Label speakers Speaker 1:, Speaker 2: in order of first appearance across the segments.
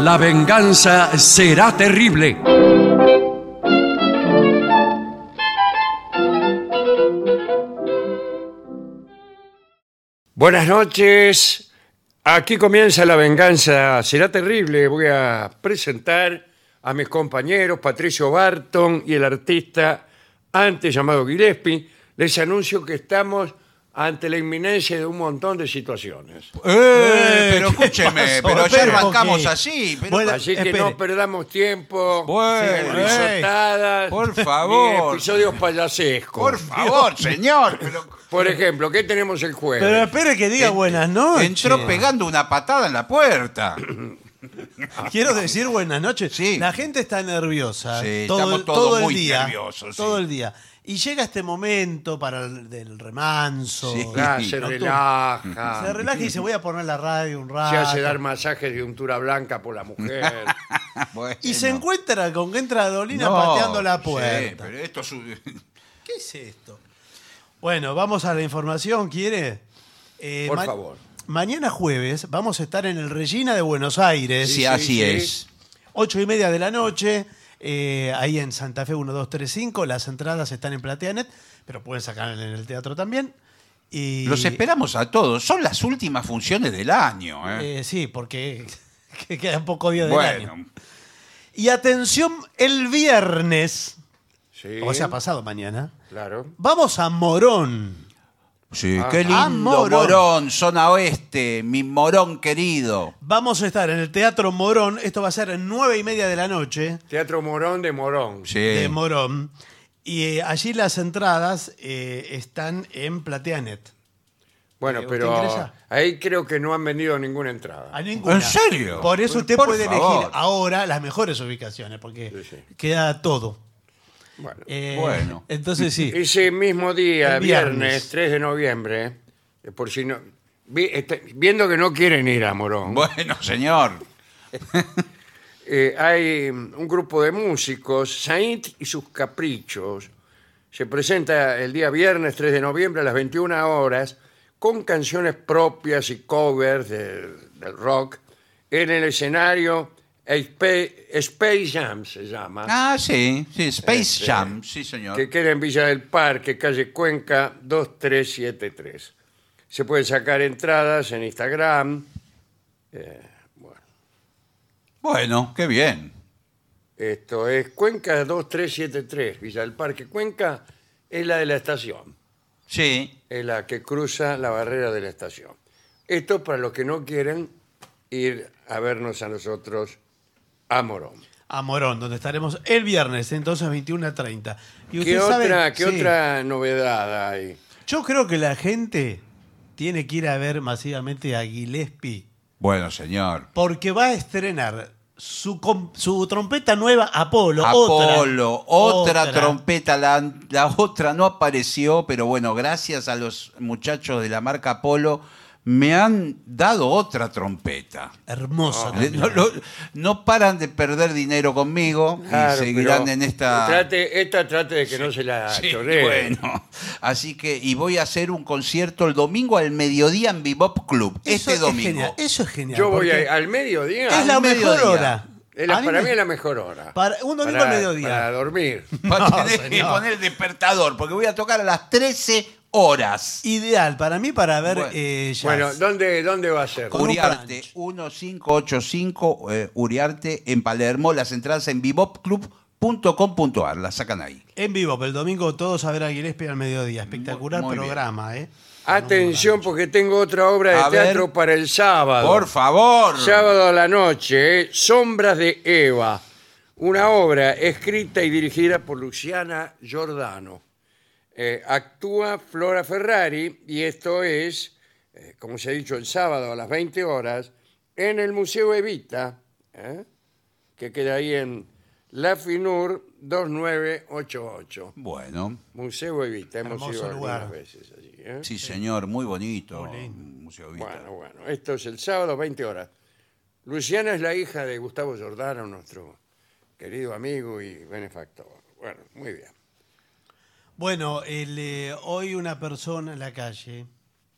Speaker 1: La venganza será terrible. Buenas noches. Aquí comienza La venganza será terrible. Voy a presentar a mis compañeros Patricio Barton y el artista antes llamado Gillespie. Les anuncio que estamos ante la inminencia de un montón de situaciones.
Speaker 2: Eh,
Speaker 3: pero escúcheme, pero
Speaker 2: Espere
Speaker 3: ya
Speaker 2: un
Speaker 3: arrancamos
Speaker 2: poquito.
Speaker 3: así. pero-
Speaker 2: Bueno,
Speaker 3: así-
Speaker 1: Así que
Speaker 2: espere.
Speaker 1: no perdamos tiempo.
Speaker 2: Bueno, eh,
Speaker 1: ni risotadas,
Speaker 3: por
Speaker 1: ni
Speaker 3: favor.
Speaker 1: episodios payasescos.
Speaker 3: por favor, señor. pero-
Speaker 1: Por ejemplo, ¿qué tenemos el jueves?
Speaker 2: Pero espere que diga buenas noches.
Speaker 3: Entró pegando una patada en la puerta.
Speaker 2: Quiero decir buenas noches.
Speaker 3: Sí.
Speaker 2: La gente está nerviosa.
Speaker 3: Sí,
Speaker 2: todo,
Speaker 3: estamos
Speaker 2: el-
Speaker 3: todos
Speaker 2: todo el
Speaker 3: muy
Speaker 2: día,
Speaker 3: nerviosos, sí.
Speaker 2: Todo el día. Y llega este momento para el del remanso.
Speaker 3: Sí.
Speaker 1: Ah, se
Speaker 2: Nocturno.
Speaker 1: relaja.
Speaker 2: Se relaja y dice, voy a poner la radio un rato.
Speaker 1: Se hace dar masajes de untura blanca por la mujer.
Speaker 3: Ah, Bueno.
Speaker 2: y se encuentra con que entra Dolina
Speaker 3: No,
Speaker 2: pateando la
Speaker 3: sí,
Speaker 2: puerta.
Speaker 3: pero esto es un-
Speaker 2: ¿Qué es esto? Bueno, vamos a la información, ¿quiere? Eh,
Speaker 1: Por
Speaker 2: ma-
Speaker 1: favor.
Speaker 2: Mañana jueves vamos a estar en el Regina de Buenos Aires.
Speaker 3: Sí,
Speaker 1: sí,
Speaker 3: así
Speaker 1: sí.
Speaker 3: es.
Speaker 2: Ocho y media de la noche, eh, ahí en Santa Fe 1235. Las entradas están en Plateanet, pero pueden sacar en el teatro también. Y,
Speaker 3: Los esperamos a todos. Son las últimas funciones del año. ¿eh?
Speaker 2: eh, sí, porque que quedan pocos días del año.
Speaker 3: bueno,
Speaker 2: Y atención, el viernes,
Speaker 1: Sí,
Speaker 2: o sea, pasado mañana,
Speaker 1: claro.
Speaker 2: vamos a Morón.
Speaker 3: sí,
Speaker 1: Ah.
Speaker 3: qué lindo.
Speaker 2: Ah, Morón.
Speaker 3: Morón. zona oeste, mi morón querido.
Speaker 2: Vamos a estar en el Teatro Morón. Esto va a ser en nueve y media de la noche
Speaker 1: Teatro Morón de Morón.
Speaker 3: Sí.
Speaker 2: de Morón. Y eh, allí las entradas eh, están en Plateanet.
Speaker 1: Bueno,
Speaker 2: Eh, ¿usted
Speaker 1: pero
Speaker 2: ingresa?
Speaker 1: ahí creo que no han vendido ninguna entrada.
Speaker 2: A ninguna.
Speaker 3: ¿En serio?
Speaker 2: Por eso usted
Speaker 3: Por
Speaker 2: puede
Speaker 3: favor.
Speaker 2: elegir ahora las mejores ubicaciones, porque
Speaker 1: Sí, sí.
Speaker 2: queda todo.
Speaker 1: Bueno.
Speaker 2: Eh,
Speaker 3: Bueno.
Speaker 2: Entonces sí.
Speaker 1: Ese mismo día,
Speaker 2: El viernes.
Speaker 1: viernes. 3 de noviembre, eh, por si no. vi- este- viendo que no quieren ir a Morón,
Speaker 3: Bueno, señor.
Speaker 1: eh, hay un grupo de músicos, Saint y sus caprichos. Se presenta el día viernes 3 de noviembre a las 21 horas con canciones propias y covers del, del rock en el escenario Spe- Space Jam se llama.
Speaker 3: Ah, sí, sí, Space
Speaker 1: Este,
Speaker 3: Jam, sí, señor.
Speaker 1: que queda en Villa del Parque, calle Cuenca 2373. Se pueden sacar entradas en Instagram.
Speaker 3: Bueno, qué bien.
Speaker 1: Esto es Cuenca 2373, Villa del Parque. Cuenca es la de la estación,
Speaker 3: Sí,
Speaker 1: es la que cruza la barrera de la estación. Esto es para los que no quieren ir a vernos a nosotros a Morón.
Speaker 2: A Morón, donde estaremos el viernes, entonces 21 a 30. Y
Speaker 1: ¿Qué,
Speaker 2: usted sabe-
Speaker 1: otra, qué
Speaker 2: sí.
Speaker 1: otra novedad hay?
Speaker 2: Yo creo que la gente tiene que ir a ver masivamente a Gillespie,
Speaker 3: bueno, señor.
Speaker 2: porque va a estrenar su, com- su trompeta nueva, Apolo.
Speaker 3: Apolo, otra,
Speaker 2: otra.
Speaker 3: trompeta, la, la otra no apareció, pero bueno, gracias a los muchachos de la marca Apolo me han dado otra trompeta.
Speaker 1: Ah,
Speaker 2: Hermosa.
Speaker 3: Eh,
Speaker 2: también.
Speaker 3: No, lo- no paran de perder dinero conmigo
Speaker 1: Claro,
Speaker 3: y seguirán
Speaker 1: pero
Speaker 3: en esta...
Speaker 1: Trate, esta trate de que no se la
Speaker 3: Sí,
Speaker 1: choreen.
Speaker 3: bueno, así que, y voy a hacer un concierto el domingo al mediodía en Bebop Club,
Speaker 2: Eso
Speaker 3: este
Speaker 2: es
Speaker 3: domingo.
Speaker 2: genial, eso es genial.
Speaker 1: Yo voy
Speaker 2: porque
Speaker 1: a- al mediodía.
Speaker 2: Es la
Speaker 3: al
Speaker 2: mejor
Speaker 3: mediodía.
Speaker 2: hora.
Speaker 1: Es la-
Speaker 2: A mí
Speaker 1: para
Speaker 2: me-
Speaker 1: mí es la mejor hora.
Speaker 2: Para- un domingo
Speaker 1: Para-
Speaker 2: al mediodía.
Speaker 1: Para dormir.
Speaker 3: Va a
Speaker 2: No,
Speaker 3: tener que
Speaker 2: señor.
Speaker 3: poner el despertador, porque voy a tocar a las 13 horas.
Speaker 2: Ideal para mí para ver
Speaker 3: Bueno.
Speaker 2: eh, jazz.
Speaker 1: Bueno, ¿dónde, ¿dónde va a ser?
Speaker 2: Con un
Speaker 3: Uriarte,
Speaker 2: punch.
Speaker 3: 1585 eh, Uriarte en Palermo. Las entradas en bebopclub.com.ar. Las sacan ahí.
Speaker 2: En vivo, el domingo todos a ver a Gillespie al mediodía. Espectacular
Speaker 3: Muy- muy
Speaker 2: programa, ¿eh?
Speaker 3: Ah,
Speaker 1: Atención, porque tengo otra obra de
Speaker 3: A ver.
Speaker 1: teatro para el sábado.
Speaker 3: Por favor.
Speaker 1: Sábado a la noche, ¿eh? Sombras de Eva. Una obra escrita y dirigida por Luciana Giordano. Eh, actúa Flora Ferrari y esto es, eh, como se ha dicho, el sábado a las 20 horas en el Museo Evita, ¿eh? que queda ahí en La Finur 2988.
Speaker 3: Bueno,
Speaker 1: Museo Evita, hemos
Speaker 2: Hermoso
Speaker 1: ido
Speaker 2: lugar.
Speaker 1: algunas veces allí. ¿eh?
Speaker 3: sí, señor, muy bonito.
Speaker 2: Muy
Speaker 3: Museo Vita.
Speaker 1: Bueno, bueno, esto es el sábado, 20 horas. Luciana es la hija de Gustavo Giordano, nuestro querido amigo y benefactor. Bueno, muy bien.
Speaker 2: Bueno, el, eh, hoy una persona en la calle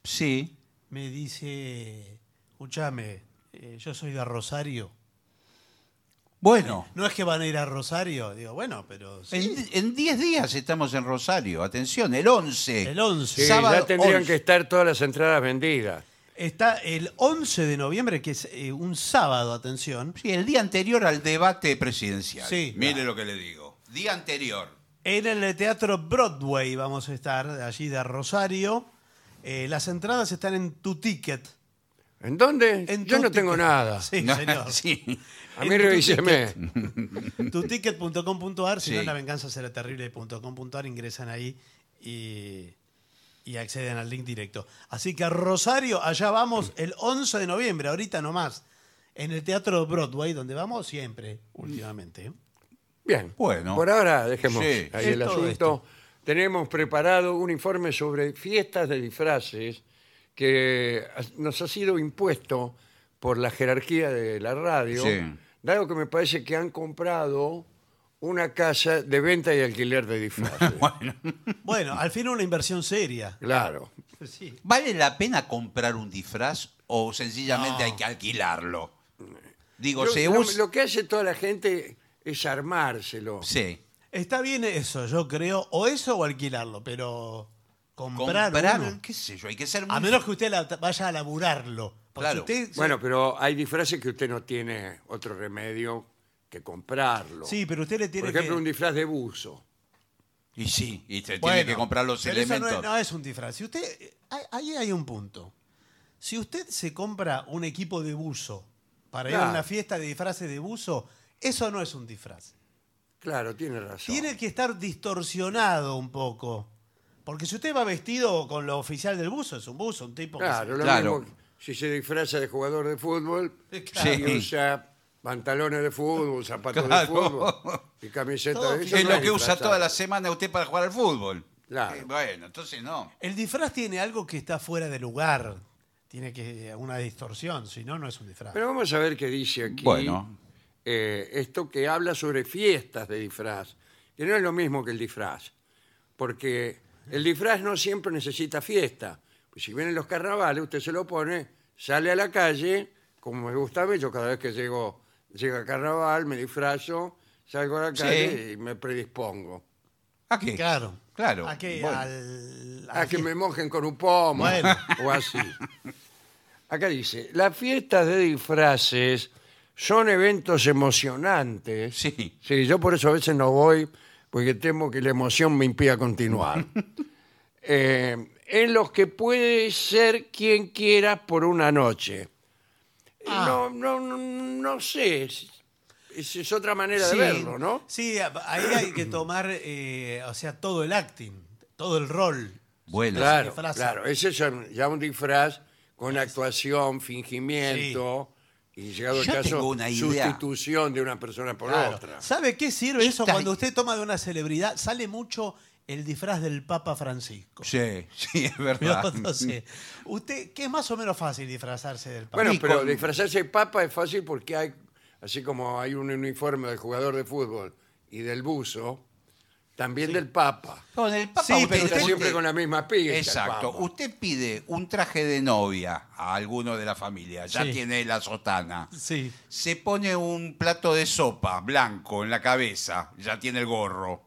Speaker 3: Sí.
Speaker 2: me dice, escúchame, eh, yo soy de Rosario
Speaker 3: Bueno,
Speaker 2: No es que van a ir a Rosario, digo, bueno, pero sí.
Speaker 3: en- en 10 días estamos en Rosario. Atención, el 11.
Speaker 2: El 11.
Speaker 1: Sí,
Speaker 3: Sábado
Speaker 1: ya tendrían
Speaker 3: 11.
Speaker 1: que estar todas las entradas vendidas.
Speaker 2: está el 11 de noviembre, que es eh, un sábado, atención.
Speaker 3: Sí, el día anterior al debate presidencial.
Speaker 2: Sí.
Speaker 3: Mire lo que le digo. Día anterior.
Speaker 2: En el Teatro Broadway vamos a estar, allí de Rosario. Eh, las entradas están en tu ticket.
Speaker 1: ¿En dónde?
Speaker 2: En
Speaker 1: Yo
Speaker 2: tu
Speaker 1: no tengo
Speaker 2: ticket.
Speaker 1: nada.
Speaker 2: Sí,
Speaker 3: No,
Speaker 2: señor.
Speaker 3: sí.
Speaker 1: A
Speaker 2: en
Speaker 1: mí
Speaker 2: tu
Speaker 1: revíseme.
Speaker 2: Tuticket.com.ar, si no,
Speaker 3: Sí.
Speaker 2: la venganza será terrible.com.ar, ingresan ahí y, y acceden al link directo. Así que a Rosario, allá vamos el 11 de noviembre, ahorita nomás, en el Teatro Broadway, donde vamos siempre, últimamente. ¿eh?
Speaker 1: Bien.
Speaker 3: Bueno.
Speaker 1: Por ahora dejemos
Speaker 3: Sí.
Speaker 1: ahí
Speaker 2: Es
Speaker 1: el
Speaker 2: todo
Speaker 1: asunto.
Speaker 2: esto.
Speaker 1: Tenemos preparado un informe sobre fiestas de disfraces que ha- nos ha sido impuesto por la jerarquía de la radio,
Speaker 3: Sí.
Speaker 1: dado que me parece que han comprado una casa de venta y alquiler de disfraces.
Speaker 2: Bueno, al fin una inversión seria.
Speaker 1: Claro.
Speaker 2: Sí.
Speaker 3: ¿Vale la pena comprar un disfraz o sencillamente
Speaker 2: No.
Speaker 3: hay que alquilarlo? Digo,
Speaker 1: Lo,
Speaker 3: se
Speaker 1: lo-
Speaker 3: usa.
Speaker 1: lo que hace toda la gente es armárselo.
Speaker 3: Sí.
Speaker 2: Está bien eso, yo creo, o eso o alquilarlo, pero comprar,
Speaker 3: Comprar,
Speaker 2: uno-
Speaker 3: qué sé yo, hay que ser muy.
Speaker 2: a menos que usted la- vaya a laburarlo. Porque
Speaker 3: Claro.
Speaker 2: usted se-
Speaker 1: Bueno, pero hay disfraces que usted no tiene otro remedio que comprarlo.
Speaker 2: sí, pero usted le
Speaker 1: Por
Speaker 2: tiene
Speaker 1: ejemplo,
Speaker 2: que...
Speaker 1: un disfraz de buzo.
Speaker 3: Y sí, y te
Speaker 2: Bueno,
Speaker 3: tiene que comprar los
Speaker 2: pero eso
Speaker 3: elementos.
Speaker 2: No es, no es un disfraz. Si usted, ahí- ahí hay un punto. Si usted se compra un equipo de buzo para ir a
Speaker 1: Claro.
Speaker 2: una fiesta de disfraces de buzo, eso no es un disfraz.
Speaker 1: Claro, tiene razón.
Speaker 2: Tiene que estar distorsionado un poco. Porque si usted va vestido con lo oficial del buzo, es un buzo, un tipo que
Speaker 1: Claro, lo
Speaker 3: Claro.
Speaker 1: mismo que si se disfraza de jugador de fútbol
Speaker 2: Sí,
Speaker 1: y
Speaker 3: claro.
Speaker 1: usa pantalones de fútbol, zapatos de
Speaker 3: Claro.
Speaker 1: fútbol y camiseta
Speaker 2: Todo
Speaker 1: de eso
Speaker 3: Es
Speaker 1: no
Speaker 3: lo que usa
Speaker 1: disfrazar.
Speaker 3: toda la semana usted para jugar al fútbol.
Speaker 1: Claro.
Speaker 3: Eh, bueno, entonces no.
Speaker 2: se- El disfraz tiene algo que está fuera de lugar. Tiene que una distorsión, si no, no es un disfraz.
Speaker 1: Pero vamos a ver qué dice aquí.
Speaker 3: Bueno.
Speaker 1: eh, esto que habla sobre fiestas de disfraz, que no es lo mismo que el disfraz, porque el disfraz no siempre necesita fiesta. Pues si vienen los carnavales, usted se lo pone, sale a la calle, como me gusta a mí, yo cada vez que llego, llega carnaval, me disfrazo, salgo a la
Speaker 3: Sí.
Speaker 1: calle y me predispongo.
Speaker 3: ¿A qué?
Speaker 2: claro.
Speaker 3: Claro.
Speaker 2: A que,
Speaker 3: Bueno.
Speaker 2: al- a
Speaker 1: A Ah, que
Speaker 2: que-
Speaker 1: me mojen con un pomo
Speaker 2: Bueno.
Speaker 1: o así. Acá dice, las fiestas de disfraces son eventos emocionantes.
Speaker 3: Sí.
Speaker 1: Sí, yo por eso a veces no voy, porque temo que la emoción me impida continuar. Eh, en los que puedes ser quien quieras por una noche.
Speaker 2: Ah.
Speaker 1: No, no, no, no sé, es, es- es otra manera de verlo, ¿no?
Speaker 2: Sí, a- ahí hay que tomar, eh, o sea, todo el acting, todo el rol.
Speaker 3: Bueno,
Speaker 1: Claro,
Speaker 2: disfraza.
Speaker 1: claro. Ese es un- ya un disfraz con actuación, fingimiento y llegado el
Speaker 3: Yo
Speaker 1: caso,
Speaker 3: tengo una idea.
Speaker 1: sustitución de una persona por
Speaker 2: Claro.
Speaker 1: otra.
Speaker 2: ¿Sabe qué sirve eso?
Speaker 3: Está-
Speaker 2: Cuando usted toma de una celebridad, sale mucho el disfraz del Papa Francisco.
Speaker 3: sí, sí, es verdad.
Speaker 2: No sé. Usted, que es más o menos fácil disfrazarse del Papa.
Speaker 1: Bueno,
Speaker 3: Y
Speaker 1: pero
Speaker 3: con-
Speaker 1: disfrazarse de papa es fácil porque hay, así como hay un uniforme del jugador de fútbol y del buzo, también del papa.
Speaker 3: Con el Papa
Speaker 2: Sí,
Speaker 3: usted
Speaker 2: pero
Speaker 1: Está
Speaker 2: usted-
Speaker 1: siempre con la misma pieza. el
Speaker 3: Exacto.
Speaker 1: Papa.
Speaker 3: Usted pide un traje de novia a alguno de la familia. Ya
Speaker 2: Sí.
Speaker 3: tiene la sotana.
Speaker 2: Sí.
Speaker 3: Se pone un plato de sopa blanco en la cabeza. Ya tiene el gorro.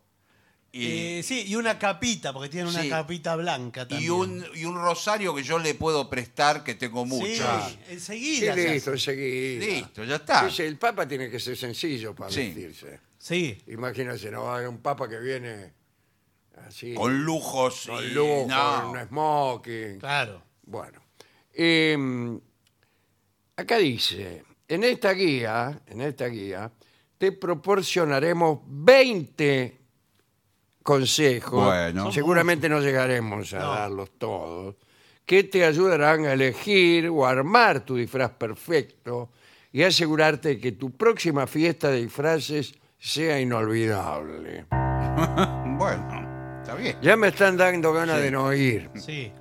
Speaker 3: Y,
Speaker 2: Eh, sí, y una capita, porque tiene una
Speaker 3: Sí.
Speaker 2: capita blanca
Speaker 3: y
Speaker 2: también.
Speaker 3: un, y un rosario que yo le puedo prestar, que tengo
Speaker 2: Sí, Ah,
Speaker 3: mucho.
Speaker 1: Sí,
Speaker 2: enseguida. se
Speaker 1: listo,
Speaker 2: hace.
Speaker 1: enseguida.
Speaker 3: Listo, ya está.
Speaker 1: Sí, sí, el papa tiene que ser sencillo para
Speaker 3: Sí.
Speaker 1: vestirse.
Speaker 2: Sí.
Speaker 1: Imagínense, no hay un papa que viene así.
Speaker 3: Con lujos. y-
Speaker 1: con lujo,
Speaker 3: no.
Speaker 1: un smoking.
Speaker 2: Claro.
Speaker 1: Bueno, eh, acá dice, en esta guía, en esta guía, te proporcionaremos 20 consejos.
Speaker 3: Bueno.
Speaker 1: Seguramente no llegaremos a
Speaker 2: No.
Speaker 1: darlos todos, que te ayudarán a elegir o armar tu disfraz perfecto y asegurarte que tu próxima fiesta de disfraces sea inolvidable.
Speaker 3: Bueno, está bien.
Speaker 1: Ya me están dando ganas de no ir.
Speaker 2: Sí.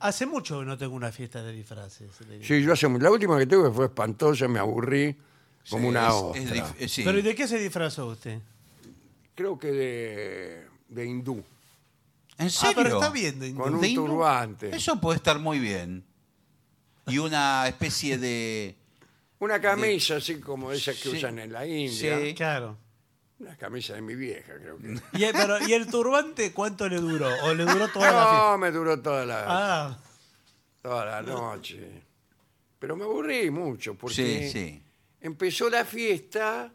Speaker 2: Hace mucho que no tengo una fiesta de disfraces. le digo.
Speaker 1: Sí, yo hace mu- la última que tuve fue espantosa, me aburrí como
Speaker 3: Sí,
Speaker 1: una
Speaker 3: es-
Speaker 1: ostra.
Speaker 3: es dif- eh, sí.
Speaker 2: Pero ¿y de qué se disfrazó usted?
Speaker 1: Creo que de, de hindú,
Speaker 3: ¿En
Speaker 2: Ah,
Speaker 3: serio?
Speaker 2: pero está bien. de-
Speaker 1: con un
Speaker 3: ¿De hindú?
Speaker 1: turbante.
Speaker 3: Eso puede estar muy bien. Y una especie de
Speaker 1: Una camisa así como esas que
Speaker 3: Sí.
Speaker 1: usan en la India.
Speaker 3: Sí.
Speaker 2: Claro.
Speaker 1: Una camisa de mi vieja, creo que.
Speaker 2: Y el, pero, ¿y el turbante cuánto le duró? ¿O le duró toda la
Speaker 3: Ah,
Speaker 2: fiesta?
Speaker 1: No, me duró toda la,
Speaker 2: Ah,
Speaker 1: toda la noche. Pero me aburrí mucho porque
Speaker 3: Sí, sí.
Speaker 1: empezó la fiesta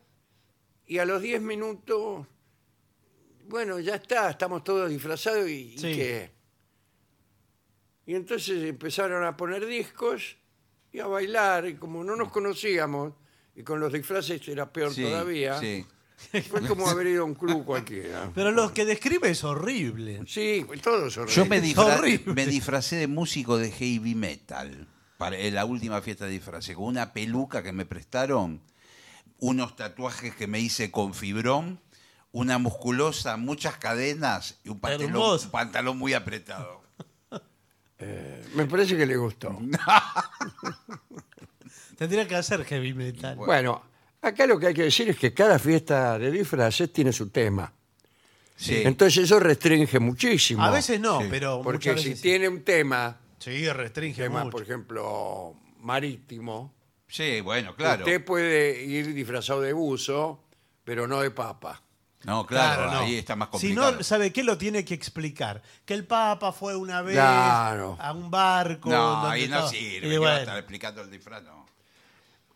Speaker 1: y a los 10 minutos, bueno, ya está, estamos todos disfrazados y, y
Speaker 2: Sí.
Speaker 1: qué. Y entonces empezaron a poner discos y a bailar, y como no nos conocíamos, y con los disfraces era peor
Speaker 3: sí,
Speaker 1: todavía,
Speaker 3: sí.
Speaker 1: fue como haber ido a un club cualquiera.
Speaker 2: pero los que describe es horrible.
Speaker 1: Sí, todos son
Speaker 3: Yo me,
Speaker 1: reyes.
Speaker 3: disfra-
Speaker 2: Horrible.
Speaker 3: me disfracé de músico de heavy metal para en la última fiesta de disfrace, con una peluca que me prestaron, unos tatuajes que me hice con fibrón, una musculosa, muchas cadenas y un pantalón,
Speaker 2: Hermoso.
Speaker 3: un pantalón muy apretado.
Speaker 1: Me parece que le gustó.
Speaker 2: Tendría que hacer heavy metal.
Speaker 1: Bueno, acá lo que hay que decir es que cada fiesta de disfraces tiene su tema.
Speaker 3: Sí.
Speaker 1: Entonces eso restringe muchísimo.
Speaker 2: a veces no,
Speaker 3: Sí.
Speaker 2: pero
Speaker 1: Porque
Speaker 2: muchas
Speaker 1: si
Speaker 2: veces sí.
Speaker 1: tiene un tema,
Speaker 2: Sí, restringe
Speaker 1: tema
Speaker 2: mucho.
Speaker 1: por ejemplo marítimo,
Speaker 3: Sí, bueno, claro.
Speaker 1: usted puede ir disfrazado de buzo, pero no de papa.
Speaker 3: No, claro,
Speaker 2: Claro, no.
Speaker 3: ahí está más
Speaker 2: Si
Speaker 3: complicado.
Speaker 2: no, ¿sabe qué? Lo tiene que explicar. Que el Papa fue una vez
Speaker 1: Claro.
Speaker 2: a un barco.
Speaker 3: No,
Speaker 2: donde
Speaker 3: ahí no
Speaker 2: estaba-
Speaker 3: sirve,
Speaker 2: y
Speaker 3: que va a
Speaker 2: bueno,
Speaker 3: estar explicando el disfraz, no.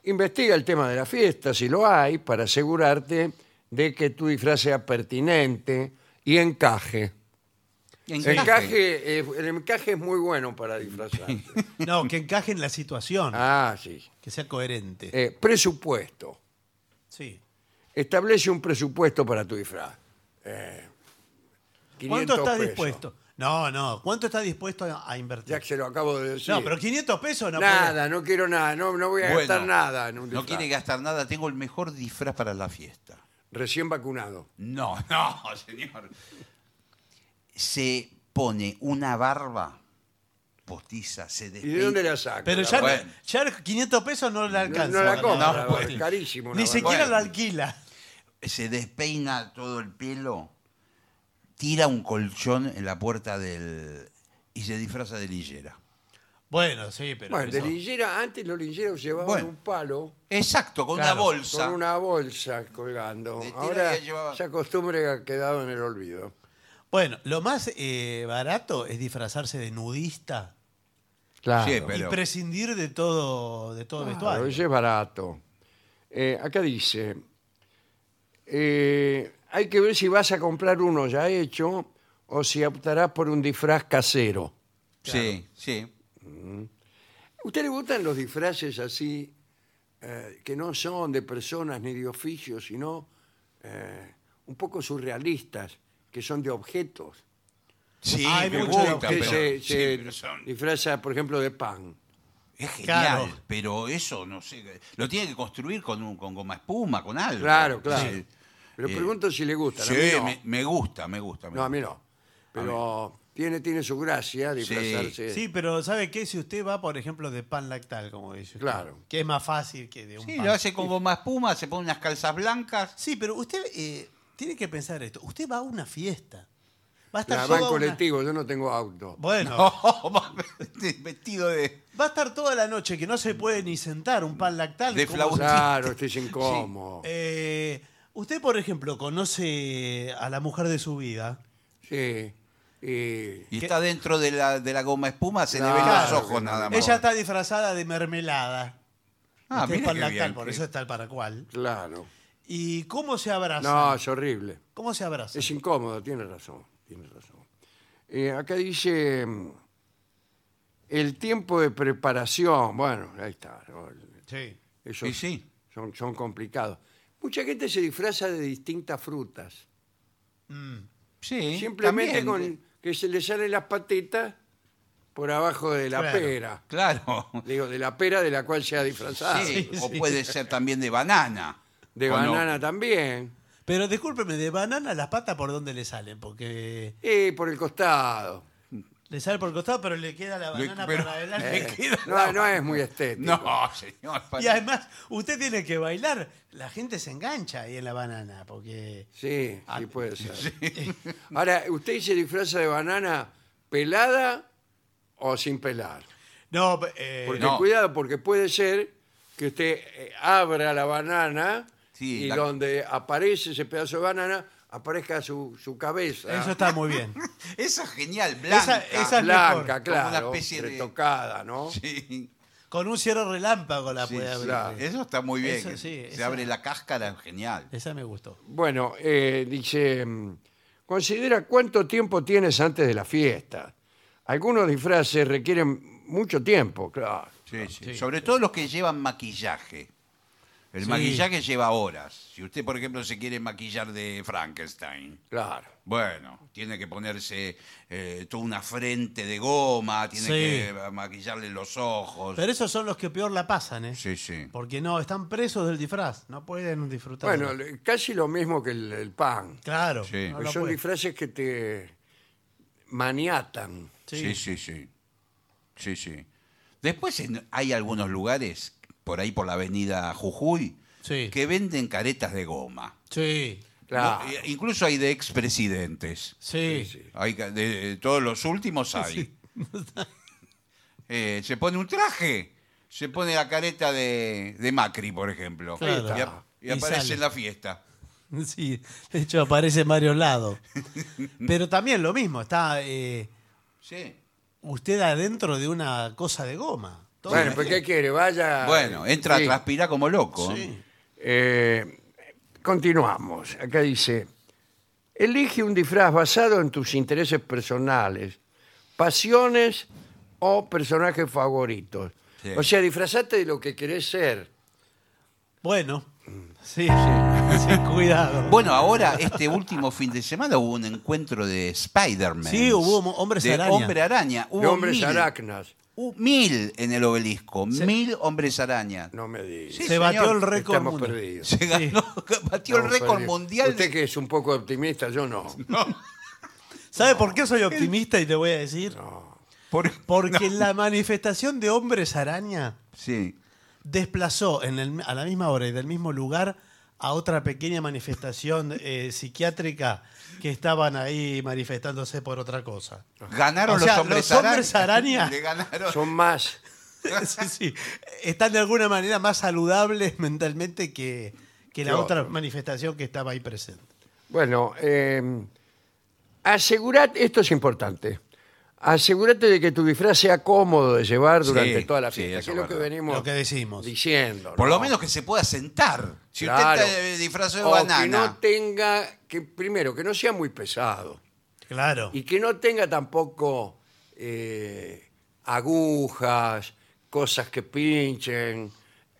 Speaker 1: Investiga el tema de la fiesta, si lo hay, para asegurarte de que tu disfraz sea pertinente y encaje. Encaje, eh, el encaje es muy bueno para disfrazar.
Speaker 2: no, que encaje en la situación,
Speaker 1: ah, sí.
Speaker 2: que sea coherente.
Speaker 1: Eh, presupuesto.
Speaker 2: sí.
Speaker 1: Establece un presupuesto para tu disfraz. Eh,
Speaker 2: ¿Cuánto
Speaker 1: 500
Speaker 2: estás
Speaker 1: pesos.
Speaker 2: dispuesto? No, no. ¿Cuánto estás dispuesto a a invertir?
Speaker 1: Ya que se lo acabo de decir.
Speaker 2: No, pero 500 pesos no
Speaker 1: nada, no quiero nada, no, no voy a
Speaker 3: Bueno,
Speaker 1: gastar nada en un
Speaker 3: No
Speaker 1: disfraz.
Speaker 3: quiere gastar nada, tengo el mejor disfraz para la fiesta.
Speaker 1: Recién vacunado.
Speaker 3: No, no, señor. Se pone una barba postiza, se
Speaker 1: ¿Y de
Speaker 3: despeina.
Speaker 1: dónde la saco?
Speaker 2: puede. Pero
Speaker 1: La
Speaker 2: ya,
Speaker 1: barba?
Speaker 3: Bueno.
Speaker 2: ya 500 pesos no le
Speaker 1: no,
Speaker 2: alcanza.
Speaker 1: no la
Speaker 2: No,
Speaker 1: compro,
Speaker 2: no,
Speaker 1: la
Speaker 3: bueno.
Speaker 1: barba, es carísimo. una
Speaker 2: Ni
Speaker 1: barba.
Speaker 2: siquiera
Speaker 3: Bueno.
Speaker 2: lo alquila.
Speaker 3: Se despeina todo el pelo, tira un colchón en la puerta del. y se disfraza de lillera.
Speaker 2: Bueno, sí, pero.
Speaker 1: Bueno, de
Speaker 2: eso-
Speaker 1: linchera, antes los lincheros llevaban
Speaker 3: Bueno.
Speaker 1: un palo
Speaker 3: Exacto, con
Speaker 2: Claro,
Speaker 3: una bolsa.
Speaker 1: con una bolsa colgando.
Speaker 3: De tela
Speaker 1: Ahora
Speaker 3: que llevaba-
Speaker 1: esa costumbre ha quedado en el olvido.
Speaker 2: Bueno, lo más eh, barato es disfrazarse de nudista
Speaker 1: Claro.
Speaker 3: Sí,
Speaker 2: y
Speaker 3: Pero-
Speaker 2: prescindir de todo, de todo
Speaker 1: Claro,
Speaker 2: vestuario.
Speaker 1: ese es barato. Eh, acá dice, eh, hay que ver si vas a comprar uno ya hecho o si optarás por un disfraz casero.
Speaker 3: Sí, sí.
Speaker 1: ¿A usted le gustan los disfraces así, eh, que no son de personas ni de oficios, sino eh, un poco surrealistas, que son de objetos?
Speaker 3: Sí,
Speaker 2: Hay
Speaker 3: me
Speaker 2: mucho de
Speaker 3: gusta,
Speaker 1: que
Speaker 3: pero-
Speaker 2: objeto.
Speaker 1: se,
Speaker 3: sí,
Speaker 1: se
Speaker 3: pero son-
Speaker 1: disfraza, por ejemplo, de pan.
Speaker 3: Es genial,
Speaker 2: Claro.
Speaker 3: pero eso no sé. Lo tiene que construir con, un- con goma espuma, con algo.
Speaker 1: Claro, claro.
Speaker 3: Sí.
Speaker 1: Pero
Speaker 3: Eh,
Speaker 1: pregunto si le gustan. a
Speaker 3: Sí,
Speaker 1: mí no.
Speaker 3: me, me gusta, me gusta. me
Speaker 1: No, a mí
Speaker 3: gusta.
Speaker 1: no. Pero tiene, tiene su gracia disfrazarse.
Speaker 2: Sí, pero ¿sabe qué? Si usted va, por ejemplo, de pan lactal, como dice usted,
Speaker 1: Claro.
Speaker 2: que es más fácil que de un
Speaker 3: Sí,
Speaker 2: pan.
Speaker 3: lo hace con goma espuma, se pone unas calzas blancas.
Speaker 2: Sí, pero usted eh, tiene que pensar esto. Usted va a una fiesta. Va a estar
Speaker 1: Nada, va
Speaker 2: toda
Speaker 1: en
Speaker 2: una-
Speaker 1: colectivo, yo no tengo auto.
Speaker 2: Bueno,
Speaker 3: vestido de,
Speaker 2: va a estar toda la noche que no se puede ni sentar un pan lactal.
Speaker 3: De
Speaker 2: ¿Cómo
Speaker 3: flauta.
Speaker 2: se-
Speaker 1: Claro, estoy sin cómo. Sí.
Speaker 2: Eh, usted, por ejemplo, conoce a la mujer de su vida. eh.
Speaker 1: Y-
Speaker 3: y está dentro de la, de la goma espuma, se le ven
Speaker 1: Claro,
Speaker 3: los ojos nada más.
Speaker 2: Ella está disfrazada de mermelada.
Speaker 3: Ah,
Speaker 2: Usted es
Speaker 3: mira
Speaker 2: pan
Speaker 3: qué
Speaker 2: lactal,
Speaker 3: bien,
Speaker 2: por
Speaker 3: qué-
Speaker 2: eso está el paracual.
Speaker 1: claro.
Speaker 2: ¿Y cómo se abrazan?
Speaker 1: No, es horrible.
Speaker 2: ¿Cómo se abrazan?
Speaker 1: Es incómodo, tiene razón. Tiene razón. Eh, acá dice mm, el tiempo de preparación. Bueno, ahí está. ¿no? El-
Speaker 2: Sí.
Speaker 1: Esos
Speaker 3: Sí, sí.
Speaker 1: Son, son complicados. Mucha gente se disfraza de distintas frutas.
Speaker 2: Mm.
Speaker 3: Sí,
Speaker 1: Simplemente
Speaker 3: también. eh.
Speaker 1: con que se le salen las patitas por abajo de la
Speaker 2: Claro.
Speaker 1: pera.
Speaker 3: Claro.
Speaker 1: Digo, de la pera de la cual se ha disfrazado.
Speaker 3: Sí,
Speaker 2: sí,
Speaker 3: o
Speaker 2: sí.
Speaker 3: puede ser también de banana.
Speaker 1: Ah, De
Speaker 3: ¿O no?
Speaker 1: banana también.
Speaker 2: Pero discúlpeme, de banana las patas por dónde le salen, porque
Speaker 1: Y por el costado.
Speaker 2: le sale por el costado, pero le queda la
Speaker 3: Le-
Speaker 2: banana
Speaker 3: pero-
Speaker 2: para adelante.
Speaker 3: Le
Speaker 1: Eh,
Speaker 3: queda
Speaker 1: no,
Speaker 3: la-
Speaker 1: no es muy estético.
Speaker 3: No, señor.
Speaker 2: Y además, usted tiene que bailar. La gente se engancha ahí en la banana, porque.
Speaker 1: Sí, sí puede ser. Ahora, ¿usted se disfraza de banana pelada o sin pelar?
Speaker 2: No, eh,
Speaker 1: Porque
Speaker 3: no.
Speaker 1: cuidado, porque puede ser que usted eh, abra la banana
Speaker 3: Sí,
Speaker 1: y
Speaker 3: la-
Speaker 1: donde aparece ese pedazo de banana, aparezca su, su cabeza
Speaker 2: Eso está muy bien.
Speaker 3: Esa es genial, blanca.
Speaker 2: Esa- esa es la- mejor,
Speaker 1: blanca,
Speaker 3: como
Speaker 1: claro,
Speaker 3: una especie de-
Speaker 1: retocada, ¿no?
Speaker 3: Sí,
Speaker 2: Con un cierre relámpago la
Speaker 3: sí,
Speaker 2: puede
Speaker 3: sí.
Speaker 2: abrir.
Speaker 1: claro.
Speaker 3: Eso está muy bien.
Speaker 2: Eso
Speaker 3: que
Speaker 2: sí,
Speaker 3: se
Speaker 2: esa-
Speaker 3: abre la cáscara, genial.
Speaker 2: Esa me gustó.
Speaker 1: Bueno, eh, dice, mm, considera cuánto tiempo tienes antes de la fiesta. Algunos disfraces requieren mucho tiempo, claro.
Speaker 3: Sí, sí.
Speaker 2: Sí.
Speaker 3: Sobre todo los que llevan maquillaje. El
Speaker 2: Sí.
Speaker 3: maquillaje lleva horas. Si usted, por ejemplo, se quiere maquillar de Frankenstein,
Speaker 1: Claro.
Speaker 3: bueno, tiene que ponerse eh, toda una frente de goma, tiene
Speaker 2: Sí.
Speaker 3: que maquillarle los ojos.
Speaker 2: Pero esos son los que peor la pasan, ¿eh?
Speaker 3: Sí, sí.
Speaker 2: Porque no, están presos del disfraz. No pueden disfrutar.
Speaker 1: Bueno, le- casi lo mismo que el, el pan.
Speaker 2: Claro.
Speaker 3: Sí.
Speaker 2: no
Speaker 1: Pues
Speaker 2: la
Speaker 1: son
Speaker 2: pueden.
Speaker 1: disfraces que te maniatan.
Speaker 3: Sí, sí, sí. Sí, sí. Después en- hay algunos lugares, por ahí por la avenida Jujuy,
Speaker 2: Sí.
Speaker 3: que venden caretas de goma.
Speaker 2: Sí.
Speaker 1: Claro.
Speaker 3: No, e- incluso hay de expresidentes.
Speaker 2: Sí.
Speaker 1: Sí, sí.
Speaker 3: Hay ca- de, de todos los últimos hay. Eh, se pone un traje, se pone la careta de, de Macri, por ejemplo.
Speaker 2: Claro.
Speaker 3: Y, ap- y
Speaker 2: Y
Speaker 3: aparece
Speaker 2: sale.
Speaker 3: en la fiesta.
Speaker 2: Sí, de hecho aparece en varios lados. Pero también lo mismo, está eh,
Speaker 3: Sí.
Speaker 2: usted adentro de una cosa de goma. Todo
Speaker 1: Bueno,
Speaker 2: el
Speaker 1: pues
Speaker 2: día.
Speaker 1: ¿qué quiere? Vaya.
Speaker 3: Bueno, entra
Speaker 1: Sí.
Speaker 3: a transpirar como loco.
Speaker 2: Sí.
Speaker 1: Eh, continuamos. Acá dice, elige un disfraz basado en tus intereses personales, pasiones o personajes favoritos.
Speaker 3: Sí.
Speaker 1: O sea, disfrazate de lo que querés ser.
Speaker 2: Bueno, sí, sí, cuidado.
Speaker 3: Bueno, ahora este último fin de semana hubo un encuentro de Spider-Man.
Speaker 2: Sí, hubo hom- hombres
Speaker 3: de
Speaker 2: araña.
Speaker 3: Hombre araña.
Speaker 1: de
Speaker 3: Hubo
Speaker 1: hombres
Speaker 3: mil,
Speaker 1: aracnas.
Speaker 3: hu- mil en el obelisco. Mil hombres araña.
Speaker 1: No me digas.
Speaker 3: Sí,
Speaker 2: Se batió
Speaker 3: señor,
Speaker 2: el récord.
Speaker 1: Estamos
Speaker 2: mundial.
Speaker 1: perdidos.
Speaker 3: Se ganó, batió el
Speaker 1: Estamos
Speaker 3: récord
Speaker 1: perdidos.
Speaker 3: mundial. de-
Speaker 1: Usted que es un poco optimista, yo no.
Speaker 2: ¿Sabe por qué soy optimista y te voy a decir?
Speaker 3: por-
Speaker 2: Porque la manifestación de hombres araña
Speaker 3: sí.
Speaker 2: desplazó en el- a la misma hora y del mismo lugar a otra pequeña manifestación eh, psiquiátrica que estaban ahí manifestándose por otra cosa.
Speaker 3: Ganaron
Speaker 2: O sea,
Speaker 3: los hombres
Speaker 2: los
Speaker 3: araña.
Speaker 2: hombres araña.
Speaker 3: Le ganaron.
Speaker 1: Son más.
Speaker 2: sí, sí. Están de alguna manera más saludables mentalmente que, que la
Speaker 1: Yo-
Speaker 2: otra manifestación que estaba ahí presente.
Speaker 1: Bueno, eh, asegurate, esto es importante, asegúrate de que tu disfraz sea cómodo de llevar durante
Speaker 3: Sí,
Speaker 1: toda la
Speaker 3: sí,
Speaker 1: fiesta,
Speaker 3: eso
Speaker 1: que es lo
Speaker 3: es
Speaker 1: que
Speaker 3: verdad.
Speaker 1: venimos
Speaker 2: Lo que decimos.
Speaker 1: diciendo.
Speaker 3: Por
Speaker 1: ¿no?
Speaker 3: lo menos que se pueda sentar. Si
Speaker 1: Claro.
Speaker 3: usted está eh, disfrazado de
Speaker 1: O que no
Speaker 3: banana.
Speaker 1: tenga, que primero, que no sea muy pesado
Speaker 2: Claro.
Speaker 1: y que no tenga tampoco eh, agujas, cosas que pinchen,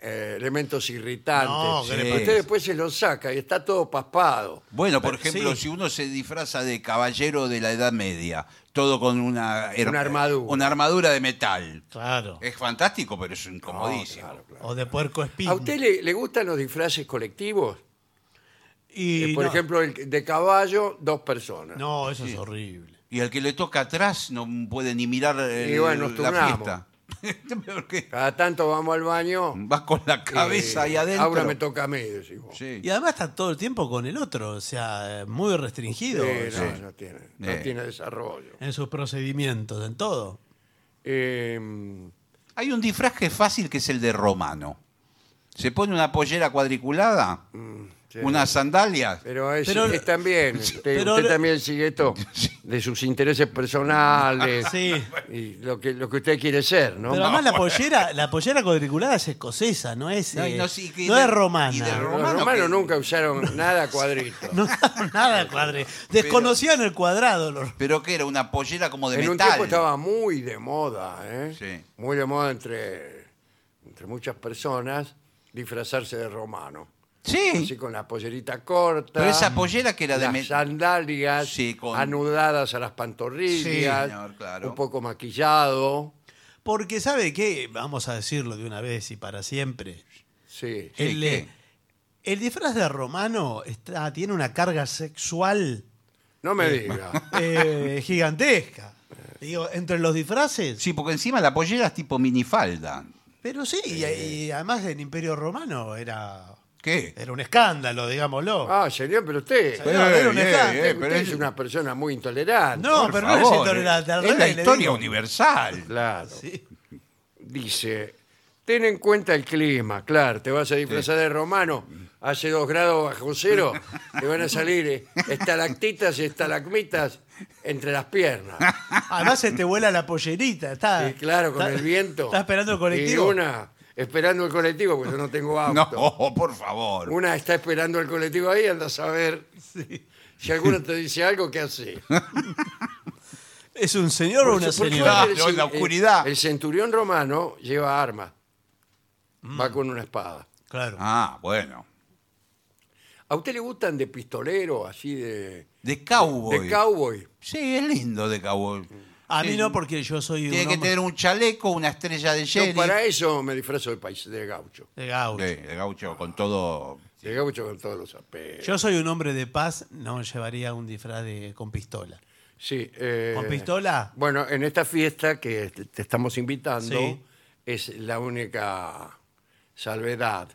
Speaker 1: eh, elementos irritantes.
Speaker 2: No, que
Speaker 3: le
Speaker 1: Sí.
Speaker 3: parece.
Speaker 1: Usted después se lo saca y está todo paspado.
Speaker 3: Bueno, por
Speaker 2: Pero-
Speaker 3: ejemplo,
Speaker 2: sí.
Speaker 3: si uno se disfraza de caballero de la Edad Media, todo con una, her-
Speaker 1: Una armadura.
Speaker 3: una armadura de metal.
Speaker 2: Claro.
Speaker 1: Eh,
Speaker 3: Es fantástico, pero es incomodísimo.
Speaker 1: No, claro, claro.
Speaker 2: O de puerco espín.
Speaker 1: ¿A usted le- le gustan los disfraces colectivos?
Speaker 2: Y
Speaker 1: Eh, por
Speaker 2: no,
Speaker 1: ejemplo, el de caballo, dos personas.
Speaker 2: No, eso es horrible.
Speaker 3: Y al que le toca atrás no puede ni mirar eh,
Speaker 1: Y bueno, nos
Speaker 3: la
Speaker 1: turnamos.
Speaker 3: fiesta. Este Peor que
Speaker 1: Cada tanto vamos al baño.
Speaker 3: Vas con la cabeza
Speaker 1: eh,
Speaker 3: ahí adentro.
Speaker 1: Ahora me toca a mí, decís vos.
Speaker 3: Sí.
Speaker 2: Y además está todo el tiempo con el otro, o sea, eh, muy restringido
Speaker 1: Eh,
Speaker 2: o sea,
Speaker 1: no, no tiene, no
Speaker 3: Eh.
Speaker 1: tiene desarrollo.
Speaker 2: en sus procedimientos, en todo.
Speaker 1: Eh,
Speaker 3: Hay un disfraz que es fácil que es el de romano. Se pone una pollera cuadriculada,
Speaker 1: sí.
Speaker 3: unas sandalias.
Speaker 1: Pero es,
Speaker 2: Pero-
Speaker 1: es también, usted,
Speaker 2: pero-
Speaker 1: usted también sigue esto de sus intereses personales
Speaker 2: Sí.
Speaker 1: y lo que, lo que usted quiere ser, ¿no?
Speaker 2: Pero además la pollera, la pollera cuadriculada es escocesa, no es,
Speaker 3: No, y
Speaker 2: eh,
Speaker 3: no, sí, que
Speaker 2: no
Speaker 3: de- y
Speaker 2: es
Speaker 3: de
Speaker 1: Los
Speaker 2: romana.
Speaker 3: ro-
Speaker 1: romanos,
Speaker 3: romano que-
Speaker 1: nunca usaron nada cuadrito.
Speaker 2: No, nada cuadre. Desconocían el cuadrado los
Speaker 3: Pero que era una pollera como de
Speaker 1: en un
Speaker 3: metal.
Speaker 1: tiempo estaba muy de moda, ¿eh?
Speaker 3: Sí.
Speaker 1: Muy de moda entre, entre muchas personas disfrazarse de romano. Así
Speaker 3: Sí.
Speaker 1: con la pollerita corta.
Speaker 3: Pero esa pollera que era de
Speaker 1: las
Speaker 3: metal.
Speaker 1: sandalias
Speaker 3: Sí, con-
Speaker 1: anudadas a las pantorrillas.
Speaker 2: Sí,
Speaker 3: señor, claro.
Speaker 1: Un poco maquillado.
Speaker 2: Porque sabe que, vamos a decirlo de una vez y para siempre,
Speaker 1: Sí.
Speaker 3: Sí,
Speaker 2: el,
Speaker 3: ¿qué?
Speaker 2: eh, el disfraz de romano está, tiene una carga sexual
Speaker 1: No me diga.
Speaker 2: eh, gigantesca. Digo, entre los disfraces.
Speaker 3: Sí, porque encima la pollera es tipo minifalda.
Speaker 2: Pero sí, y,
Speaker 1: Eh.
Speaker 2: y además el Imperio Romano era,
Speaker 3: ¿Qué?
Speaker 2: era un escándalo, digámoslo.
Speaker 1: Ah, señor, pero usted.
Speaker 2: Pero- era un escándalo.
Speaker 1: usted es una eh. persona muy intolerante.
Speaker 2: No,
Speaker 3: por
Speaker 2: pero no es
Speaker 3: favor,
Speaker 2: intolerante, al
Speaker 3: es la
Speaker 2: revés, le
Speaker 3: historia
Speaker 2: digo.
Speaker 3: universal.
Speaker 1: Claro.
Speaker 2: Sí.
Speaker 1: Dice, Ten en cuenta el clima, claro. Te vas a disfrazar de romano. Hace dos grados bajo cero. Te van a salir eh, estalactitas y estalagmitas entre las piernas.
Speaker 2: Además se te vuela la pollerita. Está,
Speaker 1: Y claro, con
Speaker 2: está-
Speaker 1: el viento.
Speaker 2: Está esperando el
Speaker 1: Y
Speaker 2: colectivo.
Speaker 1: una esperando el colectivo, porque yo no tengo
Speaker 3: No,
Speaker 1: auto.
Speaker 3: por favor.
Speaker 1: Una está esperando el colectivo ahí, anda a saber si alguna te dice algo, ¿qué hace?
Speaker 2: ¿Es un señor o una
Speaker 1: Por Ah. suerte,
Speaker 2: señora?
Speaker 1: el
Speaker 3: Claro, en la
Speaker 1: cen- el-
Speaker 3: oscuridad.
Speaker 1: El, centurión romano lleva armas. Va
Speaker 2: Mm.
Speaker 1: con una espada.
Speaker 2: Claro.
Speaker 3: Ah, bueno.
Speaker 1: ¿A usted le gustan de pistolero, así de,
Speaker 3: De
Speaker 1: de
Speaker 3: cowboy.
Speaker 1: cowboy?
Speaker 3: sí, es lindo de cowboy.
Speaker 2: A mí
Speaker 3: Sí.
Speaker 2: no, porque yo soy
Speaker 3: Tiene
Speaker 2: un
Speaker 3: que
Speaker 2: hombre
Speaker 3: tener un chaleco, una estrella de
Speaker 1: Yo
Speaker 3: sheriff.
Speaker 1: para eso me disfrazo de, país, de gaucho.
Speaker 2: de gaucho.
Speaker 3: Sí, de gaucho con todo.
Speaker 1: De gaucho con todos los aspectos.
Speaker 2: Yo soy un hombre de paz, no llevaría un disfraz de- con pistola.
Speaker 1: Sí, eh,
Speaker 2: ¿Con pistola?
Speaker 1: Bueno, en esta fiesta que te te estamos invitando
Speaker 2: Sí.
Speaker 1: es la única salvedad.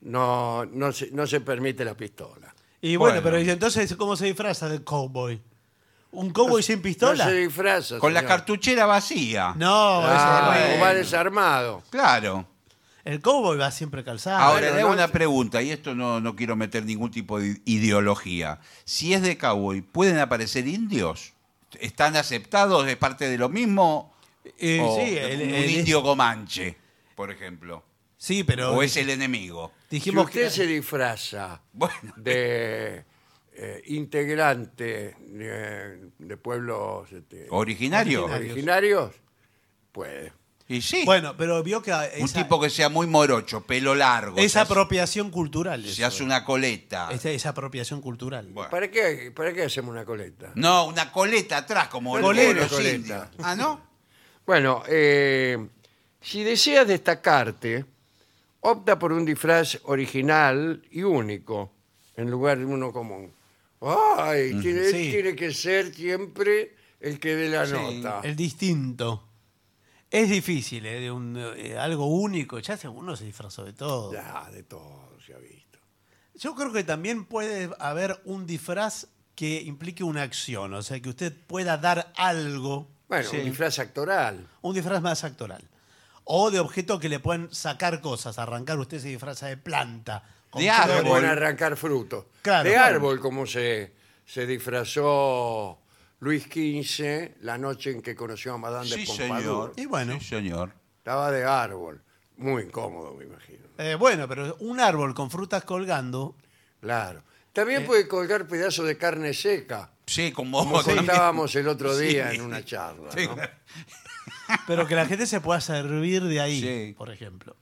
Speaker 1: No, no, se, no se permite la pistola.
Speaker 2: Y bueno,
Speaker 3: Bueno.
Speaker 2: pero ¿y entonces, ¿cómo se disfraza de cowboy? ¿Un cowboy sin pistola?
Speaker 1: No se disfraza.
Speaker 3: Con la
Speaker 1: señor.
Speaker 3: cartuchera vacía.
Speaker 2: No, ese
Speaker 1: Ah,
Speaker 2: es
Speaker 1: o
Speaker 2: el-
Speaker 1: va desarmado.
Speaker 3: Claro.
Speaker 2: el cowboy va siempre calzado.
Speaker 3: Ahora,
Speaker 1: bueno,
Speaker 3: le hago
Speaker 1: no-
Speaker 3: una pregunta, y esto no, no quiero meter ningún tipo de ideología. Si es de cowboy, ¿pueden aparecer indios? ¿Están aceptados? ¿Es parte de lo mismo?
Speaker 2: Eh,
Speaker 3: O
Speaker 2: sí, el-
Speaker 3: un
Speaker 2: el-
Speaker 3: indio comanche, por ejemplo.
Speaker 2: sí, pero
Speaker 3: ¿O es el enemigo?
Speaker 1: Si
Speaker 2: dijimos
Speaker 1: usted
Speaker 2: que...
Speaker 1: se disfraza
Speaker 3: Bueno.
Speaker 1: de eh, integrante eh, de pueblos este,
Speaker 3: ¿Originario?
Speaker 2: Originario.
Speaker 1: originarios, pues, puede.
Speaker 3: Y sí.
Speaker 2: Bueno, pero vio que esa,
Speaker 3: un tipo que sea muy morocho, pelo largo.
Speaker 2: es
Speaker 3: se hace-
Speaker 2: apropiación cultural.
Speaker 3: se
Speaker 2: eso.
Speaker 3: hace una coleta.
Speaker 2: Esa es apropiación cultural.
Speaker 3: Bueno.
Speaker 1: ¿Para qué, ¿Para qué hacemos una coleta?
Speaker 3: No, una coleta atrás, como
Speaker 1: Bueno,
Speaker 3: los
Speaker 1: una coleta.
Speaker 3: indios. Ah, ¿no?
Speaker 1: Bueno, eh, si deseas destacarte, opta por un disfraz original y único, en lugar de uno común. ¡Ay! Tiene,
Speaker 2: Sí.
Speaker 1: tiene que ser siempre el que dé la
Speaker 3: Sí,
Speaker 1: nota.
Speaker 2: El distinto. Es difícil, ¿eh? de un, eh, algo único. Ya se- uno se disfrazó de todo.
Speaker 1: Ya, de todo se ha visto.
Speaker 2: Yo creo que también puede haber un disfraz que implique una acción, o sea, que usted pueda dar algo,
Speaker 1: Bueno, un disfraz actoral.
Speaker 2: un disfraz más actoral. O de objeto que le pueden sacar cosas, arrancar, usted se disfraza de planta. con
Speaker 3: De
Speaker 1: No
Speaker 2: flores.
Speaker 1: le
Speaker 3: árbol.
Speaker 1: pueden Ah, arrancar frutos.
Speaker 2: Claro,
Speaker 1: de
Speaker 2: claro.
Speaker 1: árbol, como se, se disfrazó Luis XV la noche en que conoció a Madame de
Speaker 3: Sí,
Speaker 1: Pompadour.
Speaker 3: señor.
Speaker 2: Y bueno.
Speaker 3: Sí, señor.
Speaker 1: Estaba de árbol. Muy incómodo, me imagino.
Speaker 2: Eh, bueno, pero un árbol con frutas colgando.
Speaker 1: Claro. También
Speaker 3: Eh.
Speaker 1: puede colgar pedazos de carne seca,
Speaker 3: Sí, como...
Speaker 1: como
Speaker 3: también-
Speaker 1: contábamos el otro
Speaker 3: Sí.
Speaker 1: día en una charla.
Speaker 3: Sí,
Speaker 1: ¿no?
Speaker 2: Pero que la gente se pueda servir de ahí,
Speaker 3: Sí.
Speaker 2: por ejemplo.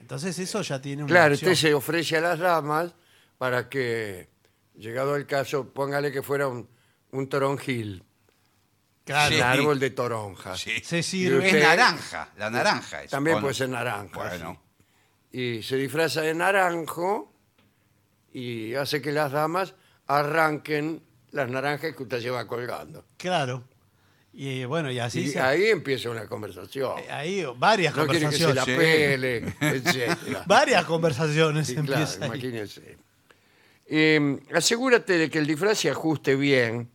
Speaker 2: Entonces eso ya tiene una
Speaker 1: Claro,
Speaker 2: acción.
Speaker 1: usted se ofrece a las damas para que, llegado el caso, póngale que fuera un, un toronjil,
Speaker 2: Claro.
Speaker 1: un
Speaker 3: Ah, Sí.
Speaker 1: árbol de toronja.
Speaker 3: sí.
Speaker 2: Se
Speaker 1: Y
Speaker 2: sirve.
Speaker 1: usted-
Speaker 3: Es naranja, la naranja. es,
Speaker 1: También
Speaker 3: ¿o no?
Speaker 1: puede ser naranja.
Speaker 3: Bueno,
Speaker 1: sí. Y se disfraza de naranjo y hace que las damas arranquen las naranjas que usted lleva colgando.
Speaker 2: Claro. Y eh, bueno, y así
Speaker 1: y
Speaker 2: se-
Speaker 1: ahí empieza una conversación.
Speaker 2: ahí varias
Speaker 1: No quiere que se
Speaker 2: conversaciones.
Speaker 1: la
Speaker 3: Eh, Sí.
Speaker 1: pele, etc.
Speaker 2: Varias conversaciones
Speaker 1: Sí, claro,
Speaker 2: empiezan. ahí.
Speaker 1: imagínense. Eh, asegúrate de que el disfraz se ajuste bien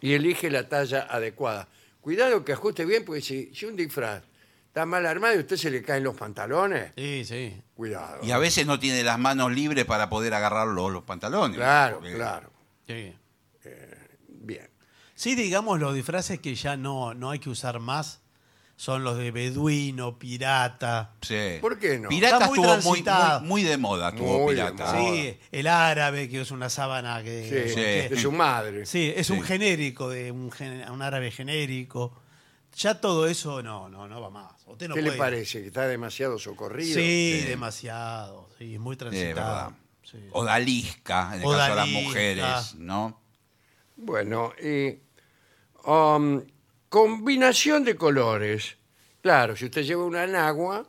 Speaker 1: y elige la talla adecuada. Cuidado que ajuste bien, porque si, si un disfraz está mal armado y a usted se le caen los pantalones,
Speaker 2: Sí, sí.
Speaker 1: cuidado.
Speaker 3: Y a veces no tiene las manos libres para poder agarrar los, los pantalones.
Speaker 1: Claro,
Speaker 3: Porque-
Speaker 1: claro.
Speaker 2: Sí.
Speaker 1: Bien.
Speaker 2: Sí, digamos, los disfraces que ya no, no hay que usar más son los de beduino, pirata,
Speaker 3: Sí.
Speaker 1: ¿Por qué no?
Speaker 3: Pirata
Speaker 2: Está muy
Speaker 3: estuvo muy,
Speaker 2: transitado.
Speaker 3: muy- muy de moda, estuvo
Speaker 1: Muy de
Speaker 3: pirata.
Speaker 1: moda.
Speaker 2: sí, el árabe que usa una sábana que...
Speaker 1: Sí,
Speaker 3: Sí.
Speaker 1: De su madre.
Speaker 2: Sí, es un
Speaker 3: Sí.
Speaker 2: genérico, de un, gen- un árabe genérico. Ya todo eso no, no, no va más. Usted no
Speaker 1: ¿Qué le
Speaker 2: puede.
Speaker 1: parece? Que está demasiado socorrido.
Speaker 2: Sí,
Speaker 3: Sí.
Speaker 2: demasiado. Sí, muy
Speaker 3: Sí, es verdad.
Speaker 2: transitado. Sí.
Speaker 3: Odalisca, en el caso de las
Speaker 2: Odalisca.
Speaker 3: mujeres, ¿no?
Speaker 1: Bueno, y um, combinación de colores. Claro, si usted lleva una anagua,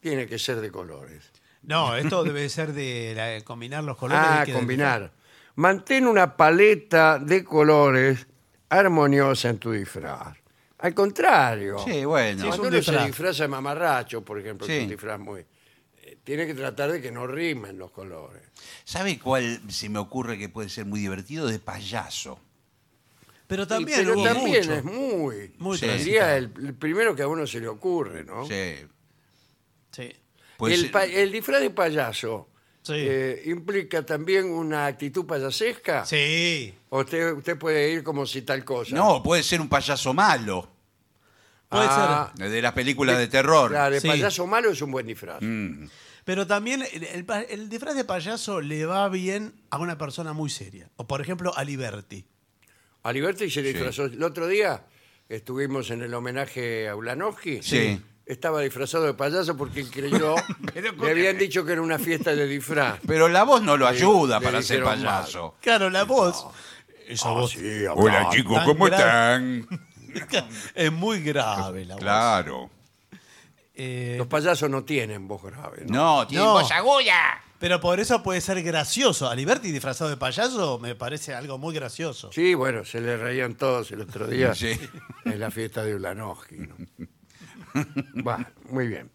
Speaker 1: tiene que ser de colores.
Speaker 2: No, esto debe ser de la- combinar los colores.
Speaker 1: ah,
Speaker 2: hay que
Speaker 1: combinar. Mantén una paleta de colores armoniosa en tu disfraz. Al contrario.
Speaker 3: Sí, bueno.
Speaker 2: Sí, es
Speaker 1: Cuando
Speaker 2: un
Speaker 1: uno se
Speaker 2: disfraz.
Speaker 1: disfraza de mamarracho, por ejemplo, es
Speaker 3: Sí.
Speaker 1: un disfraz muy... eh, tiene que tratar de que no rimen los colores.
Speaker 3: ¿Sabe cuál se me ocurre que puede ser muy divertido? De payaso.
Speaker 2: Pero
Speaker 1: Y-
Speaker 2: también,
Speaker 1: pero
Speaker 2: hubo
Speaker 1: también
Speaker 2: mucho.
Speaker 1: es muy...
Speaker 2: Muy
Speaker 1: sería
Speaker 2: transitado.
Speaker 1: el, el primero que a uno se le ocurre, ¿no?
Speaker 3: Sí.
Speaker 2: Sí.
Speaker 3: Pues,
Speaker 1: el, pa- el disfraz de payaso
Speaker 2: Sí.
Speaker 1: eh, implica también una actitud payasesca.
Speaker 2: Sí.
Speaker 1: ¿O usted, usted puede ir como si tal cosa?
Speaker 3: no, puede ser un payaso malo.
Speaker 2: Puede
Speaker 1: Ah,
Speaker 3: De las películas de terror.
Speaker 1: Claro, el
Speaker 2: Sí.
Speaker 1: payaso malo es un buen disfraz.
Speaker 3: Mm.
Speaker 2: ser. Pero también el, el pa- el disfraz de payaso le va bien a una persona muy seria. O por ejemplo a Liberty.
Speaker 1: A Liberty se disfrazó. El otro día estuvimos en el homenaje a Ulanovsky.
Speaker 3: Sí.
Speaker 1: Estaba disfrazado de payaso porque él creyó. le habían dicho que era una fiesta de disfraz.
Speaker 3: Pero la voz no lo ayuda
Speaker 1: le
Speaker 3: para ser
Speaker 1: dijeron mal.
Speaker 3: payaso.
Speaker 2: Claro, la voz. Ah, Esa voz
Speaker 3: Hola chicos,
Speaker 2: tan
Speaker 3: ¿cómo
Speaker 2: grave.
Speaker 3: están?
Speaker 2: es muy grave la voz.
Speaker 3: Claro.
Speaker 2: Eh,
Speaker 1: Los payasos no tienen voz grave. ¿no?
Speaker 3: No, tiene
Speaker 2: No.
Speaker 3: voz aguda.
Speaker 2: pero por eso puede ser gracioso. A Liberty disfrazado de payaso me parece algo muy gracioso.
Speaker 1: Sí, bueno, se le reían todos el otro día
Speaker 3: Sí.
Speaker 1: en la fiesta de Ulanovsky. ¿no? Va, muy bien.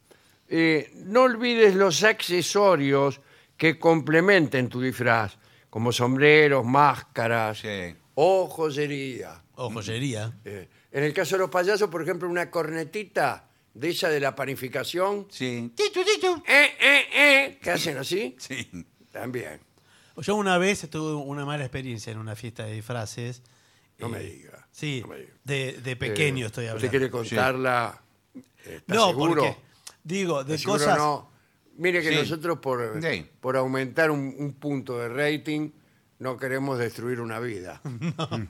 Speaker 1: Eh, no olvides los accesorios que complementen tu disfraz, como sombreros, máscaras
Speaker 3: Sí.
Speaker 1: o joyería.
Speaker 2: O joyería.
Speaker 1: Eh, en el caso de los payasos, por ejemplo, una cornetita de esa de la panificación,
Speaker 3: Sí. Tichu, tichu.
Speaker 1: eh, eh, eh, que hacen así,
Speaker 3: Sí.
Speaker 1: también.
Speaker 2: Yo una vez tuve una mala experiencia en una fiesta de disfraces.
Speaker 1: No
Speaker 3: Eh,
Speaker 1: me diga,
Speaker 2: Sí,
Speaker 1: no me diga.
Speaker 2: de, de pequeño
Speaker 1: Eh,
Speaker 2: estoy hablando.
Speaker 1: ¿Usted quiere contarla? ¿Está
Speaker 2: no,
Speaker 1: seguro?
Speaker 2: porque digo, de
Speaker 1: ¿Está seguro
Speaker 2: cosas
Speaker 1: no? Mire que
Speaker 3: Sí.
Speaker 1: nosotros por,
Speaker 3: Sí.
Speaker 1: por aumentar un, un punto de rating no queremos destruir una vida.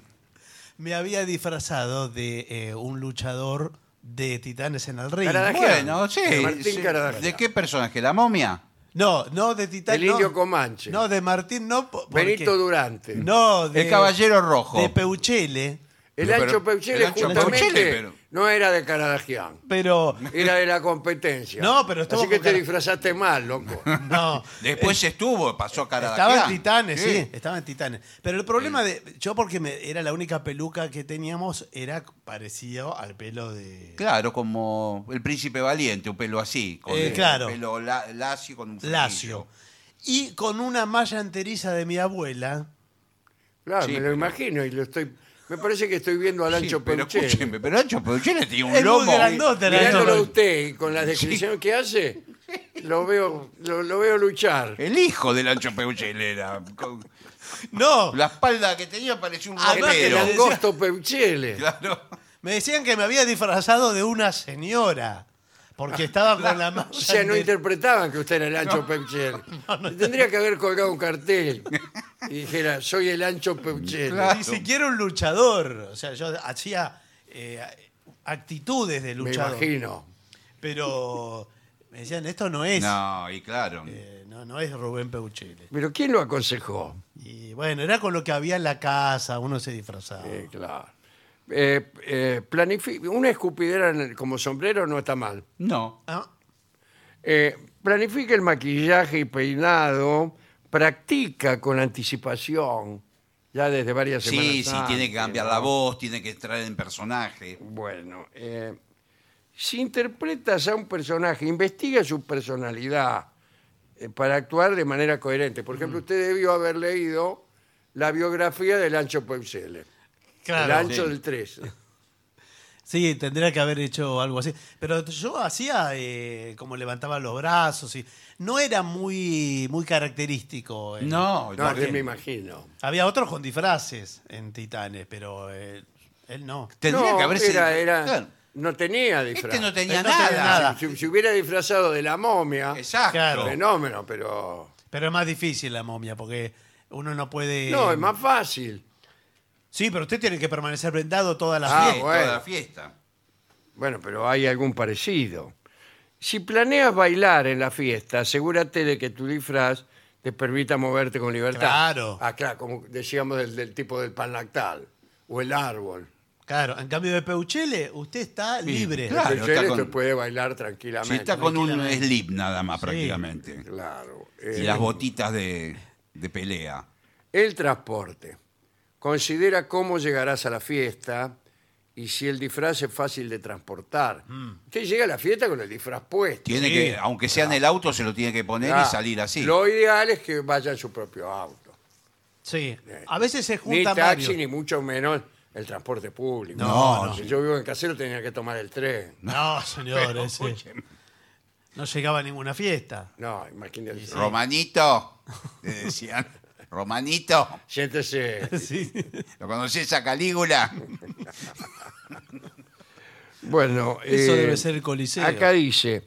Speaker 2: me había disfrazado de eh, un luchador de titanes en el ring.
Speaker 1: Caradaj-
Speaker 3: Bueno, sí.
Speaker 1: De Martín
Speaker 3: sí.
Speaker 1: Caradagian.
Speaker 3: ¿De qué personaje? ¿La momia?
Speaker 2: No, no de titanes.
Speaker 1: Del
Speaker 2: no,
Speaker 1: Indio Comanche.
Speaker 2: No, de Martín, no. po- porque-
Speaker 1: Benito Durante.
Speaker 2: No, de.
Speaker 3: El Caballero Rojo.
Speaker 2: De Peuchele,
Speaker 1: El
Speaker 3: Pero-
Speaker 1: ancho
Speaker 3: el
Speaker 1: Peuchele
Speaker 3: Ancho
Speaker 1: justamente
Speaker 3: Peuchele, pero-
Speaker 1: no era de Caradagian.
Speaker 2: pero.
Speaker 1: Era de la competencia.
Speaker 2: No, pero estuvo
Speaker 1: Así que
Speaker 2: con
Speaker 1: te
Speaker 2: cara-
Speaker 1: disfrazaste mal, loco.
Speaker 2: No.
Speaker 3: Después estuvo, pasó cara
Speaker 2: eh, Estaba en Titanes, sí. estaba en Titanes. Pero el problema de. Yo, porque me- era la única peluca que teníamos, era parecido al pelo de.
Speaker 3: Claro, como el príncipe valiente, un pelo así. Con
Speaker 2: Eh,
Speaker 3: el
Speaker 2: claro.
Speaker 3: pelo la- lacio con un flequillo.
Speaker 2: Lacio. Y con una malla enteriza de mi abuela.
Speaker 1: Claro,
Speaker 3: Sí,
Speaker 1: me lo
Speaker 3: pero-
Speaker 1: imagino y lo estoy. Me parece que estoy viendo al
Speaker 3: Sí,
Speaker 1: ancho
Speaker 3: pero
Speaker 1: Peuchele.
Speaker 3: escúcheme, pero Ancho Peuchele tiene un
Speaker 2: Es muy
Speaker 3: lomo.
Speaker 2: grandote, el Ancho
Speaker 1: Mirándolo a
Speaker 2: Peuchele.
Speaker 1: usted y con la descripción que hace, lo veo, lo, lo veo luchar.
Speaker 3: El hijo del Ancho Peuchele era. con-
Speaker 2: No,
Speaker 3: La espalda que tenía parecía un
Speaker 2: Además que
Speaker 1: El
Speaker 3: rapero.
Speaker 2: la-
Speaker 1: angosto Peuchele.
Speaker 3: Claro.
Speaker 2: me decían que me había disfrazado de una señora. Porque estaba con la malla.
Speaker 1: O sea, no
Speaker 2: enter-
Speaker 1: interpretaban que usted era el ancho Peuchele. Tendría que haber colgado un cartel y dijera, soy el ancho Peuchele.
Speaker 3: Claro.
Speaker 2: Ni siquiera un luchador. O sea, yo hacía eh, actitudes de
Speaker 1: Me
Speaker 2: luchador.
Speaker 1: imagino.
Speaker 2: Pero me decían, esto no es.
Speaker 3: No, y claro.
Speaker 2: eh, no, no es Rubén Peuchele.
Speaker 1: Pero ¿quién lo aconsejó?
Speaker 2: Y bueno, era con lo que había en la casa, uno se disfrazaba.
Speaker 1: Eh, claro. Eh, eh, planifi- una escupidera en el- como sombrero no está mal.
Speaker 3: No.
Speaker 2: Ah,
Speaker 1: Eh, planifica el maquillaje y peinado, practica con anticipación, ya desde varias
Speaker 3: Sí,
Speaker 1: semanas.
Speaker 3: sí, tiene que
Speaker 1: antes,
Speaker 3: cambiar
Speaker 1: ¿no?
Speaker 3: la voz, tiene que entrar en personaje.
Speaker 1: Bueno, eh, si interpretas a un personaje, investiga su personalidad eh, para actuar de manera coherente. Por ejemplo, usted debió haber leído la biografía del Ancho Peucele, el
Speaker 2: claro.
Speaker 1: Ancho
Speaker 3: sí.
Speaker 1: del 13.
Speaker 2: Sí, tendría que haber hecho algo así. Pero yo hacía eh, como levantaba los brazos y no era muy, muy característico. el-
Speaker 3: No,
Speaker 1: No,
Speaker 3: porque
Speaker 1: me imagino.
Speaker 2: Había otros con disfraces en Titanes, pero eh, él no.
Speaker 3: Tendría
Speaker 1: no,
Speaker 3: que haberse.
Speaker 1: era- era-
Speaker 3: Claro.
Speaker 1: no tenía disfraz.
Speaker 3: Este no tenía
Speaker 2: Él no
Speaker 3: nada.
Speaker 2: tenía nada.
Speaker 1: Si, si hubiera disfrazado de la momia,
Speaker 3: Exacto.
Speaker 2: Claro.
Speaker 1: fenómeno, pero...
Speaker 2: Pero es más difícil la momia porque uno no puede.
Speaker 1: No, es más fácil.
Speaker 2: Sí, pero usted tiene que permanecer vendado toda la
Speaker 1: Ah,
Speaker 3: Sí,
Speaker 2: fiesta.
Speaker 1: bueno.
Speaker 3: toda la fiesta.
Speaker 1: Bueno, pero hay algún parecido. Si planeas bailar en la fiesta, asegúrate de que tu disfraz te permita moverte con libertad.
Speaker 2: Claro.
Speaker 1: Ah, claro, como decíamos del, del tipo del pan lactal o el árbol.
Speaker 2: Claro, en cambio de Peuchele, usted está libre.
Speaker 3: claro.
Speaker 1: el
Speaker 3: está
Speaker 1: chelo
Speaker 3: con-
Speaker 1: se puede bailar
Speaker 3: Sí,
Speaker 1: tranquilamente.
Speaker 3: está con un slip nada más prácticamente.
Speaker 1: Claro.
Speaker 3: Y
Speaker 1: Eh,
Speaker 3: las botitas de, de pelea.
Speaker 1: El transporte. Considera cómo llegarás a la fiesta y si el disfraz es fácil de transportar. Usted llega a la fiesta con el disfraz puesto.
Speaker 3: Mm. Tiene
Speaker 2: Sí,
Speaker 3: que, aunque sea en el auto, se lo tiene que poner
Speaker 1: Claro.
Speaker 3: y salir así.
Speaker 1: Lo ideal es que vaya en su propio auto.
Speaker 2: Sí. A veces se
Speaker 1: Ni
Speaker 2: junta
Speaker 1: taxi,
Speaker 2: varios.
Speaker 1: ni mucho menos el transporte público.
Speaker 2: No,
Speaker 1: Si yo vivo en Casero tenía que tomar el tren.
Speaker 2: No, señores. No llegaba a ninguna fiesta.
Speaker 1: No, imagínate.
Speaker 3: Romanito, le decían. Romanito,
Speaker 1: Siéntese.
Speaker 2: Sí.
Speaker 3: ¿lo conocés a Calígula?
Speaker 1: Bueno,
Speaker 2: Eso
Speaker 1: eh,
Speaker 2: debe ser el coliseo.
Speaker 1: Acá dice,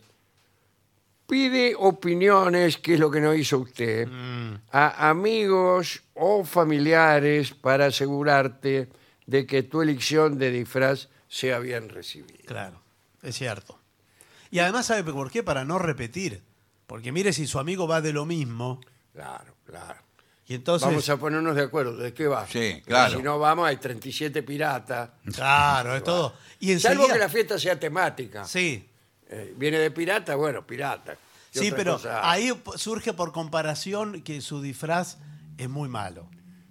Speaker 1: pide opiniones, que es lo que no hizo usted,
Speaker 2: Mm.
Speaker 1: a amigos o familiares para asegurarte de que tu elección de disfraz sea bien recibida.
Speaker 2: Claro, es cierto. Y además, ¿sabe por qué? Para no repetir. Porque mire, si su amigo va de lo mismo,
Speaker 1: Claro, claro.
Speaker 2: y entonces.
Speaker 1: vamos a ponernos de acuerdo, ¿de qué va?
Speaker 3: Sí,
Speaker 1: Porque
Speaker 3: claro.
Speaker 1: Si no vamos, hay 37 piratas.
Speaker 2: Claro, es todo. Y
Speaker 1: Salvo
Speaker 2: enseguida.
Speaker 1: que la fiesta sea temática.
Speaker 2: Sí,
Speaker 1: Eh, viene de pirata, bueno, pirata. Y
Speaker 2: sí,
Speaker 1: otra
Speaker 2: pero
Speaker 1: cosa-
Speaker 2: ahí p- surge por comparación que su disfraz es muy malo.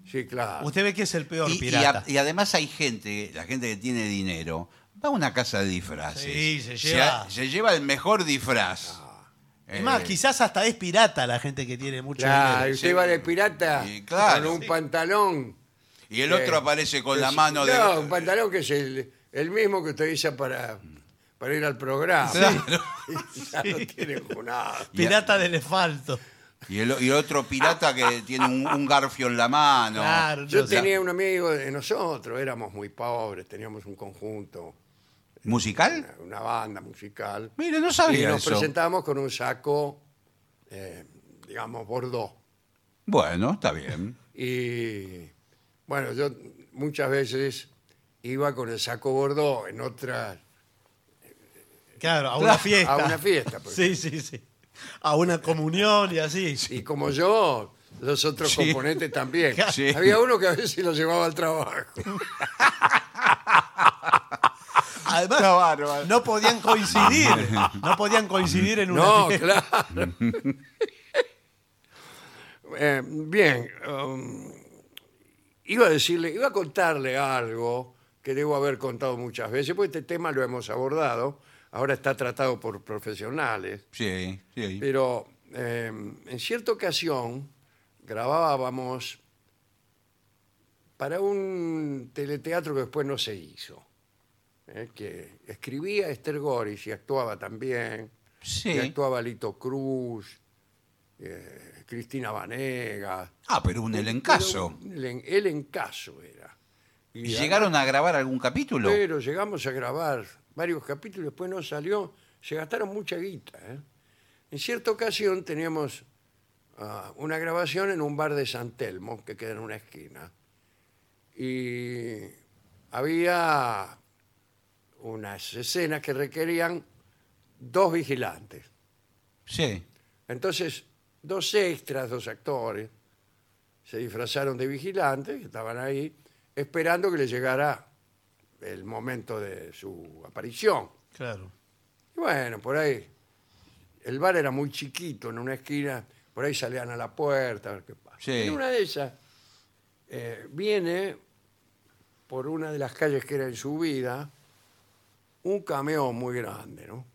Speaker 1: Sí, claro.
Speaker 2: Usted ve que es el peor
Speaker 3: Y, y
Speaker 2: pirata.
Speaker 3: a- y además hay gente, la gente que tiene dinero, va a una casa de disfraces.
Speaker 2: Sí, se
Speaker 3: Se
Speaker 2: lleva-
Speaker 3: ha- Se, lleva el mejor disfraz.
Speaker 2: Es más,
Speaker 3: Eh,
Speaker 2: quizás hasta es pirata la gente que tiene mucho
Speaker 1: Claro, y
Speaker 2: dinero.
Speaker 1: usted
Speaker 3: sí.
Speaker 1: va de pirata
Speaker 3: Y claro.
Speaker 1: con un
Speaker 3: Sí.
Speaker 1: pantalón.
Speaker 3: Y el
Speaker 1: eh,
Speaker 3: otro aparece con
Speaker 1: que
Speaker 3: la
Speaker 1: es-
Speaker 3: mano de.
Speaker 1: No, un pantalón que es el, el mismo que utiliza para, para ir al programa. Ya
Speaker 3: Claro.
Speaker 1: no tiene nada.
Speaker 2: Pirata del asfalto.
Speaker 3: Y, el, y otro pirata que tiene un, un garfio en la mano.
Speaker 2: Claro,
Speaker 1: Yo
Speaker 2: no sé.
Speaker 1: tenía un amigo de nosotros, éramos muy pobres, teníamos un conjunto,
Speaker 3: ¿Musical?
Speaker 1: una, una banda musical.
Speaker 3: Mire, no
Speaker 1: Y
Speaker 3: sabía
Speaker 1: nos
Speaker 3: eso.
Speaker 1: presentábamos con un saco, eh, digamos, bordó.
Speaker 3: Bueno, está bien.
Speaker 1: Y bueno, yo muchas veces iba con el saco bordó en otras
Speaker 2: Claro, a una fiesta.
Speaker 1: A una fiesta, por
Speaker 2: Sí, sí, sí. A una comunión y así.
Speaker 1: Y como yo, los otros
Speaker 3: Sí.
Speaker 1: componentes también.
Speaker 3: Sí.
Speaker 1: Había uno que a veces lo llevaba al trabajo.
Speaker 2: Además,
Speaker 3: Está bárbaro.
Speaker 2: no podían coincidir. No podían coincidir en una
Speaker 1: No,
Speaker 2: fiesta.
Speaker 1: claro. Eh, bien, um, iba a decirle, iba a contarle algo que debo haber contado muchas veces, porque este tema lo hemos abordado, ahora está tratado por profesionales.
Speaker 3: Sí, sí.
Speaker 1: Pero eh, en cierta ocasión grabábamos para un teleteatro que después no se hizo, ¿eh? que escribía Esther Goris y actuaba también, y
Speaker 3: Sí.
Speaker 1: actuaba Lito Cruz, eh, Cristina Vanegas.
Speaker 3: Ah, pero un
Speaker 1: Pero
Speaker 3: elencazo.
Speaker 1: un elen- El encaso era.
Speaker 3: ¿Y llegaron a grabar algún capítulo?
Speaker 1: Pero llegamos a grabar varios capítulos, después no salió, se gastaron mucha guita. ¿eh? En cierta ocasión teníamos ah, una grabación en un bar de San Telmo, que queda en una esquina, y había unas escenas que requerían dos vigilantes.
Speaker 3: Sí.
Speaker 1: Entonces, dos extras, dos actores, se disfrazaron de vigilantes que estaban ahí esperando que les llegara el momento de su aparición.
Speaker 2: Claro.
Speaker 1: Y bueno, por ahí, el bar era muy chiquito, en una esquina, por ahí salían a la puerta, a ver qué pasa.
Speaker 3: Sí.
Speaker 1: En una de esas, eh, viene por una de las calles que era en su vida, un camión muy grande, ¿no?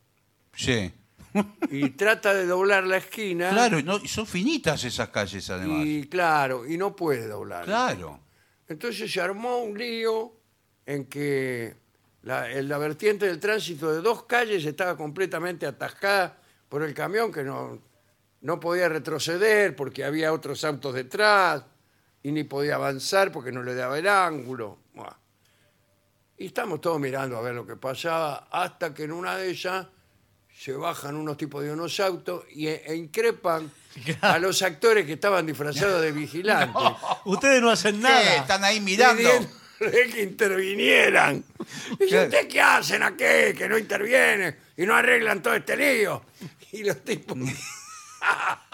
Speaker 3: Sí.
Speaker 1: Y trata de doblar la esquina.
Speaker 3: Claro, y no, y son finitas esas calles además.
Speaker 1: Y claro, y no puede doblar.
Speaker 3: Claro.
Speaker 1: Entonces se armó un lío en que la, en la vertiente del tránsito de dos calles estaba completamente atascada por el camión que no, no podía retroceder porque había otros autos detrás y ni podía avanzar porque no le daba el ángulo. Buah. Y estamos todos mirando a ver lo que pasaba hasta que en una de ellas se bajan unos tipos de unos autos y, e e increpan a los actores que estaban disfrazados de vigilantes
Speaker 2: Ustedes no hacen nada.
Speaker 3: Sí, están ahí mirando.
Speaker 1: pidiéndole que intervinieran. Dice,
Speaker 3: Claro.
Speaker 1: ¿usted qué hacen aquí? Que no intervienen y no arreglan todo este lío. Y los tipos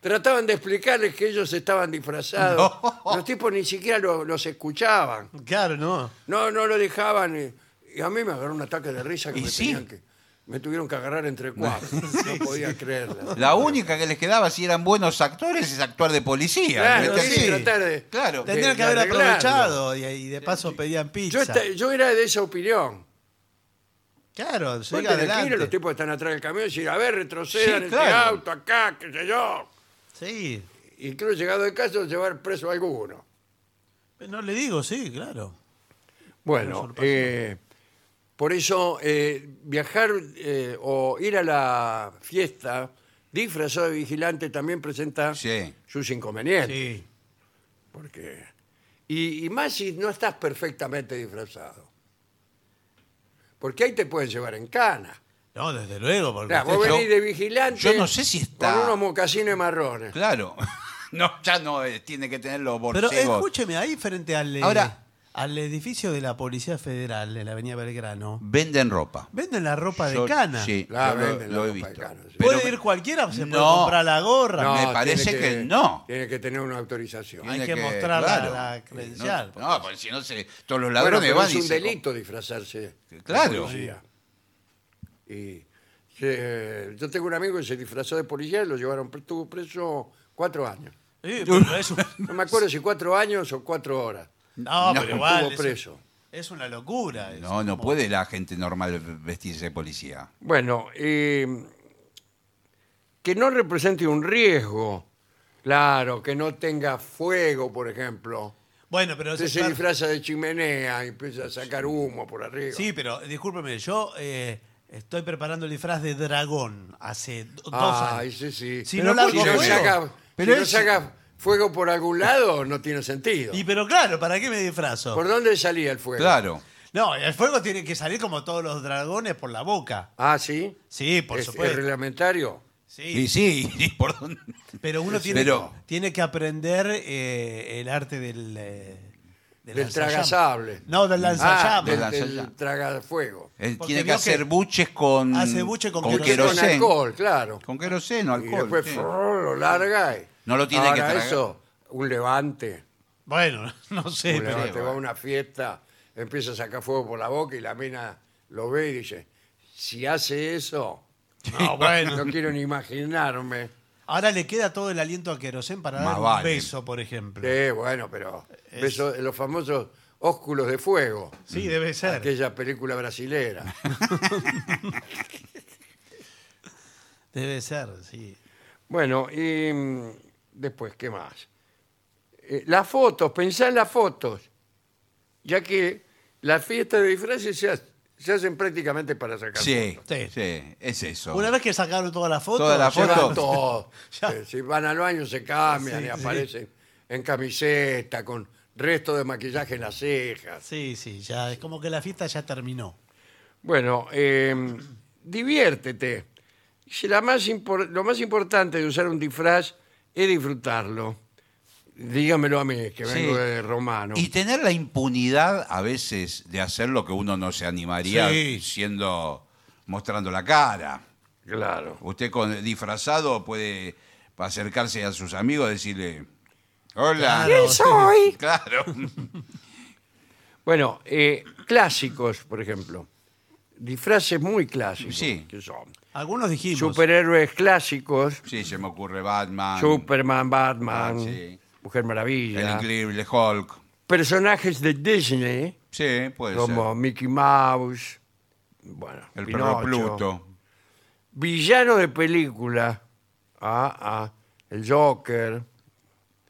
Speaker 1: trataban de explicarles que ellos estaban disfrazados. Los tipos ni siquiera lo- los escuchaban.
Speaker 2: Claro, no.
Speaker 1: No, no lo dejaban. eh, Y a mí me agarró un ataque de risa que
Speaker 3: Y
Speaker 1: me
Speaker 3: sí.
Speaker 1: tenían que... Me tuvieron que agarrar entre cuatro. no podía creerla.
Speaker 3: La única que les quedaba si eran buenos actores es actuar de policía. Este
Speaker 1: Claro,
Speaker 3: ¿viste?
Speaker 1: sí, tratar de-
Speaker 3: Claro.
Speaker 1: de-
Speaker 2: Tendrían que haber
Speaker 1: arreglarlo.
Speaker 2: aprovechado y, y de paso pedían pizza.
Speaker 1: Yo, esta- yo era de esa opinión.
Speaker 2: Claro,
Speaker 1: Vos
Speaker 2: siga
Speaker 1: tenés que ir,
Speaker 2: adelante.
Speaker 1: los tipos que están atrás del camión y decir, a ver, retrocedan
Speaker 3: Sí,
Speaker 1: este
Speaker 3: claro.
Speaker 1: auto acá, qué sé yo.
Speaker 2: Sí.
Speaker 1: Incluso llegado de casa, llevar preso a alguno.
Speaker 2: No le digo, sí, claro.
Speaker 1: Bueno,
Speaker 2: Eso le pasó.
Speaker 1: eh, Por eso, eh, viajar eh, o ir a la fiesta disfrazado de vigilante también presenta
Speaker 3: Sí.
Speaker 1: sus inconvenientes.
Speaker 2: Sí.
Speaker 1: Porque... Y, y más si no estás perfectamente disfrazado. Porque ahí te pueden llevar en cana.
Speaker 2: No, desde luego. Porque
Speaker 1: Claro,
Speaker 2: usted-
Speaker 1: vos venís
Speaker 3: yo-
Speaker 1: de vigilante
Speaker 3: yo no sé si está-
Speaker 1: con unos mocasines marrones.
Speaker 3: Claro. No, ya no eh, tiene que tener los
Speaker 2: Pero
Speaker 3: borcegos.
Speaker 2: escúcheme, ahí frente al, eh,
Speaker 3: Ahora-
Speaker 2: al edificio de la Policía Federal, en la Avenida Belgrano,
Speaker 3: Venden ropa.
Speaker 2: venden la ropa
Speaker 3: Mm. Yo-
Speaker 2: de cana.
Speaker 3: Sí,
Speaker 1: La
Speaker 3: yo lo-
Speaker 1: venden la
Speaker 3: lo, he
Speaker 1: ropa de
Speaker 3: visto.
Speaker 1: cana, sí.
Speaker 2: ¿Puede
Speaker 3: Pero-
Speaker 2: ir cualquiera? ¿Se puede
Speaker 3: No.
Speaker 2: comprar la gorra?
Speaker 3: No, me parece
Speaker 1: tiene
Speaker 3: que no.
Speaker 1: Tiene que tener una autorización.
Speaker 2: Hay
Speaker 3: tiene
Speaker 2: que mostrar la- la credencial,
Speaker 3: No, no, porque si no, se, todos los
Speaker 1: Bueno,
Speaker 3: ladrones
Speaker 1: pero
Speaker 3: van
Speaker 1: es
Speaker 3: y
Speaker 1: un
Speaker 3: se-
Speaker 1: delito disfrazarse. de
Speaker 3: Claro.
Speaker 1: policía. Y, eh, yo tengo un amigo que se disfrazó de policía y lo llevaron, pre- estuvo preso cuatro años.
Speaker 2: Sí, pero es un-
Speaker 1: No me acuerdo si cuatro años o cuatro horas.
Speaker 2: No,
Speaker 3: No,
Speaker 2: pero igual.
Speaker 1: estuvo
Speaker 2: Es,
Speaker 1: preso.
Speaker 2: es una locura. eso.
Speaker 3: No, no puede la gente normal vestirse de policía.
Speaker 1: Bueno, eh, que no represente un riesgo. Claro, que no tenga fuego, por ejemplo.
Speaker 2: Bueno, pero.
Speaker 1: Usted
Speaker 2: se-
Speaker 1: se
Speaker 2: claro.
Speaker 1: disfraza de chimenea y empieza a sacar humo por arriba.
Speaker 2: Sí, pero discúlpeme, yo eh, estoy preparando el disfraz de dragón hace do- dos
Speaker 1: Ah,
Speaker 2: años.
Speaker 1: ese sí.
Speaker 2: Si
Speaker 1: pero
Speaker 2: no largo
Speaker 1: si no
Speaker 2: fuego.
Speaker 1: saca,
Speaker 3: Pero
Speaker 1: si no
Speaker 3: ese-
Speaker 1: saca fuego por algún lado, no tiene sentido.
Speaker 2: Y pero claro, ¿para qué me disfrazo?
Speaker 1: ¿Por dónde salía el fuego?
Speaker 3: Claro.
Speaker 2: No, el fuego tiene que salir como todos los dragones por la boca.
Speaker 1: Ah, sí.
Speaker 2: Sí, por
Speaker 1: ¿Es- ¿Es
Speaker 2: supuesto.
Speaker 1: reglamentario?
Speaker 2: Sí,
Speaker 3: Y sí, y por dónde.
Speaker 2: pero uno tiene,
Speaker 3: Pero-
Speaker 2: tiene que aprender eh, el arte del. eh,
Speaker 1: Del,
Speaker 2: lanzallamas.
Speaker 1: tragasable.
Speaker 2: No, del
Speaker 1: Ah,
Speaker 2: lanzallamas.
Speaker 1: del,
Speaker 3: Del
Speaker 1: del
Speaker 3: lanzallamas.
Speaker 1: tragafuego.
Speaker 3: Él
Speaker 2: Porque
Speaker 3: Eh, tiene que
Speaker 2: vio
Speaker 3: hacer
Speaker 2: que-
Speaker 3: buches con.
Speaker 2: Hace buche con queroseno.
Speaker 1: Con
Speaker 3: queroseno.
Speaker 1: alcohol, claro.
Speaker 3: Con queroseno,
Speaker 1: Y
Speaker 3: alcohol.
Speaker 1: después
Speaker 3: sí.
Speaker 1: frrr, lo larga. y-
Speaker 3: No lo tiene que
Speaker 1: Ahora
Speaker 3: tragar.
Speaker 1: eso, un levante.
Speaker 2: Bueno, no sé,
Speaker 1: un
Speaker 2: pero.
Speaker 1: levante, va a una fiesta, empieza a sacar fuego por la boca y la mina lo ve y dice, si hace eso,
Speaker 2: No, bueno.
Speaker 1: no quiero ni imaginarme.
Speaker 2: Ahora le queda todo el aliento a querosén para
Speaker 3: Más
Speaker 2: dar un
Speaker 3: vale.
Speaker 2: beso, por ejemplo.
Speaker 1: Sí, bueno, pero eso, los famosos ósculos de fuego,
Speaker 2: Sí, debe ser.
Speaker 1: aquella película brasilera.
Speaker 2: Debe ser, sí.
Speaker 1: Bueno, y mm, después, ¿qué más? Eh, las fotos, pensá en las fotos, ya que las fiestas de disfraces se, ha- se hacen prácticamente para sacar
Speaker 3: Sí,
Speaker 2: Sí.
Speaker 3: sí, es eso.
Speaker 2: Una vez que sacaron todas las fotos.
Speaker 3: Todas las
Speaker 1: fotos.
Speaker 2: llevan-
Speaker 1: Llevan
Speaker 3: fotos.
Speaker 1: todo.
Speaker 2: Ya.
Speaker 1: Eh, Si van al baño se cambian y
Speaker 2: Sí, sí.
Speaker 1: aparecen en camiseta, con resto de maquillaje en las cejas.
Speaker 2: Sí, sí, ya es como que la fiesta ya terminó.
Speaker 1: Bueno, eh, diviértete. Si la más impor- lo más importante de usar un disfraz es disfrutarlo. Dígamelo a mí, que vengo
Speaker 3: Sí.
Speaker 1: de romano.
Speaker 3: Y tener la impunidad a veces de hacer lo que uno no se animaría
Speaker 2: Sí.
Speaker 3: siendo mostrando la cara.
Speaker 1: Claro.
Speaker 3: Usted con disfrazado puede acercarse a sus amigos y decirle, hola.
Speaker 2: Claro.
Speaker 1: soy?
Speaker 3: Claro.
Speaker 1: Bueno, eh, clásicos, por ejemplo. Disfraces muy clásicos.
Speaker 3: Sí.
Speaker 1: Que son
Speaker 2: Algunos dijimos.
Speaker 1: superhéroes clásicos.
Speaker 3: Sí, se me ocurre Batman,
Speaker 1: Superman, Batman,
Speaker 3: Ah, sí.
Speaker 1: Mujer
Speaker 3: el
Speaker 1: Maravilla.
Speaker 3: increíble Hulk.
Speaker 1: Personajes de Disney,
Speaker 3: Sí, puede
Speaker 1: como Mickey Mouse, bueno,
Speaker 3: ser. El
Speaker 1: Pinocho.
Speaker 3: perro Pluto.
Speaker 1: Villano de película. Ah, ah. El Joker.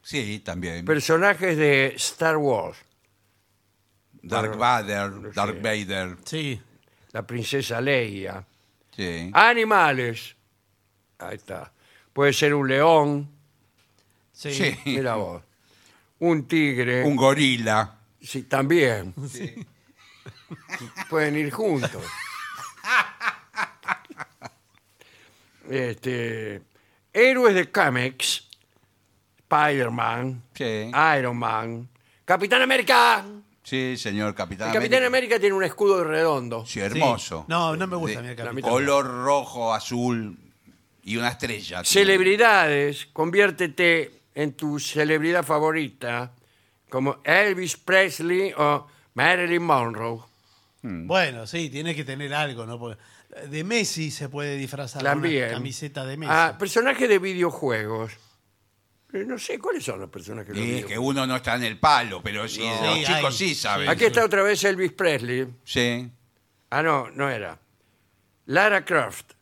Speaker 3: Sí, también.
Speaker 1: Personajes de Star Wars.
Speaker 2: Ah,
Speaker 3: Dark Vader, Dark Vader.
Speaker 2: Sí.
Speaker 1: La princesa Leia.
Speaker 3: Sí.
Speaker 2: Ah,
Speaker 1: Animales. Ahí está. Puede ser un león.
Speaker 2: Sí.
Speaker 3: Sí.
Speaker 1: Mira vos. Un tigre.
Speaker 3: Un gorila.
Speaker 1: Sí, también. Pueden ir juntos. Este, héroes de Camex, Spider-Man,
Speaker 3: Sí.
Speaker 2: Ah.
Speaker 1: Iron Man, Capitán América.
Speaker 3: Sí, señor Capitán
Speaker 1: El Capitán América tiene un escudo redondo.
Speaker 3: Sí, hermoso.
Speaker 2: No, no me gusta
Speaker 3: De-
Speaker 2: mi
Speaker 1: la
Speaker 2: capitán.
Speaker 1: mitad.
Speaker 3: Color rojo, azul y una estrella.
Speaker 1: Celebridades, conviértete en tu celebridad favorita, como Elvis Presley o Marilyn Monroe.
Speaker 2: Bueno, sí, tiene que tener algo, ¿no? Porque eh, de Messi se puede disfrazar una
Speaker 1: También.
Speaker 2: camiseta de Messi.
Speaker 1: Ah, personajes de videojuegos. Eh, No sé, ¿cuáles son los personajes de
Speaker 3: Sí, es que
Speaker 1: videojuegos?
Speaker 3: uno no está en el palo, pero sí,
Speaker 2: No.
Speaker 3: los
Speaker 2: Sí,
Speaker 3: chicos
Speaker 2: hay.
Speaker 3: sí saben.
Speaker 1: Aquí está otra vez Elvis Presley.
Speaker 3: Sí.
Speaker 1: Ah, no, no era. Lara Croft.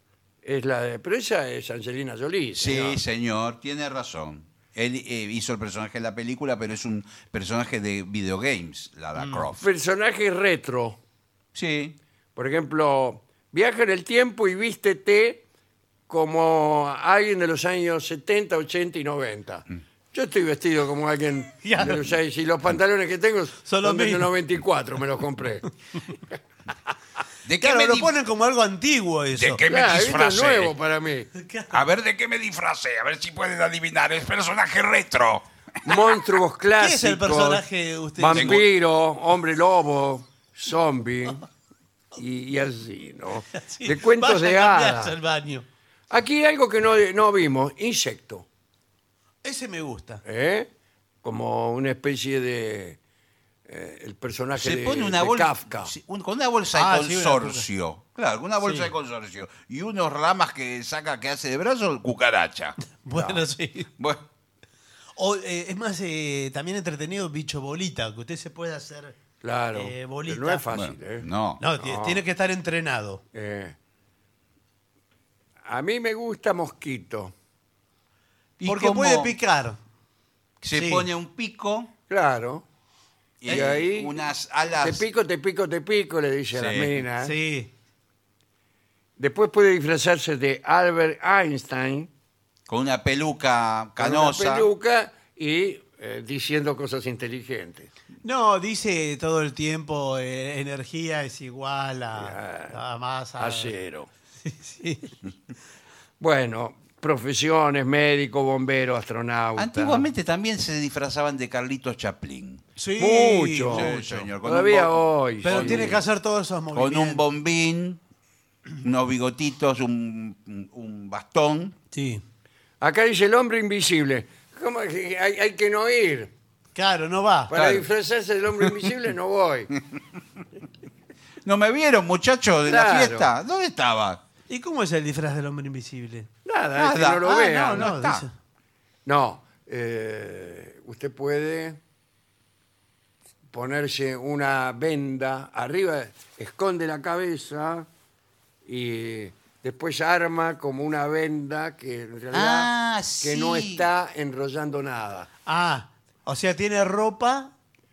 Speaker 1: Es la de, pero esa es Angelina Jolie.
Speaker 3: Sí,
Speaker 1: señor.
Speaker 3: señor, tiene razón. Él eh, hizo el personaje de la película, pero es un
Speaker 2: Mm.
Speaker 3: personaje de videogames, Lara Croft.
Speaker 1: Personajes retro.
Speaker 3: Sí.
Speaker 1: Por ejemplo, viaja en el tiempo y vístete como alguien de los años 70, 80 y 90.
Speaker 2: Mm.
Speaker 1: Yo estoy vestido como alguien de
Speaker 2: Claro.
Speaker 1: los años... Y los pantalones que tengo son,
Speaker 2: Son los
Speaker 1: del
Speaker 2: mismos.
Speaker 1: 94, me los compré.
Speaker 3: ¿De qué
Speaker 2: Claro,
Speaker 3: me
Speaker 2: lo
Speaker 3: di-
Speaker 2: ponen como algo antiguo eso.
Speaker 3: ¿De qué me
Speaker 1: Claro, esto es
Speaker 3: disfracé?
Speaker 1: nuevo pues. para mí.
Speaker 3: A ver, ¿de qué me disfracé? A ver si pueden adivinar. Es personaje retro.
Speaker 1: Monstruos clásicos.
Speaker 2: es el personaje de usted?
Speaker 1: Vampiro, hombre lobo, zombie y, y así, ¿no?
Speaker 2: Sí,
Speaker 1: de cuentos
Speaker 2: vaya
Speaker 1: de
Speaker 2: a cambiarse
Speaker 1: hadas.
Speaker 2: al baño.
Speaker 1: Aquí hay algo que no, no vimos, insecto,
Speaker 2: Ese me gusta.
Speaker 1: ¿eh? Como una especie de... eh, el personaje
Speaker 3: Se
Speaker 1: de,
Speaker 3: pone una
Speaker 1: de
Speaker 3: bolsa.
Speaker 1: Kafka.
Speaker 3: sí, un- con una bolsa
Speaker 2: Ah,
Speaker 3: de
Speaker 2: sí, una
Speaker 3: consorcio. claro, con una bolsa
Speaker 2: Sí.
Speaker 3: de consorcio. Y unos ramas que saca que hace de brazos, cucaracha.
Speaker 2: Bueno, sí.
Speaker 3: Bueno,
Speaker 2: O, eh, es más, eh, también entretenido bicho bolita, que usted se puede hacer.
Speaker 1: Claro,
Speaker 2: eh,
Speaker 1: que
Speaker 2: bolita.
Speaker 1: no es fácil,
Speaker 3: bueno,
Speaker 1: ¿eh?
Speaker 3: no.
Speaker 2: No, ti- tiene que estar entrenado.
Speaker 1: Eh, A mí me gusta mosquito,
Speaker 3: ¿Y
Speaker 2: Porque
Speaker 3: cómo
Speaker 2: puede picar.
Speaker 3: Se
Speaker 2: sí.
Speaker 3: pone un pico
Speaker 1: claro.
Speaker 3: y,
Speaker 1: Y ahí
Speaker 3: Eh, unas alas.
Speaker 1: Te pico, te pico, te pico, le dice a la
Speaker 3: Sí.
Speaker 1: mina.
Speaker 2: Sí.
Speaker 1: Después puede disfrazarse de Albert Einstein
Speaker 3: Con una peluca
Speaker 1: con una
Speaker 3: canosa.
Speaker 1: peluca y eh, diciendo cosas inteligentes.
Speaker 2: No, dice todo el tiempo, eh, energía es igual
Speaker 1: Ah,
Speaker 2: a, a masa.
Speaker 1: Acero.
Speaker 2: Sí.
Speaker 1: Bueno, profesiones, médico, bombero, astronauta.
Speaker 3: Antiguamente también se disfrazaban de Carlitos Chaplin.
Speaker 2: Sí.
Speaker 1: Mucho.
Speaker 3: Sí, señor, con
Speaker 1: Todavía
Speaker 3: un bo-
Speaker 1: hoy.
Speaker 2: Pero
Speaker 1: sí.
Speaker 2: tiene que hacer todos esos
Speaker 3: Con
Speaker 2: movimientos.
Speaker 3: un bombín, unos bigotitos, un, un bastón.
Speaker 2: Sí.
Speaker 1: Acá dice el hombre invisible. ¿Cómo que hay, hay que no ir?
Speaker 2: Claro, no va.
Speaker 1: Para
Speaker 3: Claro.
Speaker 1: disfrazarse del hombre invisible no voy.
Speaker 3: ¿No me vieron, muchachos, de
Speaker 1: Claro.
Speaker 3: la fiesta? ¿Dónde estaba?
Speaker 2: ¿Y cómo es el disfraz del hombre invisible?
Speaker 1: Nada, es que
Speaker 3: Nada.
Speaker 1: Este no lo
Speaker 3: Ah,
Speaker 1: vean.
Speaker 3: no, no. está.
Speaker 1: No, eh, usted puede ponerse una venda arriba, esconde la cabeza y después arma como una venda que en realidad
Speaker 3: Ah,
Speaker 1: que no
Speaker 3: sí.
Speaker 1: está enrollando nada.
Speaker 2: Ah, o sea, tiene ropa,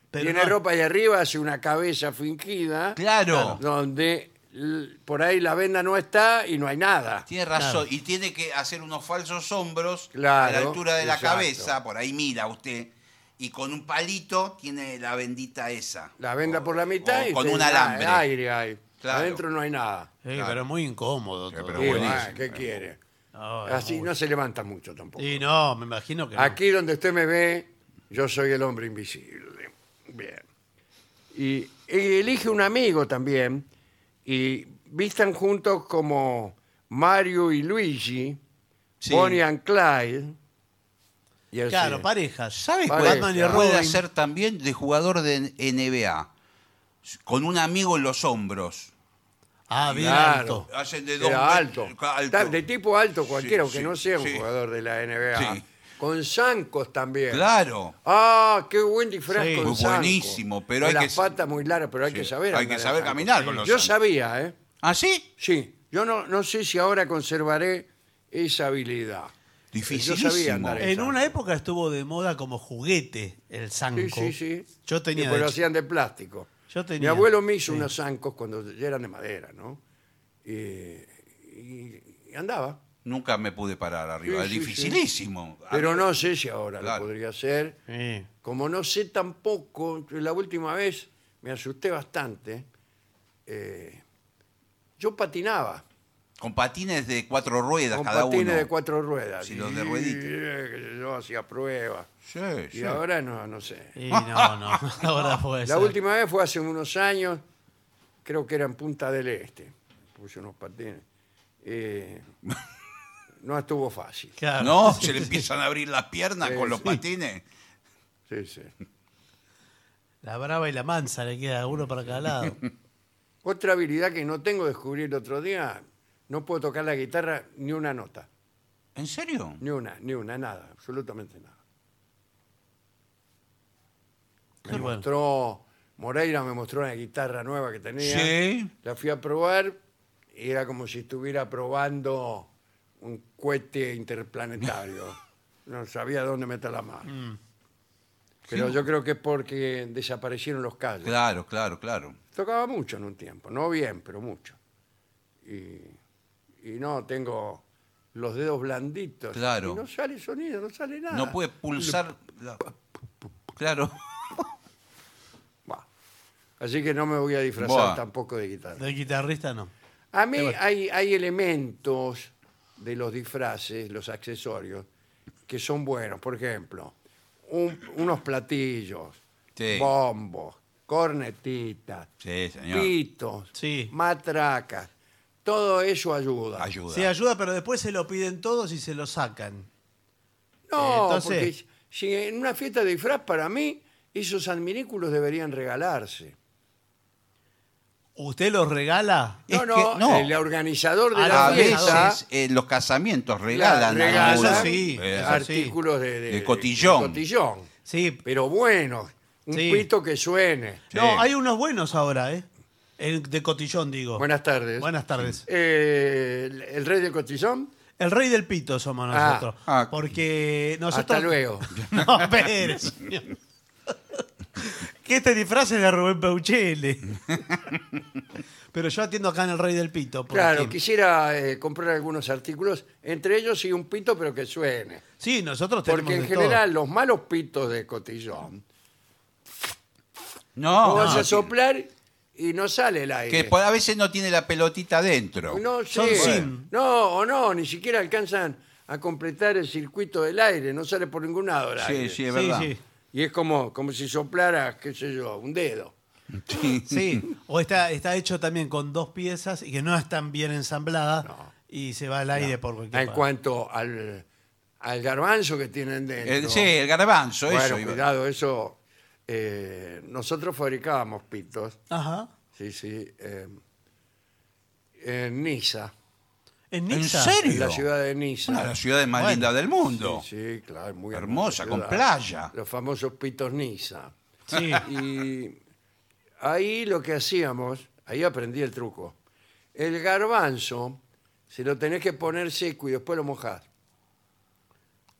Speaker 2: pero
Speaker 1: Tiene
Speaker 2: no-
Speaker 1: ropa y arriba hace una cabeza fingida.
Speaker 3: Claro.
Speaker 1: Donde l- por ahí la venda no está y no hay nada.
Speaker 3: Tiene razón.
Speaker 2: Claro.
Speaker 3: Y tiene que hacer unos falsos hombros
Speaker 1: Claro,
Speaker 3: a la altura de la
Speaker 1: exacto.
Speaker 3: cabeza. Por ahí mira usted. Y con un palito tiene la bendita esa.
Speaker 1: La venda
Speaker 3: O-
Speaker 1: por la mitad
Speaker 3: o
Speaker 1: y
Speaker 3: con
Speaker 1: usted-
Speaker 3: un alambre.
Speaker 1: ah, aire hay.
Speaker 3: Claro.
Speaker 1: Adentro no hay nada.
Speaker 2: Sí,
Speaker 3: Claro.
Speaker 2: pero muy incómodo.
Speaker 3: Sí,
Speaker 2: todo.
Speaker 3: pero
Speaker 1: Sí,
Speaker 3: bueno.
Speaker 1: ah,
Speaker 3: buenísimo.
Speaker 1: ¿Qué quiere?
Speaker 2: No, es
Speaker 1: Así
Speaker 2: muy-
Speaker 1: no se levanta mucho tampoco.
Speaker 2: Sí, no, me imagino que no.
Speaker 1: Aquí donde usted me ve, yo soy el hombre invisible. Bien. Y, y elige un amigo también y vistan juntos como Mario y Luigi,
Speaker 3: Sí.
Speaker 1: Bonnie and Clyde. y así.
Speaker 2: Claro, parejas. ¿Sabes
Speaker 1: cuál?
Speaker 2: Batman y
Speaker 1: Pareja.
Speaker 2: Robin.
Speaker 3: Puede hacer también de jugador de NBA. Con un amigo en los hombros.
Speaker 2: Ah, bien
Speaker 1: Claro.
Speaker 2: alto.
Speaker 3: Hacen de dos
Speaker 1: Era alto.
Speaker 3: metros, alto.
Speaker 1: Tal- De tipo alto cualquiera,
Speaker 3: Sí,
Speaker 1: aunque
Speaker 3: sí,
Speaker 1: no sea un
Speaker 3: sí.
Speaker 1: jugador de la NBA.
Speaker 3: Sí.
Speaker 1: Con zancos también.
Speaker 3: Claro.
Speaker 1: Ah, qué buen disfraz
Speaker 2: Sí.
Speaker 1: con
Speaker 3: Muy
Speaker 1: zanco.
Speaker 3: buenísimo, pero
Speaker 1: Con
Speaker 3: hay
Speaker 1: las
Speaker 3: que-
Speaker 1: patas muy largas, pero hay
Speaker 3: Sí,
Speaker 1: que saber.
Speaker 3: hay que
Speaker 1: andar en
Speaker 3: saber
Speaker 1: zanco.
Speaker 3: caminar con los
Speaker 1: Yo
Speaker 3: zancos.
Speaker 1: sabía, ¿eh?
Speaker 3: ¿Ah, sí?
Speaker 1: Sí. Yo no, no sé si ahora conservaré esa habilidad.
Speaker 3: Dificilísimo.
Speaker 1: Yo sabía andar
Speaker 2: En
Speaker 1: Exacto.
Speaker 2: una época estuvo de moda como juguete el
Speaker 1: Sí,
Speaker 2: zanco.
Speaker 1: sí, sí.
Speaker 2: Yo tenía.
Speaker 1: Sí,
Speaker 2: de
Speaker 1: Pero lo
Speaker 2: chico.
Speaker 1: hacían de plástico.
Speaker 2: Yo tenía,
Speaker 1: Mi abuelo me hizo
Speaker 2: sí.
Speaker 1: unos zancos cuando ya eran de madera, ¿no? Y, y- y andaba.
Speaker 3: Nunca me pude parar arriba.
Speaker 1: Sí, sí, sí.
Speaker 3: Dificilísimo.
Speaker 1: Pero no sé si ahora
Speaker 3: Ah, Claro.
Speaker 1: lo podría hacer.
Speaker 2: Sí.
Speaker 1: Como no sé tampoco, la última vez me asusté bastante. eh, yo patinaba
Speaker 3: Con patines de cuatro ruedas
Speaker 1: con
Speaker 3: cada
Speaker 1: patines
Speaker 3: uno.
Speaker 1: de cuatro ruedas.
Speaker 3: Sí, los de
Speaker 1: Y,
Speaker 3: rueditas.
Speaker 1: eh, qué sé Yo hacía pruebas.
Speaker 3: Sí, sí.
Speaker 1: Y ahora no, no sé.
Speaker 2: Y no, no. Ahora puede
Speaker 1: La
Speaker 2: ser.
Speaker 1: última vez fue hace unos años, creo que era en Punta del Este. Puse unos patines. Eh, no estuvo fácil.
Speaker 2: Claro.
Speaker 3: No, se le empiezan a abrir las piernas
Speaker 1: Sí,
Speaker 3: con los
Speaker 1: sí.
Speaker 3: patines.
Speaker 1: Sí, sí.
Speaker 2: La brava y la mansa le queda uno para cada lado.
Speaker 1: Otra habilidad que no tengo descubrí el otro día, no puedo tocar la guitarra ni una nota.
Speaker 3: ¿En serio?
Speaker 1: Ni una, ni una, nada, absolutamente nada. Me
Speaker 2: Y bueno.
Speaker 1: mostró, Moreira me mostró una guitarra nueva que tenía.
Speaker 3: Sí.
Speaker 1: La fui a probar y era como si estuviera probando un
Speaker 3: Mm.
Speaker 1: cohete interplanetario. no sabía dónde meter la mano. Pero yo creo que es porque desaparecieron los calles.
Speaker 3: Claro, claro, claro.
Speaker 1: Tocaba mucho en un tiempo, no bien, pero mucho. Y, y no, tengo los dedos blanditos.
Speaker 3: Claro.
Speaker 1: Y no sale sonido, no sale nada.
Speaker 3: No puede pulsar. la- Claro.
Speaker 1: Buah. Así que no me voy a disfrazar
Speaker 3: Buah.
Speaker 1: tampoco de guitarra.
Speaker 2: Del guitarrista no.
Speaker 1: A mí hay, hay elementos de los disfraces, los accesorios, que son buenos. Por ejemplo, un- unos platillos,
Speaker 3: Sí.
Speaker 1: bombos, cornetitas,
Speaker 3: Sí, señor.
Speaker 1: pitos,
Speaker 2: Sí.
Speaker 1: matracas. Todo eso ayuda.
Speaker 3: Ayuda.
Speaker 2: Sí, ayuda, pero después se lo piden todos y se lo sacan.
Speaker 1: No,
Speaker 2: Entonces-
Speaker 1: porque si- si en una fiesta de disfraz, para mí, esos adminículos deberían regalarse.
Speaker 2: ¿Usted los regala?
Speaker 1: No,
Speaker 3: Es
Speaker 1: no,
Speaker 3: que no.
Speaker 1: el organizador de
Speaker 2: A
Speaker 1: la
Speaker 3: A
Speaker 2: la
Speaker 1: fiesta
Speaker 3: veces eh, los casamientos regalan.
Speaker 1: regalan
Speaker 3: algunos,
Speaker 2: eso sí,
Speaker 3: eh,
Speaker 2: eso sí.
Speaker 1: artículos de, de-
Speaker 3: De cotillón.
Speaker 1: de cotillón.
Speaker 2: Sí.
Speaker 1: Pero bueno, un
Speaker 2: Sí.
Speaker 1: pito que suene.
Speaker 3: Sí.
Speaker 2: No, hay unos buenos ahora, ¿eh? El de cotillón, digo.
Speaker 1: Buenas tardes.
Speaker 2: Buenas tardes.
Speaker 1: Eh, el, el rey del cotillón.
Speaker 2: El rey del pito somos
Speaker 1: Ah,
Speaker 2: nosotros.
Speaker 3: ah.
Speaker 2: porque nosotros.
Speaker 1: Hasta luego.
Speaker 2: No, espere, señor. que este disfraz es de Rubén Peuchele. Pero yo atiendo acá en el Rey del Pito. porque-
Speaker 1: Claro, quisiera eh, comprar algunos artículos, entre ellos sí un pito, pero que suene.
Speaker 2: Sí, nosotros tenemos.
Speaker 1: Porque en
Speaker 2: de todo.
Speaker 1: general los malos pitos de cotillón,
Speaker 3: No,
Speaker 1: vos vas
Speaker 3: no,
Speaker 1: a soplar y no sale el aire.
Speaker 3: que por- a veces no tiene la pelotita dentro.
Speaker 1: No
Speaker 2: Son
Speaker 1: sé.
Speaker 2: sim.
Speaker 1: No, o no, ni siquiera alcanzan a completar el circuito del aire, no sale por ningún lado el
Speaker 3: sí,
Speaker 1: aire.
Speaker 3: sí, es
Speaker 2: Sí,
Speaker 3: verdad.
Speaker 2: sí.
Speaker 1: Y es como, como si soplara, qué sé yo, un dedo.
Speaker 3: Sí.
Speaker 2: Sí, o está, está hecho también con dos piezas y que no están bien ensambladas
Speaker 1: No.
Speaker 2: y se va al aire por cualquier
Speaker 1: En
Speaker 2: parte.
Speaker 1: cuanto al, al garbanzo que tienen dentro.
Speaker 3: El, Eh, sí, el garbanzo,
Speaker 1: bueno,
Speaker 3: eso. iba-
Speaker 1: cuidado, eso. eh, nosotros fabricábamos pitos,
Speaker 2: Ajá.
Speaker 1: sí, sí, eh, en Niza,
Speaker 2: En
Speaker 3: ¿En
Speaker 2: Niza.
Speaker 3: serio?
Speaker 1: en la ciudad de Niza.
Speaker 3: Una de las ciudades más
Speaker 2: Bueno.
Speaker 3: lindas del mundo.
Speaker 1: Sí, sí, claro, muy
Speaker 3: Hermosa, con
Speaker 1: ciudad.
Speaker 3: playa.
Speaker 1: Los famosos pitos Niza.
Speaker 2: Sí.
Speaker 1: Y ahí lo que hacíamos, ahí aprendí el truco. El garbanzo se lo tenés que poner seco y después lo mojás.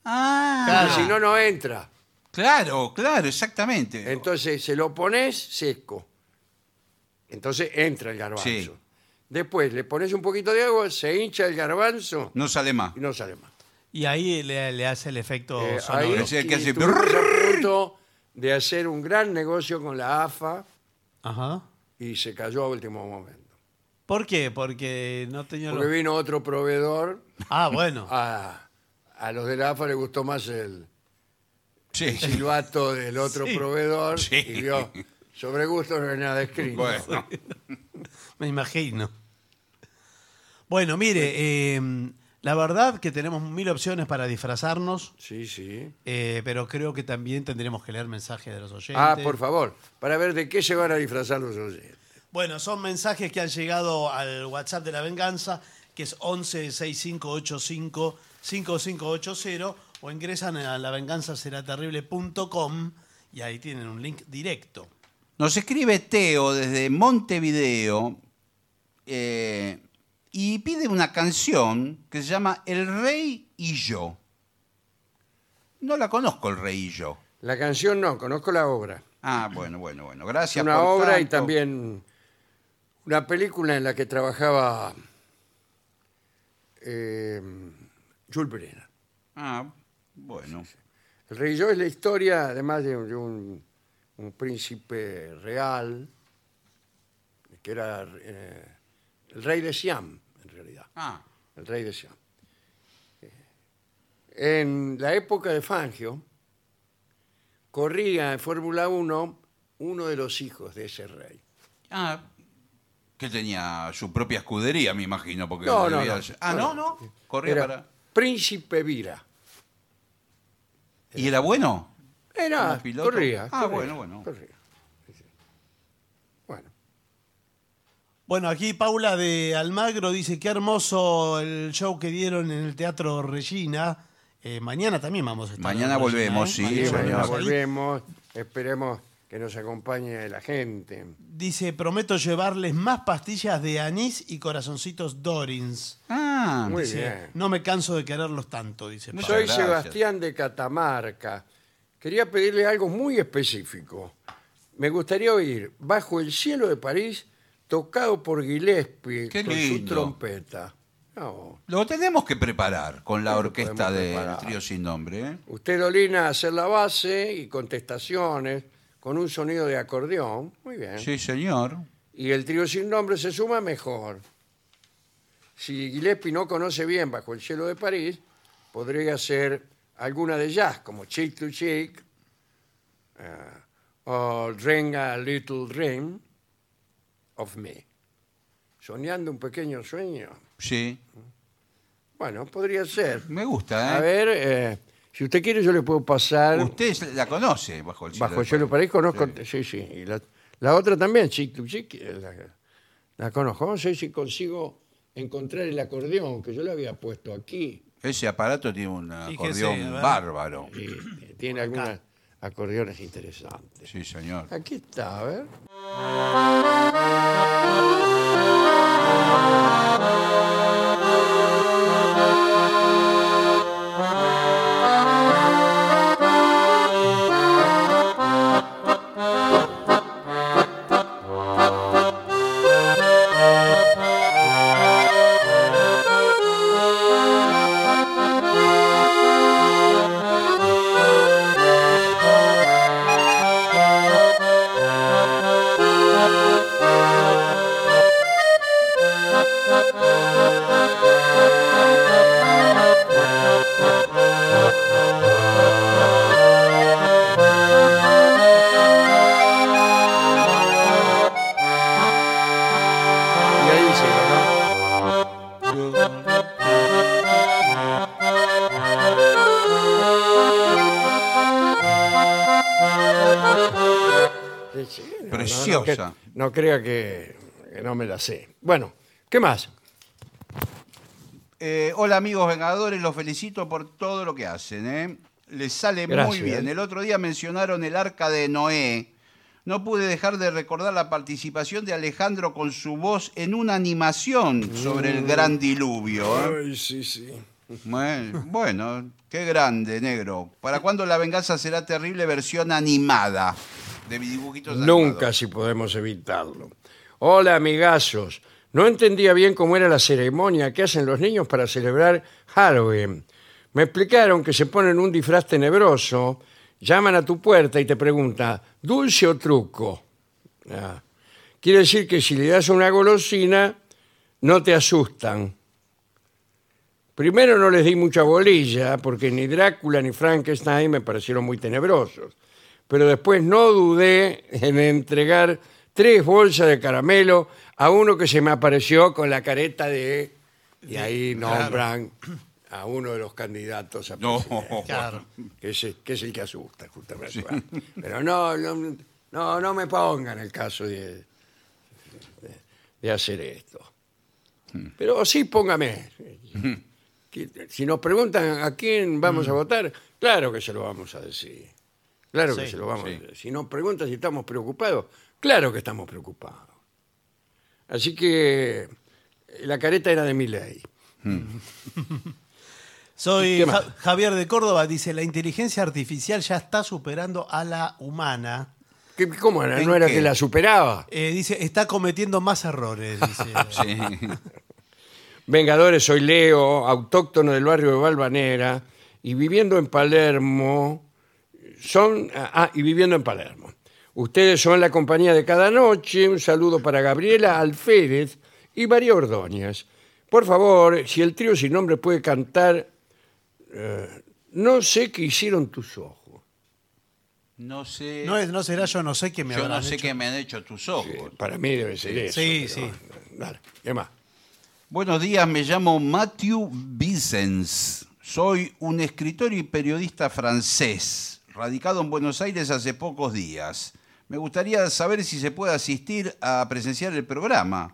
Speaker 3: Ah,
Speaker 2: Claro.
Speaker 1: Porque si no, no entra.
Speaker 3: claro, claro, exactamente.
Speaker 1: Entonces se lo pones seco. Entonces entra el garbanzo.
Speaker 3: Sí.
Speaker 1: Después le pones un poquito de agua, se hincha el garbanzo
Speaker 3: no sale más.
Speaker 1: y no sale más.
Speaker 2: Y ahí le, le hace el efecto
Speaker 1: Eh, ahí
Speaker 2: sonoro.
Speaker 3: Es el que hace
Speaker 1: estuvimos a punto de hacer un gran negocio con la AFA
Speaker 2: Ajá.
Speaker 1: y se cayó a último momento.
Speaker 2: ¿Por qué? Porque no tenía
Speaker 1: Porque
Speaker 2: los...
Speaker 1: vino otro proveedor
Speaker 2: Ah, bueno.
Speaker 1: a, a los de la AFA le gustó más el
Speaker 3: Sí.
Speaker 1: silbato del otro
Speaker 2: Sí.
Speaker 1: proveedor
Speaker 3: Sí.
Speaker 1: y vio, sobre gusto no hay nada escrito.
Speaker 3: Bueno,
Speaker 2: Me imagino. Bueno, mire, eh, la verdad que tenemos mil opciones para disfrazarnos,
Speaker 1: Sí, sí.
Speaker 2: eh, pero creo que también tendremos que leer mensajes de los oyentes.
Speaker 1: Ah, por favor, para ver de qué se van a disfrazar los oyentes.
Speaker 2: Bueno, son mensajes que han llegado al WhatsApp de la venganza, que es 11 6585 5580, o ingresan a lavenganzaseraterrible.com y ahí tienen un link directo.
Speaker 3: Nos escribe Teo desde Montevideo eh, y pide una canción que se llama El Rey y yo. No la conozco, El Rey y yo.
Speaker 1: La canción no, conozco la obra.
Speaker 3: Ah, bueno, bueno, bueno. Gracias
Speaker 1: una
Speaker 3: por
Speaker 1: obra y
Speaker 3: tanto.
Speaker 1: también una película en la que trabajaba eh, Jules Brena.
Speaker 3: Ah, bueno.
Speaker 1: El Rey Yo es la historia, además de un, de un- un príncipe real, que era eh, el rey de Siam, en realidad.
Speaker 3: Ah,
Speaker 1: El rey de Siam. Eh, En la época de Fangio, corría en Fórmula 1 uno de los hijos de ese rey.
Speaker 3: ah, que tenía su propia escudería, me imagino. Porque
Speaker 1: No, no,
Speaker 3: debía
Speaker 1: no.
Speaker 3: ser- Ah, no, no. Corría
Speaker 1: Era
Speaker 3: para.
Speaker 1: Príncipe Vira.
Speaker 3: ¿Y era bueno?
Speaker 1: Era,
Speaker 3: ¿Como piloto?
Speaker 1: corría.
Speaker 3: Ah,
Speaker 1: corría,
Speaker 3: bueno, bueno.
Speaker 1: corría. Sí, sí. Bueno,
Speaker 2: Bueno, aquí Paula de Almagro dice qué hermoso el show que dieron en el Teatro Regina. Eh, mañana también vamos a estar.
Speaker 3: Mañana
Speaker 2: en Regina, ¿eh?
Speaker 3: volvemos, sí,
Speaker 1: y
Speaker 2: Mañana
Speaker 3: señor.
Speaker 1: mañana
Speaker 2: volvemos ahí.
Speaker 1: volvemos. Esperemos que nos acompañe la gente.
Speaker 2: Dice, prometo llevarles más pastillas de anís y corazoncitos Dorins.
Speaker 3: Ah,
Speaker 1: Muy
Speaker 2: Dice,
Speaker 1: bien.
Speaker 2: no me canso de quererlos tanto, dice.
Speaker 3: Muy
Speaker 2: Paula.
Speaker 1: Soy
Speaker 3: gracias.
Speaker 1: Sebastián de Catamarca. Quería pedirle algo muy específico. Me gustaría oír Bajo el cielo de París, tocado por Gillespie
Speaker 3: Qué
Speaker 1: con su
Speaker 3: lindo.
Speaker 1: trompeta. No.
Speaker 3: Lo tenemos que preparar con la
Speaker 1: Sí, lo
Speaker 3: orquesta
Speaker 1: podemos
Speaker 3: del
Speaker 1: preparar.
Speaker 3: trío sin nombre. ¿eh?
Speaker 1: Usted, Dolina, hacer la base y contestaciones con un sonido de acordeón. Muy bien.
Speaker 3: Sí, señor.
Speaker 1: y el trío sin nombre se suma mejor. Si Gillespie no conoce bien Bajo el cielo de París, podría hacer alguna de jazz, como Cheek to Cheek, eh, o Dream a Little Dream of Me. Soñando un pequeño sueño.
Speaker 3: Sí.
Speaker 1: Bueno, podría ser.
Speaker 3: Me gusta, ¿eh?
Speaker 1: A ver, eh, si usted quiere, yo le puedo pasar
Speaker 3: Usted se- la conoce bajo el cielo.
Speaker 1: Bajo el
Speaker 3: de
Speaker 1: cielo de París conozco,
Speaker 3: Sí.
Speaker 1: sí, sí. y la, la otra también, Chic to Chic, eh, la, la conozco. Vamos a ver si consigo encontrar el acordeón que yo le había puesto aquí.
Speaker 3: Ese aparato tiene un
Speaker 2: Fíjese,
Speaker 3: acordeón
Speaker 2: a ver.
Speaker 3: bárbaro.
Speaker 1: Y, eh, tiene algunos acordeones interesantes.
Speaker 3: Sí, señor.
Speaker 1: Aquí está, a ver. Y ahí sigue, ¿no? Sí, sí, no, no, no
Speaker 3: Preciosa.
Speaker 1: cre- No, crea que, que no me la sé. Bueno, ¿qué más?
Speaker 3: Eh, hola amigos Vengadores, los felicito por todo lo que hacen. ¿eh? Les sale muy
Speaker 1: Gracias.
Speaker 3: bien. El otro día mencionaron el arca de Noé. No pude dejar de recordar la participación de Alejandro con su voz en una animación sobre el gran diluvio. ¿eh?
Speaker 1: Ay, sí, sí.
Speaker 3: Bueno, bueno, qué grande, negro. ¿Para cuándo la venganza será terrible versión animada? De mis dibujitos
Speaker 1: Nunca
Speaker 3: animados.
Speaker 1: si podemos evitarlo. Hola, amigazos. No entendía bien cómo era la ceremonia que hacen los niños para celebrar Halloween. Me explicaron que se ponen un disfraz tenebroso, llaman a tu puerta y te preguntan, ¿dulce o truco? Ah. Quiere decir que si le das una golosina, no te asustan. Primero no les di mucha bolilla, porque ni Drácula ni Frankenstein me parecieron muy tenebrosos. Pero después no dudé en entregar tres bolsas de caramelo a uno que se me apareció con la careta de... Y ahí nombran a uno de los candidatos a presidente,
Speaker 3: No.
Speaker 2: Claro.
Speaker 1: que, es, el- que es el que asusta, justamente. Pero no, no, no, no me pongan el caso de, de, de hacer esto.
Speaker 3: Hmm.
Speaker 1: Pero sí, póngame. Que- Si nos preguntan a quién vamos
Speaker 3: Hmm.
Speaker 1: a votar, claro que se lo vamos a decir. Claro que
Speaker 2: Sí,
Speaker 1: se lo vamos
Speaker 3: sí.
Speaker 1: a decir. Si nos preguntan si estamos preocupados, claro que estamos preocupados. Así que eh, la careta era de mi ley.
Speaker 2: Soy
Speaker 1: ¿Qué más?
Speaker 2: Ja- Javier de Córdoba, dice, la inteligencia artificial ya está superando a la humana.
Speaker 1: ¿Cómo era?
Speaker 3: ¿En
Speaker 1: ¿No era
Speaker 3: qué?
Speaker 1: que la superaba?
Speaker 2: Eh, dice, está cometiendo más errores. dice.
Speaker 3: Sí.
Speaker 1: Vengadores, soy Leo, autóctono del barrio de Valvanera y viviendo en Palermo. Son ah, ah, y viviendo en Palermo. Ustedes son la compañía de cada noche. Un saludo para Gabriela Alférez y María Ordóñez. Por favor, si el trío sin nombre puede cantar eh, No sé qué hicieron tus ojos.
Speaker 3: No sé.
Speaker 2: No, es- no será yo no sé qué me
Speaker 3: yo no
Speaker 2: habrán
Speaker 3: sé
Speaker 2: hecho.
Speaker 3: qué me han hecho tus ojos.
Speaker 1: Para mí debe ser eso.
Speaker 2: Sí,
Speaker 1: pero- Dale, ¿qué más?
Speaker 3: Buenos días, me llamo Matthew Vicens. Soy un escritor y periodista francés, radicado en Buenos Aires hace pocos días. Me gustaría saber si se puede asistir a presenciar el programa.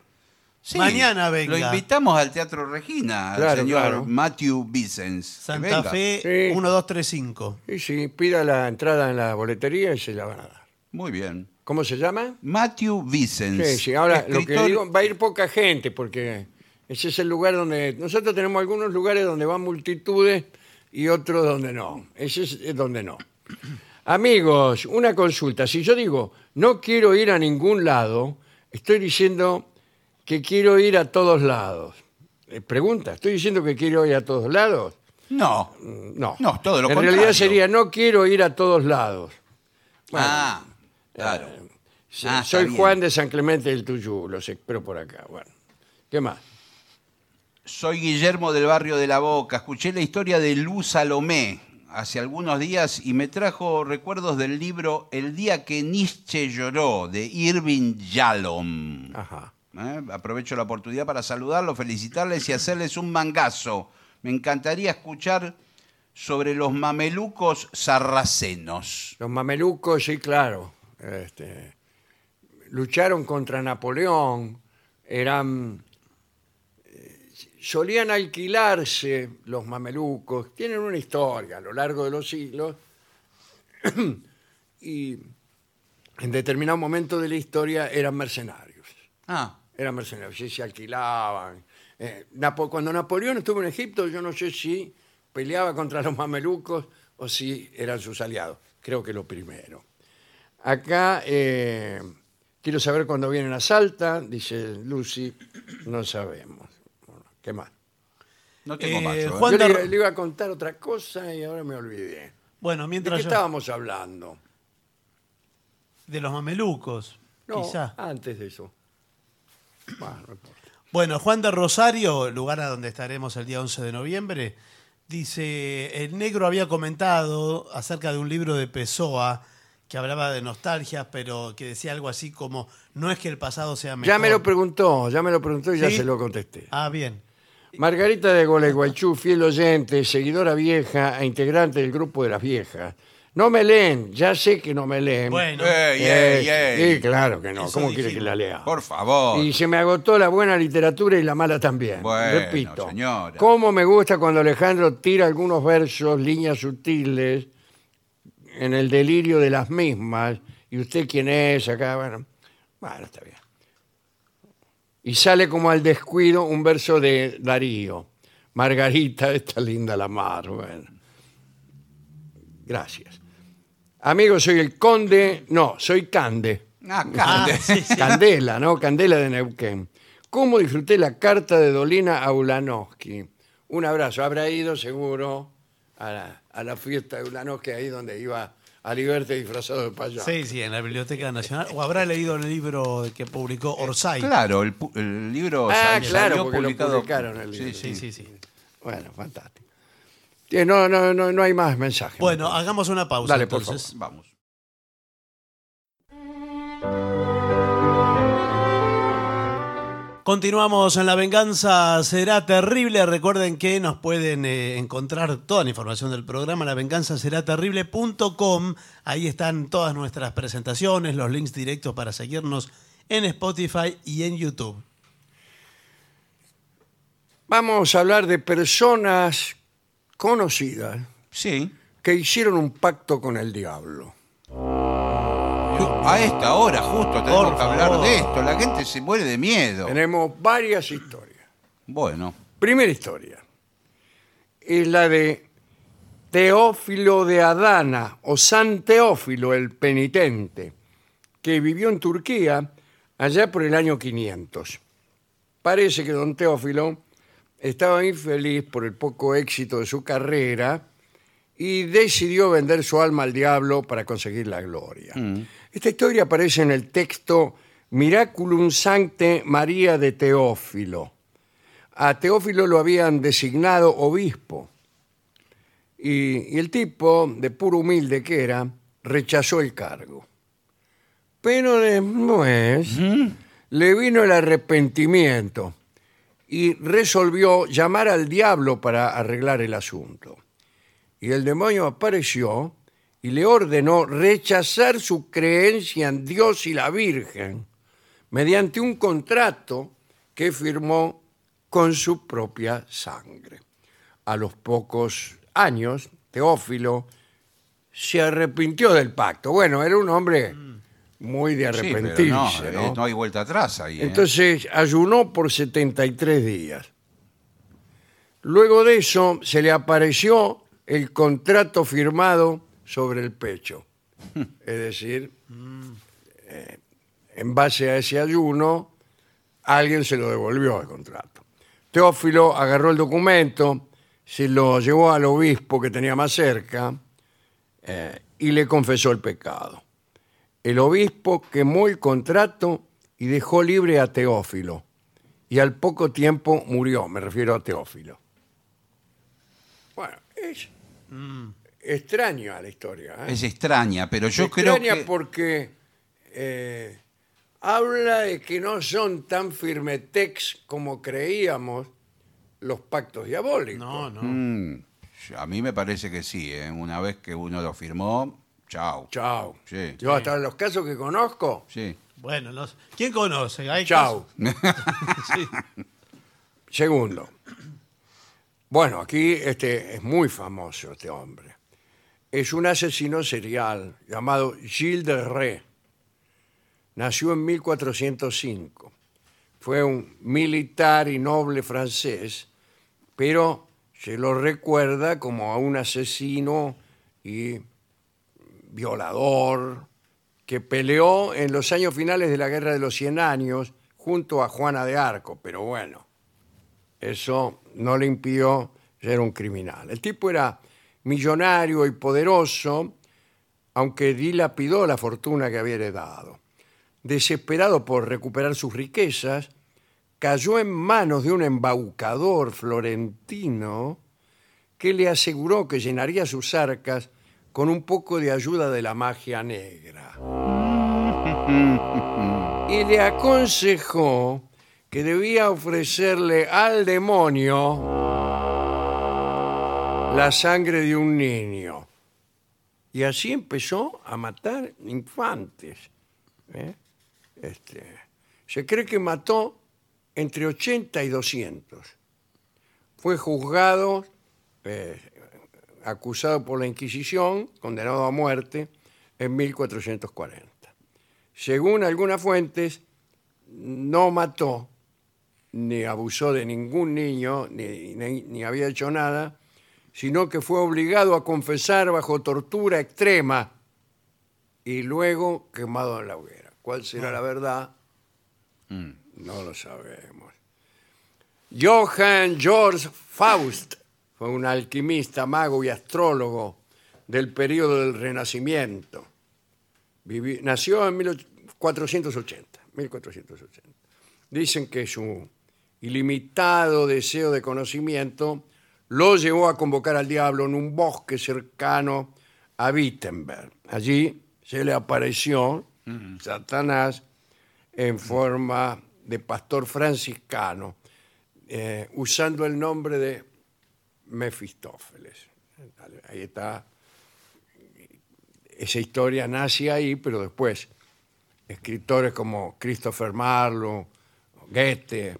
Speaker 3: Sí,
Speaker 2: Mañana venga.
Speaker 3: Lo invitamos al Teatro Regina, al
Speaker 1: Claro,
Speaker 3: señor
Speaker 1: claro.
Speaker 3: Matthew Vicens. Que
Speaker 2: Santa
Speaker 3: venga.
Speaker 2: Fe
Speaker 1: Sí.
Speaker 2: 1235.
Speaker 1: Y si pida la entrada en la boletería y se la van a dar.
Speaker 3: Muy bien.
Speaker 1: ¿Cómo se llama?
Speaker 3: Matthew Vicens.
Speaker 1: Sí, sí, ahora lo
Speaker 3: Mm. escritor-
Speaker 1: que digo, va a ir poca gente porque ese es el lugar donde... Nosotros tenemos algunos lugares donde van multitudes y otros donde eh, no. Ese es, es donde no. Amigos, una consulta. Si yo digo no quiero ir a ningún lado, estoy diciendo que quiero ir a todos lados. Eh, Pregunta, ¿estoy diciendo que quiero ir a todos lados? Mm,
Speaker 3: No.
Speaker 1: No.
Speaker 3: No, todo lo
Speaker 1: En
Speaker 3: contrario.
Speaker 1: realidad sería no quiero ir a todos lados.
Speaker 3: ah, claro.
Speaker 1: Sí,
Speaker 3: Ah, está
Speaker 1: Soy
Speaker 3: bien.
Speaker 1: Juan de San Clemente del Tuyú, los espero por acá. Bueno, ¿qué más?
Speaker 3: Soy Guillermo del barrio de La Boca. Escuché la historia de Luz Salomé hace algunos días y me trajo recuerdos del libro El día que Nietzsche lloró de Irving Yalom.
Speaker 1: Ajá.
Speaker 3: ¿Eh? Aprovecho la oportunidad para saludarlos, felicitarles y hacerles un mangazo. Me encantaría escuchar sobre los mamelucos sarracenos.
Speaker 1: Los mamelucos, sí, claro. este, lucharon contra Napoleón, eran. eh, solían alquilarse los mamelucos, tienen una historia a lo largo de los siglos, y en determinado momento de la historia eran mercenarios.
Speaker 3: Ah,
Speaker 1: Eran mercenarios, sí, se alquilaban. Eh, Napo- cuando Napoleón estuvo en Egipto, yo no sé si peleaba contra los mamelucos o si eran sus aliados. Creo que lo primero. Acá eh, quiero saber cuándo vienen a Salta, dice Lucy, no sabemos. Bueno, ¿Qué más?
Speaker 3: no tengo
Speaker 2: Eh,
Speaker 3: más. yo, ¿eh?
Speaker 2: Juan-
Speaker 1: Yo
Speaker 2: Cuando-
Speaker 1: le, le iba a contar otra cosa y ahora me olvidé.
Speaker 2: Bueno,
Speaker 1: ¿De
Speaker 2: mientras
Speaker 1: qué
Speaker 2: yo-
Speaker 1: estábamos hablando?
Speaker 2: de los mamelucos,
Speaker 1: No,
Speaker 2: quizá.
Speaker 1: antes de eso. Bueno, no importa.
Speaker 2: Bueno, Juan de Rosario, lugar a donde estaremos el día 11 de noviembre, dice, el negro había comentado acerca de un libro de Pessoa que hablaba de nostalgias, pero que decía algo así como, no es que el pasado sea mejor.
Speaker 1: ya me lo preguntó, ya me lo preguntó y ya
Speaker 2: ¿Sí?
Speaker 1: se lo contesté.
Speaker 2: Ah, bien.
Speaker 1: Margarita de Gualeguaychú, fiel oyente, seguidora vieja e integrante del grupo de las viejas. No me leen, ya sé que no me leen.
Speaker 2: Bueno,
Speaker 3: Ey, ey,
Speaker 1: Eh,
Speaker 3: ey.
Speaker 1: sí, claro que no.
Speaker 2: Eso
Speaker 1: ¿Cómo quiere que
Speaker 2: dijimos.
Speaker 1: la lea?
Speaker 3: Por favor.
Speaker 1: Y se me agotó la buena literatura y la mala también.
Speaker 3: Bueno,
Speaker 1: Repito.
Speaker 3: señora.
Speaker 1: Cómo me gusta cuando Alejandro tira algunos versos, líneas sutiles, en el delirio de las mismas. Y usted quién es acá, bueno. Bueno, está bien. Y sale como al descuido un verso de Darío. Margarita, está linda la mar. Bueno. Gracias. Amigo, soy el conde. No, soy Cande.
Speaker 3: Ah,
Speaker 2: Ah,
Speaker 3: Cande.
Speaker 2: sí, sí.
Speaker 1: Candela, ¿no? Candela de Neuquén. ¿Cómo disfruté la carta de Dolina a Ulanowski? Un abrazo. Habrá ido seguro a la, a la fiesta de Ulanowski, ahí donde iba a Liberte disfrazado de payaso.
Speaker 2: Sí, sí, en la Biblioteca Nacional. O habrá leído el libro que publicó Orsay.
Speaker 3: Claro, el, pu- el libro
Speaker 1: Ah,
Speaker 3: sal-
Speaker 1: claro,
Speaker 3: salió
Speaker 1: porque lo
Speaker 3: publicado.
Speaker 1: publicaron el libro.
Speaker 2: Sí, sí, sí.
Speaker 1: Bueno, fantástico. Eh, No, no, no, no hay más mensajes.
Speaker 2: Bueno, ah. hagamos una pausa
Speaker 1: Dale, por
Speaker 2: entonces.
Speaker 3: Vamos.
Speaker 2: Continuamos en La Venganza Será Terrible. Recuerden que nos pueden eh, encontrar toda la información del programa, lavenganzaseraterrible.com. Ahí están todas nuestras presentaciones, los links directos para seguirnos en Spotify y en YouTube.
Speaker 1: Vamos a hablar de personas conocidas
Speaker 3: Sí.
Speaker 1: que hicieron un pacto con el diablo.
Speaker 3: A esta hora, justo, tenemos
Speaker 2: Por
Speaker 3: que hablar
Speaker 2: favor.
Speaker 3: de esto. La gente se muere de miedo.
Speaker 1: Tenemos varias historias.
Speaker 3: Bueno,
Speaker 1: Primera historia es la de Teófilo de Adana o San Teófilo el penitente, que vivió en Turquía allá por el año 500. Parece que don Teófilo estaba infeliz por el poco éxito de su carrera y decidió vender su alma al diablo para conseguir la gloria.
Speaker 3: Mm.
Speaker 1: Esta historia aparece en el texto Miraculum Sancte María de Teófilo a Teófilo lo habían designado obispo. Y, y el tipo, de puro humilde que era, rechazó el cargo. Pero después
Speaker 3: Mm.
Speaker 1: le vino el arrepentimiento y resolvió llamar al diablo para arreglar el asunto. Y el demonio apareció y le ordenó rechazar su creencia en Dios y la Virgen mediante un contrato que firmó con su propia sangre. A los pocos años, Teófilo se arrepintió del pacto. Bueno, era un hombre muy de
Speaker 3: Mm. sí, pero
Speaker 1: arrepentirse.
Speaker 3: no,
Speaker 1: ¿no?
Speaker 3: eh, no hay vuelta atrás ahí. ¿eh?
Speaker 1: Entonces ayunó por 73 días. Luego de eso se le apareció el contrato firmado sobre el pecho. Es decir, eh, en base a ese ayuno, alguien se lo devolvió el contrato. Teófilo agarró el documento, se lo llevó al obispo que tenía más cerca eh, y le confesó el pecado. El obispo quemó el contrato y dejó libre a Teófilo. Y al poco tiempo murió, me refiero a Teófilo. Bueno, es extraña la historia. ¿eh?
Speaker 3: Mm. Es extraña, pero yo creo
Speaker 1: extraña
Speaker 3: que...
Speaker 1: porque eh, habla de que no son tan firmetex como creíamos los pactos diabólicos.
Speaker 2: No, no.
Speaker 3: Mm, a mí me parece que sí, ¿eh? una vez que uno lo firmó, chao.
Speaker 1: Chao.
Speaker 3: Sí.
Speaker 1: Yo hasta los casos que conozco,
Speaker 3: Sí.
Speaker 2: Bueno, no sé. ¿quién conoce? Hay
Speaker 1: chao.
Speaker 2: casos- sí.
Speaker 1: Segundo. Bueno, aquí este es muy famoso este hombre. Es un asesino serial llamado Gilles de Ré. Nació en 1405. Fue un militar y noble francés, pero se lo recuerda como a un asesino y violador que peleó en los años finales de la Guerra de los Cien Años junto a Juana de Arco, pero bueno eso no le impidió ser un criminal. El tipo era millonario y poderoso, aunque dilapidó la fortuna que había heredado. Desesperado por recuperar sus riquezas, cayó en manos de un embaucador florentino que le aseguró que llenaría sus arcas con un poco de ayuda de la magia negra y le aconsejó que debía ofrecerle al demonio la sangre de un niño. Y así empezó a matar infantes. ¿eh? Este, se cree que mató entre 80 y 200. Fue juzgado, eh, acusado por la Inquisición, condenado a muerte en 1440 según algunas fuentes, no mató ni abusó de ningún niño, ni, ni- ni había hecho nada, sino que fue obligado a confesar bajo tortura extrema y luego quemado en la hoguera. ¿Cuál será la verdad? No lo sabemos. Johann Georg Faust fue un alquimista, mago y astrólogo del periodo del Renacimiento. Vivi- nació en 1480, 1480. Dicen que su ilimitado deseo de conocimiento lo llevó a convocar al diablo en un bosque cercano a Wittenberg. Allí se le apareció Satanás en forma de pastor franciscano, eh, usando el nombre de Mefistófeles. Ahí está esa historia nace ahí, pero después escritores como Christopher Marlowe, Goethe,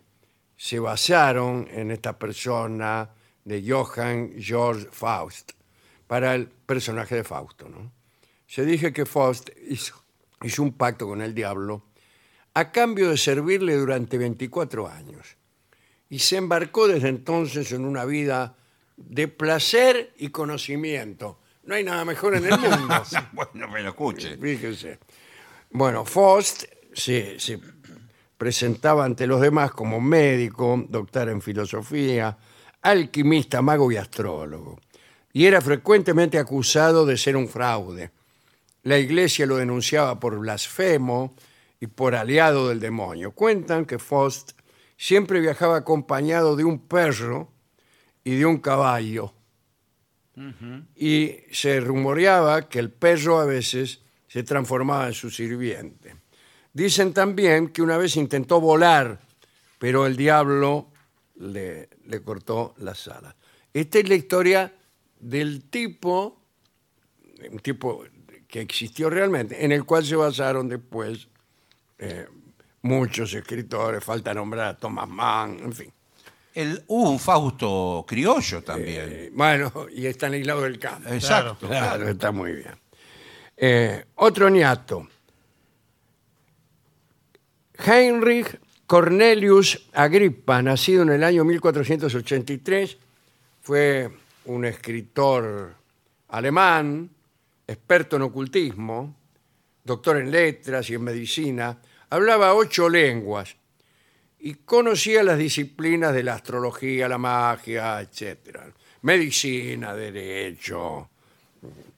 Speaker 1: se basaron en esta persona de Johann Georg Faust para el personaje de Fausto. ¿no? Se dije que Faust hizo, hizo un pacto con el diablo a cambio de servirle durante 24 años y se embarcó desde entonces en una vida de placer y conocimiento. No hay nada mejor en el mundo.
Speaker 3: bueno, me lo escuche.
Speaker 1: Fíjense. Bueno, Faust se, se presentaba ante los demás como médico, doctor en filosofía, alquimista, mago y astrólogo. Y era frecuentemente acusado de ser un fraude. La iglesia lo denunciaba por blasfemo y por aliado del demonio. Cuentan que Faust siempre viajaba acompañado de un perro y de un caballo y se rumoreaba que el perro a veces se transformaba en su sirviente. Dicen también que una vez intentó volar, pero el diablo le, le cortó las alas. Esta es la historia del tipo, un tipo que existió realmente, en el cual se basaron después eh, muchos escritores, falta nombrar a Thomas Mann, en fin.
Speaker 3: El, hubo un Fausto criollo también.
Speaker 1: Eh, bueno, y están aislados del campo.
Speaker 3: Exacto.
Speaker 1: Claro, está muy bien. Eh, otro ñato. Heinrich Cornelius Agrippa, nacido en el año 1483, fue un escritor alemán experto en ocultismo, doctor en letras y en medicina, hablaba ocho lenguas y conocía las disciplinas de la astrología, la magia, etc. Medicina, derecho,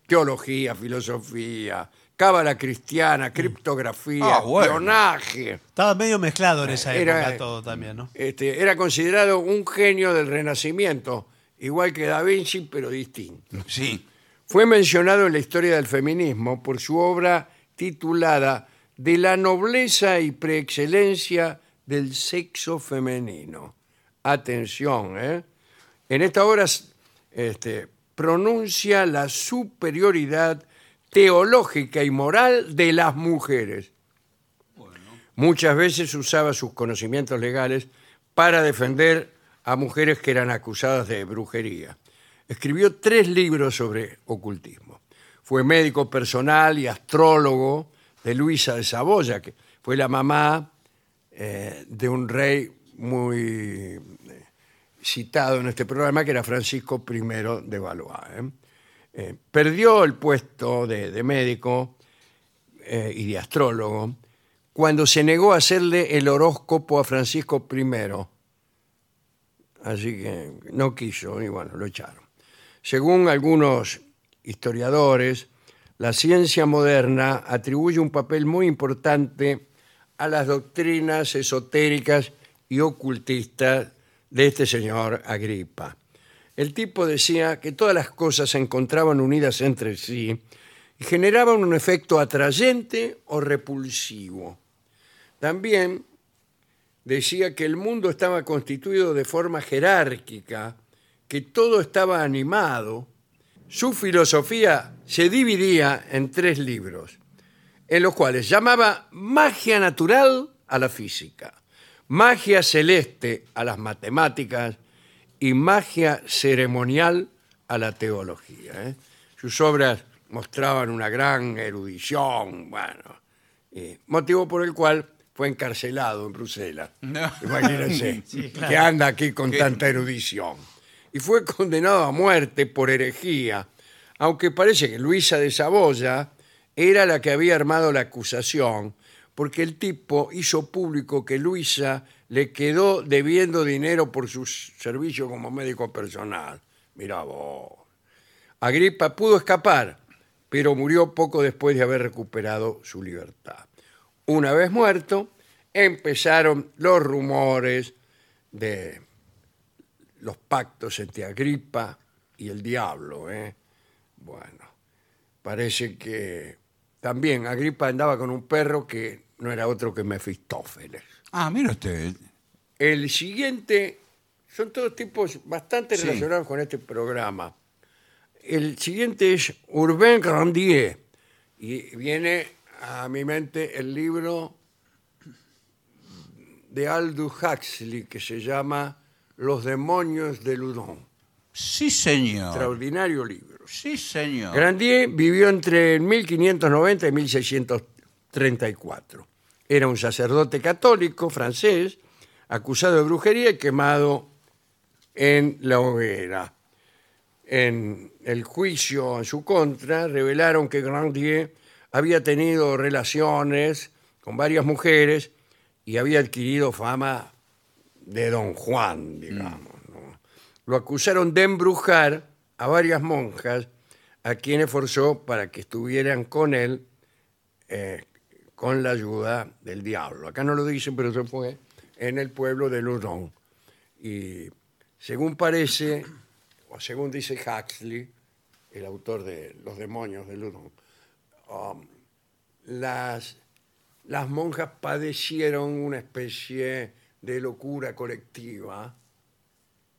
Speaker 1: teología, filosofía, cábala cristiana, criptografía,
Speaker 3: Mm. Ah, bueno.
Speaker 1: espionaje.
Speaker 2: Estaba medio mezclado en esa
Speaker 1: Era-
Speaker 2: época todo también, ¿no?
Speaker 1: Este, era considerado un genio del Renacimiento, igual que Da Vinci, pero distinto.
Speaker 3: Sí.
Speaker 1: Fue mencionado en la historia del feminismo por su obra titulada De la nobleza y preexcelencia del sexo femenino. Atención, ¿eh? En esta obra este, pronuncia la superioridad teológica y moral de las mujeres. Muchas veces usaba sus conocimientos legales para defender a mujeres que eran acusadas de brujería. Escribió tres libros sobre ocultismo. Fue médico personal y astrólogo de Luisa de Saboya, que fue la mamá eh, de un rey muy eh, citado en este programa, que era Francisco I de Valois. ¿eh? Eh, perdió el puesto de- de médico eh, y de astrólogo, cuando se negó a hacerle el horóscopo a Francisco I. Así que no quiso y bueno, lo echaron. Según algunos historiadores, la ciencia moderna atribuye un papel muy importante a las doctrinas esotéricas y ocultistas de este señor Agripa. El tipo decía que todas las cosas se encontraban unidas entre sí y generaban un efecto atrayente o repulsivo. También decía que el mundo estaba constituido de forma jerárquica, que todo estaba animado. Su filosofía se dividía en tres libros, en los cuales llamaba magia natural a la física, magia celeste a las matemáticas y magia ceremonial a la teología. ¿eh? Sus obras mostraban una gran erudición, bueno, eh, motivo por el cual fue encarcelado en Bruselas.
Speaker 3: No.
Speaker 1: Imagínense,
Speaker 2: Sí, claro.
Speaker 1: que anda aquí con tanta erudición. Y fue condenado a muerte por herejía, aunque parece que Luisa de Saboya era la que había armado la acusación, porque el tipo hizo público que Luisa le quedó debiendo dinero por su servicio como médico personal. Mirá vos. Agripa pudo escapar, pero murió poco después de haber recuperado su libertad. Una vez muerto, empezaron los rumores de los pactos entre Agripa y el diablo. ¿eh? Bueno, parece que también Agripa andaba con un perro que no era otro que Mefistófeles.
Speaker 3: Ah, mire usted.
Speaker 1: El siguiente, son todos tipos bastante
Speaker 3: Sí.
Speaker 1: relacionados con este programa. El siguiente es Urbain Grandier. Y viene a mi mente el libro de Aldous Huxley que se llama Los demonios de Ludon.
Speaker 3: Sí, señor.
Speaker 1: Extraordinario libro.
Speaker 3: Sí, señor.
Speaker 1: Grandier vivió entre el 1590 y 1634. Era un sacerdote católico francés acusado de brujería y quemado en la hoguera. En el juicio en su contra revelaron que Grandier había tenido relaciones con varias mujeres y había adquirido fama de Don Juan, digamos. ¿no? Lo acusaron de embrujar a varias monjas a quienes forzó para que estuvieran con él eh, con la ayuda del diablo. Acá no lo dicen, pero eso fue en el pueblo de Luzón. Y según parece, o según dice Huxley, el autor de Los demonios de Luzón, um, las las monjas padecieron una especie de locura colectiva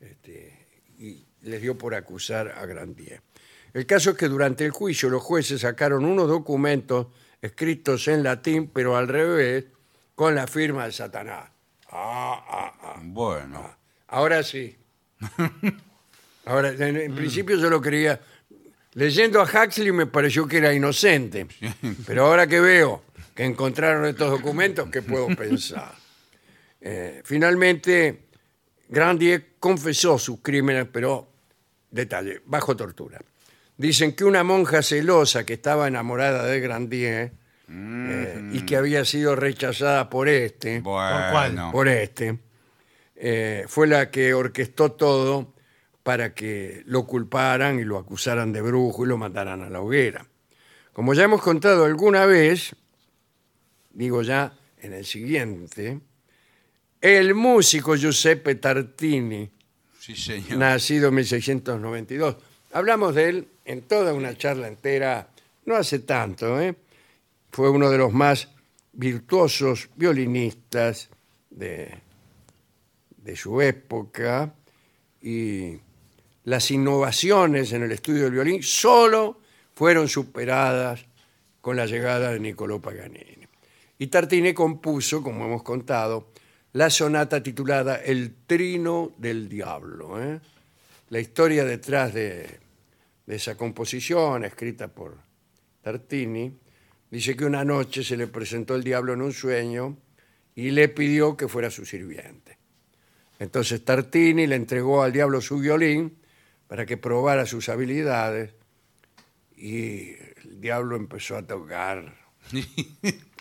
Speaker 1: este, y les dio por acusar a Grandier. El caso es que durante el juicio los jueces sacaron unos documentos escritos en latín, pero al revés, con la firma de Satanás. Ah, ah, ah.
Speaker 3: Bueno.
Speaker 1: Ahora sí. Ahora, en, en principio yo lo creía. Leyendo a Huxley me pareció que era inocente. Pero ahora que veo que encontraron estos documentos, ¿qué puedo pensar? Eh, finalmente, Grandier confesó sus crímenes, pero, detalle, bajo tortura. Dicen que una monja celosa que estaba enamorada de Grandier eh, y que había sido rechazada por este,
Speaker 3: Bueno.
Speaker 1: por este, eh, fue la que orquestó todo para que lo culparan y lo acusaran de brujo y lo mataran a la hoguera. Como ya hemos contado alguna vez, digo ya en el siguiente, el músico Giuseppe Tartini,
Speaker 3: Sí, señor.
Speaker 1: nacido en 1692. Hablamos de él en toda una charla entera, no hace tanto, ¿eh? Fue uno de los más virtuosos violinistas de, de su época y las innovaciones en el estudio del violín solo fueron superadas con la llegada de Niccolò Paganini. Y Tartini compuso, como hemos contado, la sonata titulada El Trino del Diablo. ¿eh? La historia detrás de, de esa composición, escrita por Tartini, dice que una noche se le presentó el diablo en un sueño y le pidió que fuera su sirviente. Entonces Tartini le entregó al diablo su violín para que probara sus habilidades y el diablo empezó a tocar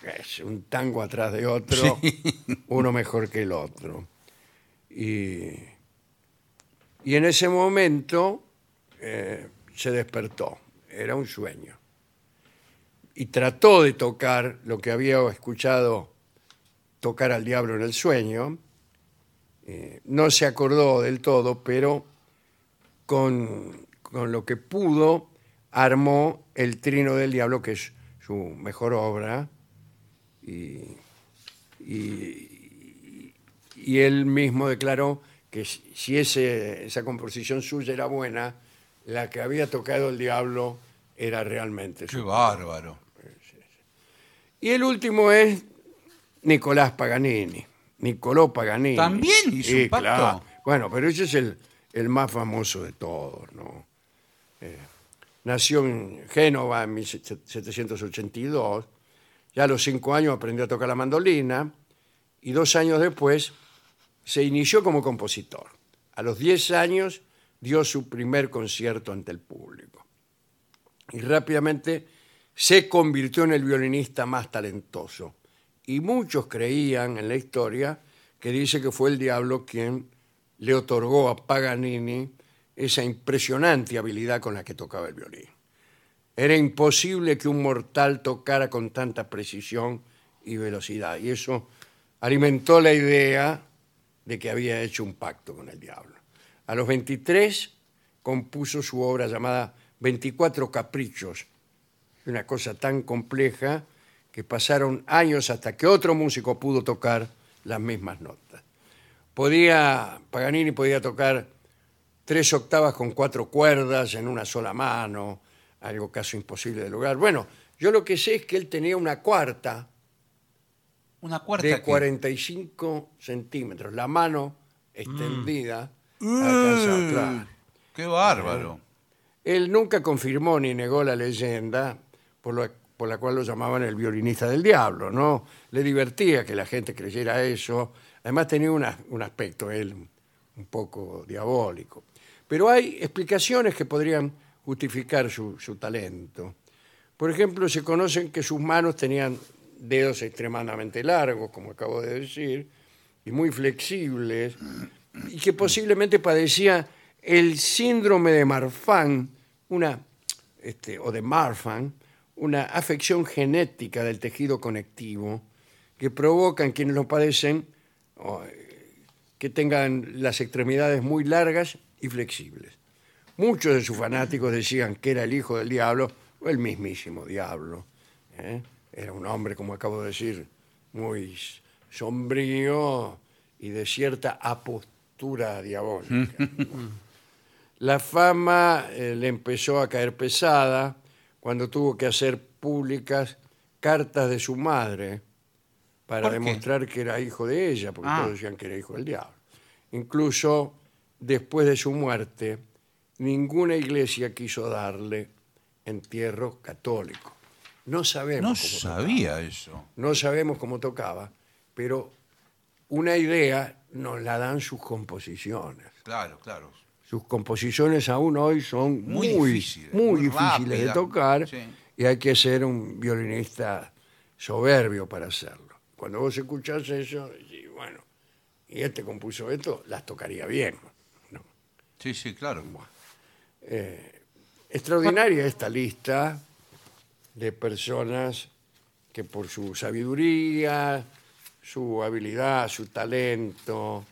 Speaker 1: es un tango atrás de otro, uno mejor que el otro. Y, y en ese momento eh, se despertó, era un sueño. Y trató de tocar lo que había escuchado tocar al diablo en el sueño. Eh, no se acordó del todo, pero con, con lo que pudo armó el Trino del Diablo, que es su mejor obra y, y- y él mismo declaró que si si ese- esa composición suya era buena, la que había tocado el diablo era realmente
Speaker 3: Qué
Speaker 1: su.
Speaker 3: bárbaro.
Speaker 1: Y el último es Nicolás Paganini, Nicolò Paganini.
Speaker 3: También hizo un pacto.
Speaker 1: Bueno, pero ese es el, el más famoso de todos, ¿no? Eh, nació en Génova en 1782. Ya a los cinco años aprendió a tocar la mandolina y dos años después se inició como compositor. A los diez años dio su primer concierto ante el público y rápidamente se convirtió en el violinista más talentoso. Y muchos creían en la historia que dice que fue el diablo quien le otorgó a Paganini esa impresionante habilidad con la que tocaba el violín. Era imposible que un mortal tocara con tanta precisión y velocidad. Y eso alimentó la idea de que había hecho un pacto con el diablo. A los 23 compuso su obra llamada 24 Caprichos, una cosa tan compleja que pasaron años hasta que otro músico pudo tocar las mismas notas. Podía, Paganini podía tocar tres octavas con cuatro cuerdas en una sola mano, algo casi imposible de lograr. Bueno, yo lo que sé es que él tenía una cuarta
Speaker 3: Una cuarta.
Speaker 1: de
Speaker 3: que-
Speaker 1: 45 centímetros, la mano extendida.
Speaker 2: Mm.
Speaker 1: alcanzaba, claro. Eh,
Speaker 3: Qué bárbaro.
Speaker 1: Él nunca confirmó ni negó la leyenda por, lo- por la cual lo llamaban el violinista del diablo, ¿no? Le divertía que la gente creyera eso. Además tenía una- un aspecto él un poco diabólico. Pero hay explicaciones que podrían justificar su, su talento. Por ejemplo, se conocen que sus manos tenían dedos extremadamente largos, como acabo de decir, y muy flexibles, y que posiblemente padecía el síndrome de Marfan, una, este, o de Marfan, una afección genética del tejido conectivo que provocan quienes lo padecen o, eh, que tengan las extremidades muy largas y flexibles. Muchos de sus fanáticos decían que era el hijo del diablo o el mismísimo diablo. ¿eh? Era un hombre, como acabo de decir, muy s- sombrío y de cierta apostura diabólica. La fama eh, le empezó a caer pesada cuando tuvo que hacer públicas cartas de su madre para
Speaker 3: ¿Por qué?
Speaker 1: demostrar que era hijo de ella, porque
Speaker 3: Ah.
Speaker 1: todos decían que era hijo del diablo. Incluso después de su muerte, ninguna iglesia quiso darle entierro católico. No sabemos.
Speaker 3: No
Speaker 1: cómo tocaba.
Speaker 3: sabía eso.
Speaker 1: No sabemos cómo tocaba, pero una idea nos la dan sus composiciones.
Speaker 3: Claro, claro.
Speaker 1: Sus composiciones aún hoy son muy,
Speaker 3: Muy
Speaker 1: muy difíciles,
Speaker 3: difíciles, muy
Speaker 1: de
Speaker 3: rápidas.
Speaker 1: tocar
Speaker 3: Sí.
Speaker 1: y hay que ser un violinista soberbio para hacerlo. Cuando vos escuchás eso, y bueno, y este compuso esto, las tocaría bien. ¿no?
Speaker 3: Sí, sí, claro.
Speaker 1: Extraordinaria esta lista de personas que por su sabiduría, su habilidad, su talento,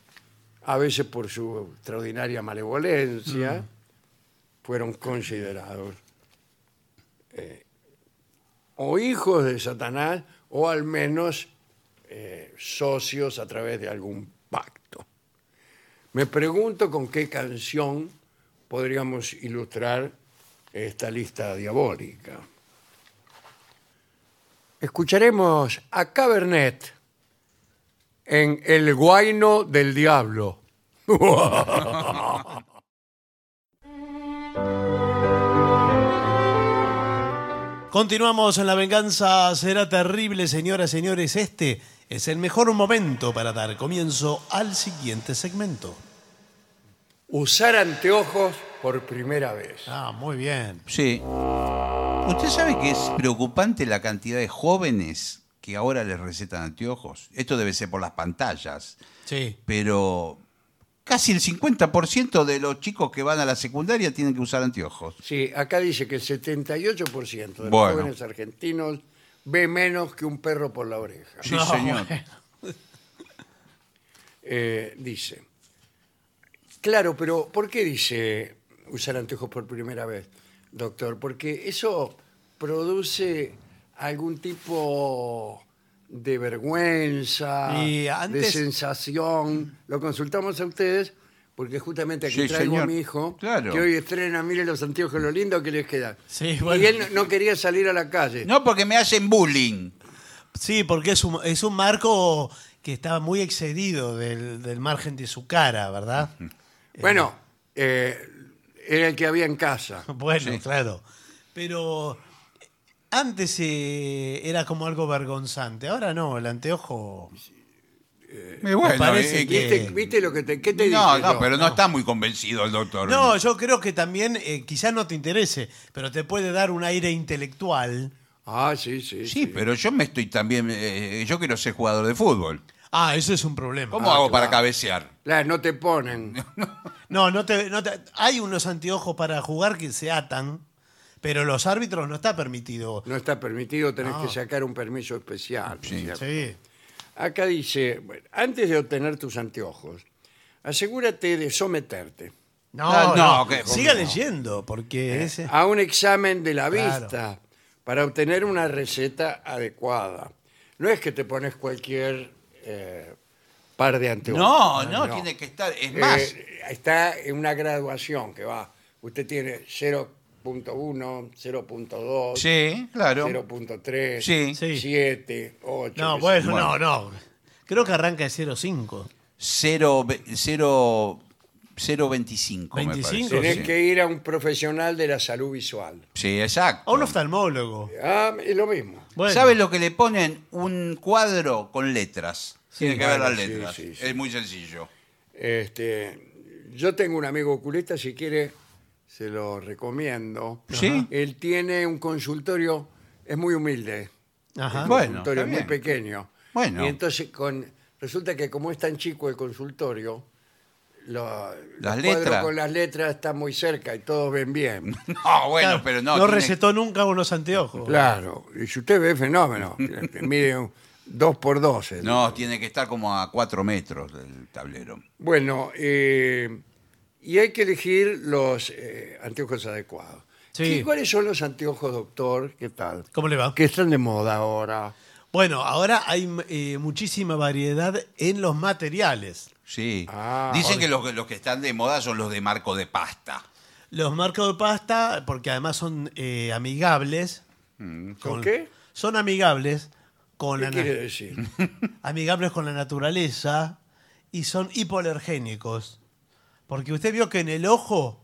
Speaker 1: a veces por su extraordinaria malevolencia, fueron considerados eh, o hijos de Satanás o al menos eh, socios a través de algún pacto. Me pregunto con qué canción podríamos ilustrar esta lista diabólica. Escucharemos a Cabernet en El Guaino del Diablo.
Speaker 2: Continuamos en La Venganza Será Terrible, señoras, señores. Este es el mejor momento para dar comienzo al siguiente segmento.
Speaker 1: Usar anteojos por primera vez.
Speaker 2: Ah, muy bien.
Speaker 3: Sí. ¿Usted sabe que es preocupante la cantidad de jóvenes que ahora les recetan anteojos? Esto debe ser por las pantallas,
Speaker 2: Sí.
Speaker 3: pero casi el 50% de los chicos que van a la secundaria tienen que usar anteojos.
Speaker 1: Sí, acá dice que el 78% de los
Speaker 3: Bueno.
Speaker 1: jóvenes argentinos ve menos que un perro por la oreja.
Speaker 3: Sí,
Speaker 2: No,
Speaker 3: señor.
Speaker 1: Eh, dice, claro, pero ¿por qué dice usar anteojos por primera vez, doctor? Porque eso produce algún tipo de vergüenza,
Speaker 2: Y
Speaker 1: de
Speaker 2: antes-
Speaker 1: sensación. Lo consultamos a ustedes porque justamente aquí
Speaker 3: Sí,
Speaker 1: traigo a
Speaker 3: señor.
Speaker 1: mi hijo
Speaker 3: Claro.
Speaker 1: que hoy estrena, mire los anteojos, lo lindo que les quedan.
Speaker 2: Sí, bueno.
Speaker 1: Y él no- no quería salir a la calle.
Speaker 3: No, porque me hacen bullying.
Speaker 2: Sí, porque es un, es un marco que está muy excedido del, del margen de su cara, ¿verdad?
Speaker 1: Bueno, eh, era el que había en casa.
Speaker 2: Bueno,
Speaker 3: Sí.
Speaker 2: claro. Pero antes eh, era como algo vergonzante. Ahora no, el anteojo.
Speaker 3: Me bueno,
Speaker 2: parece
Speaker 3: eh,
Speaker 2: que-
Speaker 1: ¿Viste, viste lo que te, qué te
Speaker 3: No,
Speaker 1: dije
Speaker 3: no,
Speaker 1: yo?
Speaker 3: pero no está muy convencido el doctor.
Speaker 2: No, yo creo que también eh, quizás no te interese, pero te puede dar un aire intelectual.
Speaker 1: Ah, sí, sí.
Speaker 3: Sí, pero yo me estoy también. eh, yo quiero ser jugador de fútbol.
Speaker 2: Ah, eso es un problema.
Speaker 3: ¿Cómo hago para cabecear?
Speaker 1: Claro, no te ponen.
Speaker 2: No, no te, no te- hay unos anteojos para jugar que se atan, pero los árbitros no está permitido.
Speaker 1: No está permitido, tenés
Speaker 2: No.
Speaker 1: que sacar un permiso especial. ¿cierto?
Speaker 2: Sí.
Speaker 1: Acá dice, bueno, antes de obtener tus anteojos, asegúrate de someterte
Speaker 2: No,
Speaker 3: No,
Speaker 2: no,
Speaker 3: no, que-
Speaker 2: siga
Speaker 3: no.
Speaker 2: leyendo,
Speaker 1: Eh,
Speaker 2: porque ese.
Speaker 1: a un examen de la
Speaker 2: Claro.
Speaker 1: vista para obtener una receta adecuada. No es que te pones cualquier eh, par de anteojos.
Speaker 3: No, no, tiene que estar. Es más,
Speaker 1: Eh, está en una graduación que va. Usted tiene 0.1, 0.2,
Speaker 3: sí, claro.
Speaker 1: 0.3,
Speaker 3: Sí.
Speaker 2: Sí.
Speaker 1: 7, 8.
Speaker 2: No, bueno, no, no. Creo que arranca de 0,5.
Speaker 3: Cero ve- cero- cero 0.25. me parece.
Speaker 2: 25,
Speaker 1: Tenés
Speaker 3: sí.
Speaker 1: que ir a un profesional de la salud visual.
Speaker 3: Sí, exacto.
Speaker 2: A un oftalmólogo.
Speaker 1: Ah, es lo mismo.
Speaker 2: Bueno,
Speaker 3: ¿Sabe lo que le ponen? Un cuadro con letras.
Speaker 2: Sí,
Speaker 3: tiene que
Speaker 1: bueno,
Speaker 3: ver las
Speaker 1: sí,
Speaker 3: letras.
Speaker 1: sí, sí.
Speaker 3: Es muy sencillo.
Speaker 1: Este, yo tengo un amigo oculista, si quiere, se lo recomiendo.
Speaker 3: Sí.
Speaker 1: Él tiene un consultorio, es muy humilde.
Speaker 2: Ajá.
Speaker 1: el
Speaker 3: Bueno,
Speaker 1: consultorio
Speaker 3: está
Speaker 1: es muy
Speaker 3: bien.
Speaker 1: pequeño.
Speaker 3: Bueno.
Speaker 1: Y entonces con, resulta que como es tan chico el consultorio, lo- los cuadros
Speaker 3: letras.
Speaker 1: con las letras están muy cerca y todos ven bien.
Speaker 3: No, bueno,
Speaker 2: Claro,
Speaker 3: pero no.
Speaker 2: No
Speaker 3: tiene-
Speaker 2: recetó nunca unos anteojos.
Speaker 1: claro. Y si usted ve fenómeno, que mide un- dos por dos. el-
Speaker 3: No, tiene que estar como a cuatro metros del tablero.
Speaker 1: Bueno, eh, y hay que elegir los eh, anteojos adecuados.
Speaker 2: Sí.
Speaker 1: ¿Y ¿Cuáles son los anteojos, doctor? ¿Qué tal?
Speaker 2: ¿Cómo le va?
Speaker 1: Que están de moda ahora.
Speaker 2: Bueno, ahora hay eh, muchísima variedad en los materiales.
Speaker 3: Sí.
Speaker 1: Ah,
Speaker 3: Dicen que los, los que están de moda son los de marco de pasta.
Speaker 2: Los marcos de pasta, porque además son eh, amigables.
Speaker 1: ¿Con qué?
Speaker 2: Son amigables con
Speaker 1: ¿Qué
Speaker 2: la na-
Speaker 1: quiere decir?
Speaker 2: amigables con la naturaleza y son hipoalergénicos. Porque usted vio que en el ojo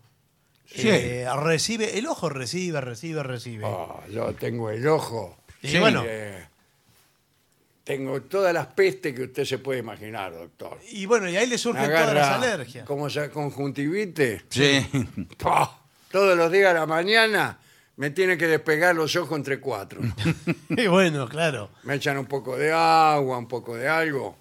Speaker 3: Sí.
Speaker 2: eh, recibe, el ojo
Speaker 1: Oh,
Speaker 2: recibe, recibe, recibe.
Speaker 1: Ah, yo tengo el ojo.
Speaker 2: y
Speaker 3: sí.
Speaker 2: bueno,
Speaker 1: Eh, Tengo todas las pestes que usted se puede imaginar, doctor.
Speaker 2: Y bueno, y ahí le
Speaker 1: Me
Speaker 2: surgen todas las
Speaker 1: agarra
Speaker 2: alergias.
Speaker 1: como esa conjuntivite.
Speaker 3: Sí.
Speaker 1: ¡pah! Todos los días a la mañana me tiene que despegar los ojos entre cuatro.
Speaker 2: Y bueno, claro.
Speaker 1: Me echan un poco de agua, un poco de algo.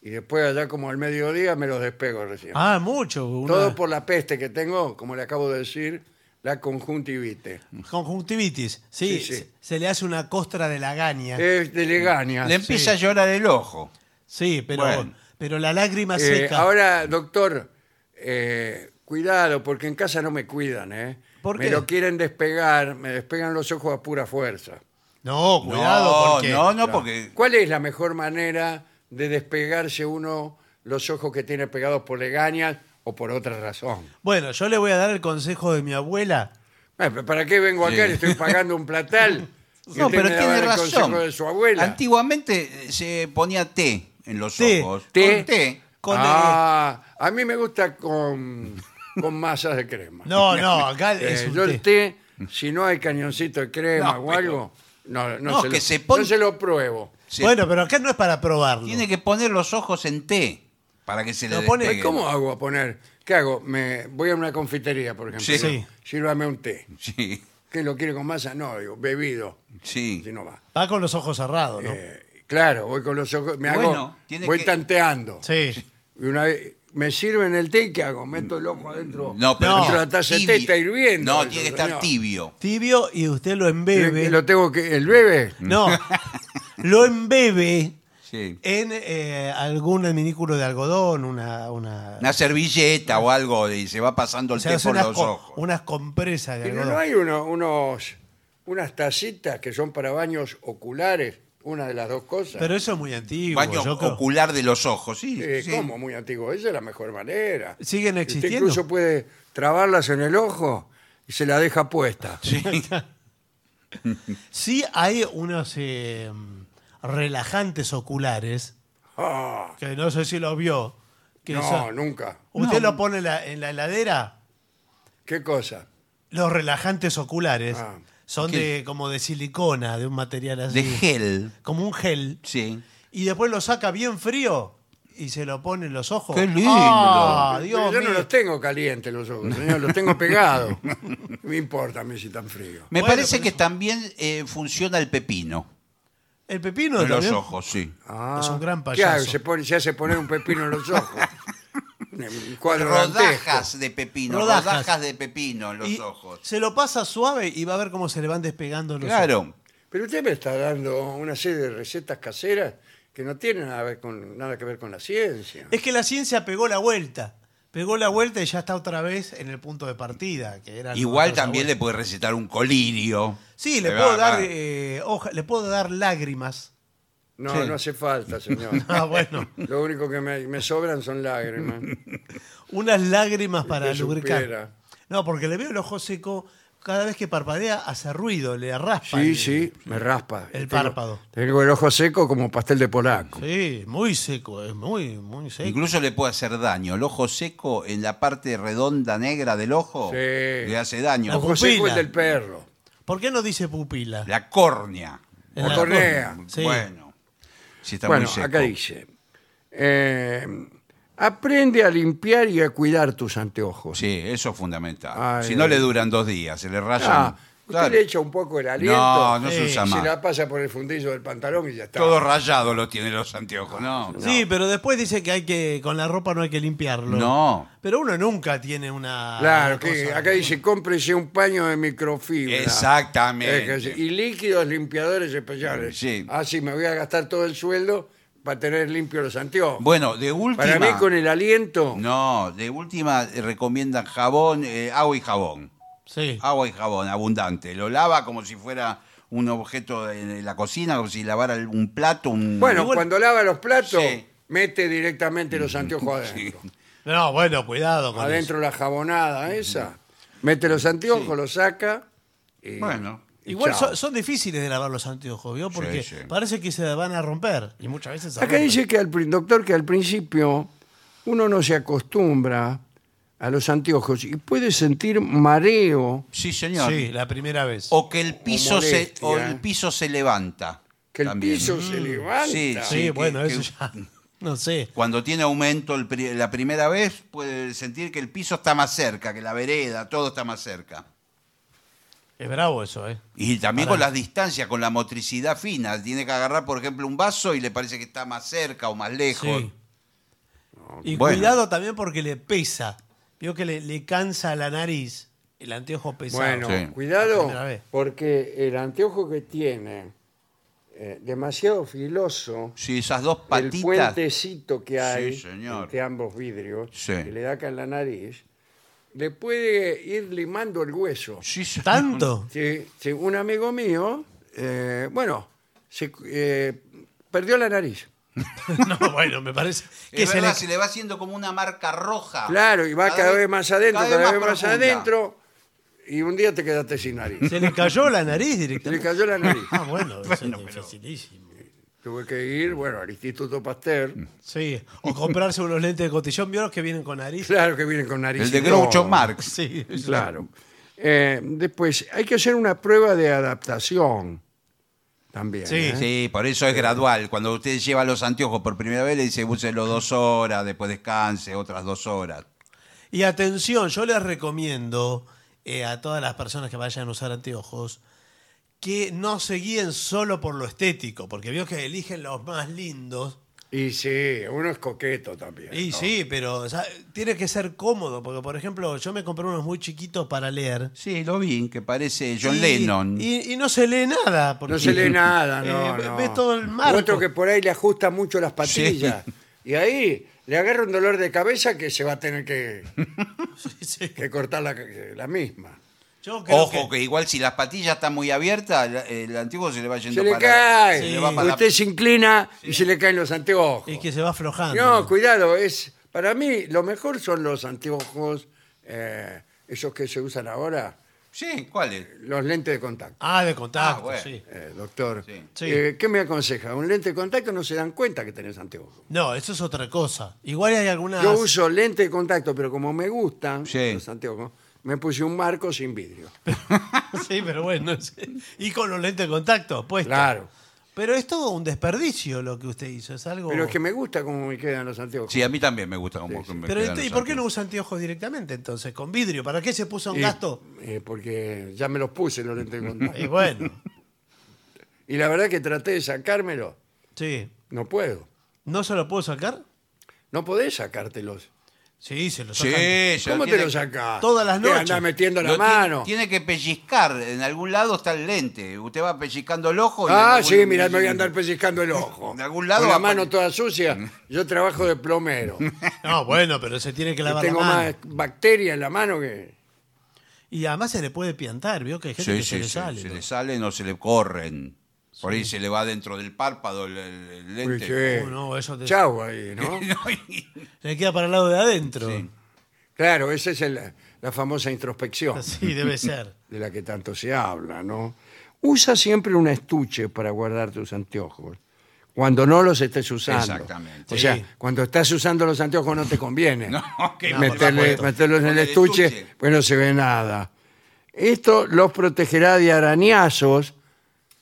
Speaker 1: Y después allá como al mediodía me los despego recién.
Speaker 2: Ah, mucho. una
Speaker 1: Todo por la peste que tengo, como le acabo de decir, la conjuntivite.
Speaker 2: Conjuntivitis.
Speaker 1: Sí,
Speaker 2: Sí,
Speaker 1: Eh, sí.
Speaker 2: Se, se le hace una costra de la gaña.
Speaker 1: Es de
Speaker 2: Ah,
Speaker 1: legaña.
Speaker 3: Le empieza a llorar el ojo.
Speaker 2: sí, pero,
Speaker 3: bueno.
Speaker 2: pero la lágrima
Speaker 1: Eh,
Speaker 2: seca.
Speaker 1: ahora, doctor, eh, cuidado, porque en casa no me cuidan, ¿eh?
Speaker 2: ¿Por
Speaker 1: Me
Speaker 2: qué?
Speaker 1: lo quieren despegar, me despegan los ojos a pura fuerza.
Speaker 2: No, cuidado,
Speaker 3: no,
Speaker 2: porque
Speaker 3: no, no, porque
Speaker 1: ¿Cuál es la mejor manera de despegarse uno los ojos que tiene pegados por legañas o por otra razón?
Speaker 2: Bueno, yo le voy a dar el consejo de mi abuela.
Speaker 1: Eh, pero ¿Para qué vengo acá?
Speaker 3: Sí.
Speaker 1: Le estoy pagando un platal. Y
Speaker 3: No,
Speaker 1: usted
Speaker 3: pero
Speaker 1: me daba
Speaker 3: tiene
Speaker 1: el
Speaker 3: razón.
Speaker 1: consejo de su abuela.
Speaker 3: Antiguamente eh, se ponía té en los
Speaker 2: Té,
Speaker 3: ojos.
Speaker 1: té.
Speaker 3: Con té.
Speaker 2: Con
Speaker 1: ah, a mí me gusta con, con masas de crema.
Speaker 2: No, no, acá
Speaker 1: Eh,
Speaker 2: es un
Speaker 1: yo
Speaker 2: té.
Speaker 1: el té, si no hay cañoncito de crema
Speaker 3: No,
Speaker 1: o
Speaker 3: pero-
Speaker 1: algo, no, no,
Speaker 3: No,
Speaker 1: se,
Speaker 3: que
Speaker 1: lo,
Speaker 3: se pon-
Speaker 1: no se lo pruebo.
Speaker 3: Se-
Speaker 2: Bueno, pero acá no es para probarlo.
Speaker 3: Tiene que poner los ojos en té para que se le
Speaker 2: Lo pone-
Speaker 3: despegue.
Speaker 1: ¿Cómo hago a poner? ¿Qué hago? Me voy a una confitería, por ejemplo.
Speaker 3: Sí.
Speaker 1: Digo, Sírvame un té.
Speaker 3: Sí,
Speaker 1: ¿Qué lo quiere con masa? No, digo, bebido.
Speaker 3: sí.
Speaker 1: Si no va.
Speaker 2: Va con los ojos cerrados, ¿no?
Speaker 1: Eh, claro, voy con los ojos, me hago,
Speaker 3: Bueno, tiene
Speaker 1: voy
Speaker 3: que-
Speaker 1: tanteando.
Speaker 2: sí.
Speaker 1: Y una vez me sirven el té, ¿qué hago? Meto el ojo adentro.
Speaker 3: No, pero
Speaker 2: No.
Speaker 1: adentro de la taza de té
Speaker 3: tibio.
Speaker 1: está hirviendo.
Speaker 3: No,
Speaker 1: eso,
Speaker 3: tiene que estar
Speaker 1: señor.
Speaker 3: tibio.
Speaker 2: Tibio y usted lo embebe.
Speaker 1: Y Lo tengo que, ¿El bebé?
Speaker 2: No, lo embebe
Speaker 3: Sí.
Speaker 2: en eh, algún minículo de algodón, una... una
Speaker 3: Una servilleta o algo y se va pasando el
Speaker 2: se
Speaker 3: té
Speaker 2: hace
Speaker 3: por
Speaker 2: unas,
Speaker 3: los
Speaker 2: co-
Speaker 3: ojos.
Speaker 2: unas compresas de
Speaker 1: Pero
Speaker 2: algodón.
Speaker 1: no hay uno- unos, unas tacitas que son para baños oculares, una de las dos cosas.
Speaker 2: Pero eso es muy antiguo.
Speaker 3: Baño
Speaker 2: yo creo.
Speaker 3: ocular de los ojos, sí.
Speaker 1: Eh,
Speaker 3: sí.
Speaker 1: ¿Cómo? Muy antiguo. Esa es la mejor manera.
Speaker 2: Siguen
Speaker 1: Usted
Speaker 2: existiendo.
Speaker 1: Este, incluso puede trabarlas en el ojo y se la deja puesta.
Speaker 3: Sí.
Speaker 2: Sí hay unos eh, relajantes oculares,
Speaker 1: Ah,
Speaker 2: que no sé si los vio. Que
Speaker 1: no,
Speaker 2: son-
Speaker 1: nunca.
Speaker 2: Usted
Speaker 3: No.
Speaker 2: lo pone en la, en la heladera,
Speaker 1: ¿Qué cosa?
Speaker 2: los relajantes oculares
Speaker 1: Ah.
Speaker 2: son
Speaker 3: ¿Qué?
Speaker 2: de como de silicona, de un material así.
Speaker 3: De gel.
Speaker 2: Como un gel.
Speaker 3: Sí.
Speaker 2: Y después lo saca bien frío y se lo pone en los ojos.
Speaker 3: ¡Qué lindo!
Speaker 2: ¡Ah,
Speaker 1: Pero
Speaker 2: Dios
Speaker 1: yo no
Speaker 2: mío!
Speaker 1: los tengo calientes los ojos, señor, los tengo pegados. Me importa a mí si tan frío.
Speaker 3: Me
Speaker 2: Bueno,
Speaker 3: parece
Speaker 2: pero
Speaker 3: que también eh, funciona el pepino
Speaker 2: El pepino
Speaker 3: en los
Speaker 2: también.
Speaker 3: ojos, sí.
Speaker 1: Ah,
Speaker 2: Es un gran
Speaker 1: ¿qué hago?
Speaker 2: payaso.
Speaker 1: Se, pone- se hace poner un pepino en los ojos. Un cuadro dantesco.
Speaker 3: Rodajas de pepino,
Speaker 2: Rodajas.
Speaker 3: rodajas, de pepino en los
Speaker 2: Y
Speaker 3: ojos.
Speaker 2: Se lo pasa suave y va a ver cómo se le van despegando los ojos.
Speaker 3: Claro.
Speaker 1: Pero usted me está dando una serie de recetas caseras que no tienen nada, ver con- nada que ver con la ciencia.
Speaker 2: Es que la ciencia pegó la vuelta. Pegó la vuelta y ya está otra vez en el punto de partida. Que era
Speaker 3: Igual
Speaker 2: nuestra
Speaker 3: también le
Speaker 2: abuela.
Speaker 3: puede recetar un colirio.
Speaker 2: Sí, le
Speaker 3: Va,
Speaker 2: puedo, dar,
Speaker 3: va.
Speaker 2: eh, hoja- le puedo dar lágrimas.
Speaker 1: No,
Speaker 3: Sí.
Speaker 1: no hace falta, señor.
Speaker 2: Ah, bueno.
Speaker 1: Lo único que me, me sobran son lágrimas.
Speaker 2: Unas lágrimas para
Speaker 1: Usted
Speaker 2: lubricar.
Speaker 1: supiera.
Speaker 2: No, porque le veo el ojo seco. Cada vez que parpadea hace ruido, le raspa.
Speaker 1: Sí,
Speaker 2: el-
Speaker 1: sí, me raspa.
Speaker 2: El
Speaker 1: Tengo-
Speaker 2: párpado.
Speaker 1: Tengo el ojo seco como pastel de polaco.
Speaker 2: Sí, muy seco, es muy, muy seco.
Speaker 3: Incluso le puede hacer daño. El ojo seco en la parte redonda negra del ojo
Speaker 1: Sí.
Speaker 3: le hace
Speaker 1: El
Speaker 3: daño.
Speaker 2: La
Speaker 1: ojo seco
Speaker 2: pupila.
Speaker 1: el del perro.
Speaker 2: ¿Por qué no dice pupila?
Speaker 3: La córnea.
Speaker 2: En
Speaker 1: la cornea.
Speaker 2: Sí.
Speaker 3: Bueno. Si está
Speaker 1: bueno,
Speaker 3: muy seco.
Speaker 1: acá dice. eh, aprende a limpiar y a cuidar tus anteojos.
Speaker 3: Sí, eso es fundamental.
Speaker 1: Ay,
Speaker 3: si no
Speaker 1: ay.
Speaker 3: le duran dos días, se le rayan.
Speaker 1: Ah, usted
Speaker 3: Claro.
Speaker 1: le echa un poco el aliento.
Speaker 3: No, no se
Speaker 2: Sí.
Speaker 3: usa
Speaker 1: se
Speaker 3: más.
Speaker 1: la pasa por el fundillo del pantalón y ya está.
Speaker 3: Todo rayado lo tiene los anteojos. No.
Speaker 2: Sí, pero después dice que hay que con la ropa no hay que limpiarlo.
Speaker 3: No.
Speaker 2: Pero uno nunca tiene una.
Speaker 1: Claro,
Speaker 2: una
Speaker 1: que
Speaker 2: cosa-
Speaker 1: acá dice, cómprese un paño de microfibra.
Speaker 3: Exactamente.
Speaker 1: Eh, que sí, Y líquidos limpiadores especiales.
Speaker 3: Sí.
Speaker 1: Ah, sí, me voy a gastar todo el sueldo para tener limpios los anteojos.
Speaker 3: Bueno, de última.
Speaker 1: para mí con el aliento,
Speaker 3: No, de última eh, recomiendan jabón, eh, agua y jabón.
Speaker 2: Sí.
Speaker 3: Agua y jabón, abundante. Lo lava como si fuera un objeto de, de la cocina, como si lavara el- un plato, un.
Speaker 1: bueno,
Speaker 2: Igual-
Speaker 1: cuando lava los platos,
Speaker 3: Mm. Sí. Mm.
Speaker 1: mete directamente los anteojos adentro.
Speaker 2: No, bueno, cuidado con
Speaker 1: Adentro la jabonada esa. Mete los anteojos, los saca. eh, y-
Speaker 3: Bueno.
Speaker 1: y
Speaker 2: eso. Igual
Speaker 1: chao.
Speaker 2: son, son difíciles de lavar los anteojos, ¿vio? Porque
Speaker 3: sí.
Speaker 2: parece que se van a romper. Y muchas veces se
Speaker 1: Acá
Speaker 2: rompen.
Speaker 1: dice que al pri- doctor que al principio uno no se acostumbra a los anteojos y puede sentir mareo.
Speaker 3: Sí, señor.
Speaker 2: Sí, la primera vez.
Speaker 3: O que el piso, se,
Speaker 1: molestia.
Speaker 3: o el piso se levanta.
Speaker 1: que el
Speaker 3: También. Mm.
Speaker 1: piso se levanta.
Speaker 3: Sí,
Speaker 2: Sí,
Speaker 3: que-
Speaker 2: bueno,
Speaker 3: que-
Speaker 2: eso ya. No sé.
Speaker 3: Cuando tiene aumento el pri- la primera vez, puede sentir que el piso está más cerca, que la vereda, todo está más cerca.
Speaker 2: Es bravo eso, ¿eh?
Speaker 3: Y también
Speaker 2: Pará.
Speaker 3: con las distancias, con la motricidad fina. Tiene que agarrar, por ejemplo, un vaso y le parece que está más cerca o más lejos.
Speaker 2: Sí. Y
Speaker 3: Bueno.
Speaker 2: cuidado también porque le pesa. Vio que le, le cansa la nariz el anteojo pesado.
Speaker 1: Bueno,
Speaker 3: Sí.
Speaker 2: La
Speaker 1: cuidado,
Speaker 2: primera vez.
Speaker 1: porque el anteojo que tiene, eh, demasiado filoso,
Speaker 3: Sí, esas dos
Speaker 1: el
Speaker 3: patitas.
Speaker 1: puentecito que hay
Speaker 3: Sí, señor.
Speaker 1: entre ambos vidrios,
Speaker 3: Sí.
Speaker 1: que le da acá en la nariz, le puede ir limando el hueso.
Speaker 3: Sí, señor.
Speaker 2: ¿Tanto?
Speaker 1: Sí, sí, un amigo mío, eh, bueno, se, eh, perdió la nariz.
Speaker 2: No, bueno, me parece que
Speaker 3: Es
Speaker 2: se
Speaker 3: verdad,
Speaker 2: le...
Speaker 3: se le va haciendo como una marca roja.
Speaker 1: Claro, y va cada, vez, más adentro, cada, vez más,
Speaker 3: profunda.
Speaker 1: adentro, y un día te quedaste sin nariz.
Speaker 2: se le cayó la nariz
Speaker 1: Se le
Speaker 2: directamente.
Speaker 1: cayó la nariz.
Speaker 2: Ah, bueno, eso
Speaker 3: Bueno,
Speaker 2: es
Speaker 3: pero-
Speaker 2: dificilísimo.
Speaker 1: Tuve que ir, bueno, al Instituto Pasteur.
Speaker 2: Sí, o comprarse unos lentes de cotillón, vio los que vienen con nariz.
Speaker 1: Claro que vienen con nariz.
Speaker 3: El de Groucho Marx.
Speaker 2: Sí,
Speaker 1: Claro. Eh, después, hay que hacer una prueba de adaptación también.
Speaker 2: Sí.
Speaker 1: ¿eh?
Speaker 3: Sí, por eso es gradual. Cuando usted lleva los anteojos por primera vez, le dice, úselo dos horas, después descanse, otras dos horas.
Speaker 2: Y atención, yo les recomiendo eh, a todas las personas que vayan a usar anteojos que no se guíen solo por lo estético, porque vio que eligen los más lindos.
Speaker 1: Y sí, uno es coqueto también.
Speaker 2: Y
Speaker 1: ¿no?
Speaker 2: sí, pero o sea, tiene que ser cómodo, porque por ejemplo, yo me compré unos muy chiquitos para leer.
Speaker 3: Sí, lo vi, que parece John
Speaker 2: y-
Speaker 3: Lennon.
Speaker 2: Y, y no se lee nada. Porque,
Speaker 1: No se lee nada,
Speaker 2: Eh,
Speaker 1: no,
Speaker 2: ve-
Speaker 1: no.
Speaker 2: Ves todo el marco.
Speaker 1: Otro que por ahí le ajusta mucho las patillas. Y ahí le agarra un dolor de cabeza que se va a tener que,
Speaker 2: Sí, sí.
Speaker 1: que cortar la, la misma.
Speaker 2: Yo creo
Speaker 3: Ojo, que... igual si las patillas están muy abiertas, la- el anteojo se le va yendo
Speaker 1: Se le
Speaker 3: para...
Speaker 1: cae.
Speaker 3: se le va para la-
Speaker 1: Usted se inclina y se le caen los anteojos.
Speaker 2: Y que se va aflojando.
Speaker 1: No, cuidado, es para mí lo mejor son los anteojos, eh, esos que se usan ahora,
Speaker 3: Sí, ¿cuál es?
Speaker 1: los lentes de contacto.
Speaker 2: Ah, de contacto,
Speaker 3: Ah, bueno.
Speaker 2: sí.
Speaker 1: Eh, doctor,
Speaker 3: Sí.
Speaker 2: Sí.
Speaker 1: eh, ¿qué me aconseja? Un lente de contacto no se dan cuenta que tenés anteojos.
Speaker 2: No, eso es otra cosa. Igual hay algunas...
Speaker 1: Yo uso lente de contacto, pero como me gustan
Speaker 3: Sí.
Speaker 1: los anteojos, me puse un marco sin vidrio.
Speaker 2: Sí, pero bueno. sí. Y con los lentes de contacto, pues.
Speaker 1: Claro.
Speaker 2: Pero es todo un desperdicio lo que usted hizo. Es algo.
Speaker 1: Pero es que me gusta cómo me quedan los anteojos.
Speaker 3: Sí, a mí también me gusta como
Speaker 1: Sí, sí.
Speaker 3: me
Speaker 2: Pero
Speaker 3: quedan
Speaker 2: este- ¿Y
Speaker 3: los
Speaker 2: por qué no
Speaker 3: anteojos.
Speaker 2: usa anteojos directamente entonces? Con vidrio. ¿Para qué se puso un
Speaker 1: Y-
Speaker 2: gasto?
Speaker 1: eh, porque ya me los puse los lentes de
Speaker 2: Y
Speaker 1: contacto.
Speaker 2: bueno,
Speaker 1: y la verdad que traté de sacármelo,
Speaker 2: sí.
Speaker 1: no puedo.
Speaker 2: ¿No se lo puedo sacar?
Speaker 1: No podés sacártelos.
Speaker 2: Sí, se lo sacan.
Speaker 3: Sí, se
Speaker 1: ¿Cómo te
Speaker 3: tiene-
Speaker 1: lo sacás?
Speaker 2: Todas las
Speaker 1: Te
Speaker 2: noches.
Speaker 1: andás metiendo la
Speaker 3: lo ti-
Speaker 1: mano.
Speaker 3: Tiene que pellizcar, en algún lado está el lente. Usted va pellizcando el ojo. y en
Speaker 1: Ah,
Speaker 3: algún-
Speaker 1: sí, mirá, me voy a andar pellizcando el ojo.
Speaker 3: De algún lado
Speaker 1: Con la
Speaker 3: va-
Speaker 1: mano toda sucia. Yo trabajo de plomero.
Speaker 2: No, bueno, pero se tiene que
Speaker 1: Yo
Speaker 2: lavar la
Speaker 1: tengo
Speaker 2: mano.
Speaker 1: más bacterias en la mano que.
Speaker 2: Y además se le puede piantar, ¿vio? Que hay gente
Speaker 3: Sí,
Speaker 2: que
Speaker 3: sí,
Speaker 2: se le
Speaker 3: sí,
Speaker 2: sale.
Speaker 3: se
Speaker 2: ¿no?
Speaker 3: le salen o se le corren. Por ahí se le va dentro del párpado el, el- el
Speaker 1: Uy,
Speaker 3: lente.
Speaker 1: qué
Speaker 2: Uh, no, eso te-
Speaker 1: Chau ahí, ¿no?
Speaker 2: Se le queda para el lado de adentro.
Speaker 3: Sí.
Speaker 1: claro, esa es el- la famosa introspección
Speaker 2: Así debe ser.
Speaker 1: de la que tanto se habla, ¿no? Usa siempre un estuche para guardar tus anteojos. Cuando no los estés usando.
Speaker 3: Exactamente.
Speaker 1: O
Speaker 2: Sí.
Speaker 1: sea, cuando estás usando los anteojos no te conviene.
Speaker 3: No, que
Speaker 2: No,
Speaker 3: por
Speaker 1: meterle,
Speaker 3: supuesto.
Speaker 1: meterlos en
Speaker 3: Con
Speaker 1: el estuche, pues no se ve nada. Esto los protegerá de arañazos.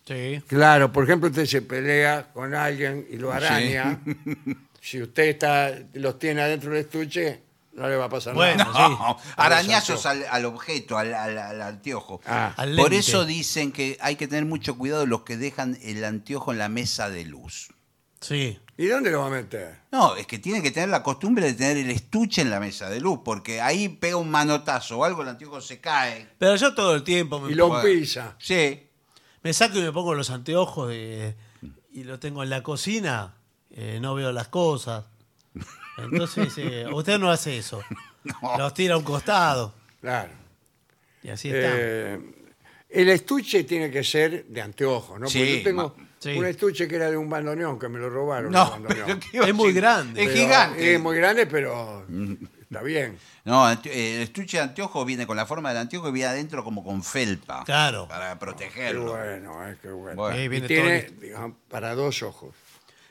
Speaker 2: Sí.
Speaker 1: Claro, por ejemplo, usted se pelea con alguien y lo araña. Si usted está, los tiene adentro del estuche, no le va a pasar
Speaker 2: Bueno,
Speaker 1: nada.
Speaker 3: No,
Speaker 2: sí.
Speaker 3: Ah, arañazos al, al objeto, al, al- al anteojo.
Speaker 1: Ah.
Speaker 2: Al
Speaker 3: Por
Speaker 2: lente.
Speaker 3: eso dicen que hay que tener mucho cuidado los que dejan el anteojo en la mesa de luz.
Speaker 2: Sí.
Speaker 1: ¿Y dónde lo va a meter?
Speaker 3: No, es que tienen que tener la costumbre de tener el estuche en la mesa de luz, porque ahí pega un manotazo o algo, el anteojo se cae.
Speaker 2: Pero yo todo el tiempo me,
Speaker 1: Y lo
Speaker 3: Bueno.
Speaker 1: pisa.
Speaker 3: Sí,
Speaker 2: me saco y me pongo los anteojos de- y lo tengo en la cocina, eh, no veo las cosas. Entonces, eh, usted no hace eso. Los tira a un costado
Speaker 1: Claro.
Speaker 2: y así está.
Speaker 1: Eh, el estuche tiene que ser de anteojos, ¿no?
Speaker 3: Sí,
Speaker 1: Porque yo tengo
Speaker 3: ma-
Speaker 2: sí.
Speaker 1: un estuche que era de un bandoneón, que me lo robaron. el
Speaker 3: no,
Speaker 1: bandoneón.
Speaker 3: pero ¿qué va a
Speaker 2: Es muy
Speaker 3: ser?
Speaker 2: grande.
Speaker 3: Es
Speaker 1: Pero
Speaker 3: gigante. Mm.
Speaker 1: Es muy grande, pero está bien.
Speaker 3: No, ante- eh, el estuche de anteojo viene con la forma del anteojo y viene adentro como con felpa.
Speaker 2: Claro.
Speaker 3: Para
Speaker 1: Qué
Speaker 3: protegerlo.
Speaker 1: bueno, eh, qué bueno.
Speaker 3: Bueno.
Speaker 2: Ahí
Speaker 1: Y
Speaker 2: viene
Speaker 1: tiene
Speaker 2: todo
Speaker 1: digamos, para dos ojos.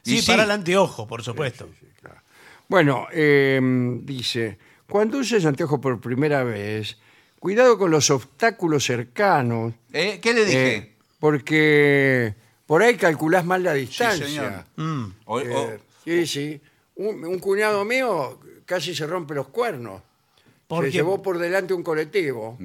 Speaker 2: Sí,
Speaker 3: y sí.
Speaker 2: para el anteojo, por supuesto.
Speaker 1: Sí, claro. Bueno, eh, dice, cuando uses anteojos por primera vez, cuidado con los obstáculos cercanos,
Speaker 3: Eh, ¿Qué le dije?
Speaker 1: eh, porque Por ahí calculás mal la
Speaker 3: Sí, señor.
Speaker 1: distancia.
Speaker 2: Mm.
Speaker 3: O- o-
Speaker 1: Eh,
Speaker 3: oh.
Speaker 1: sí, sí. Un, un cuñado mío casi se rompe los cuernos.
Speaker 2: ¿Por
Speaker 1: se
Speaker 2: qué?
Speaker 1: llevó por delante un colectivo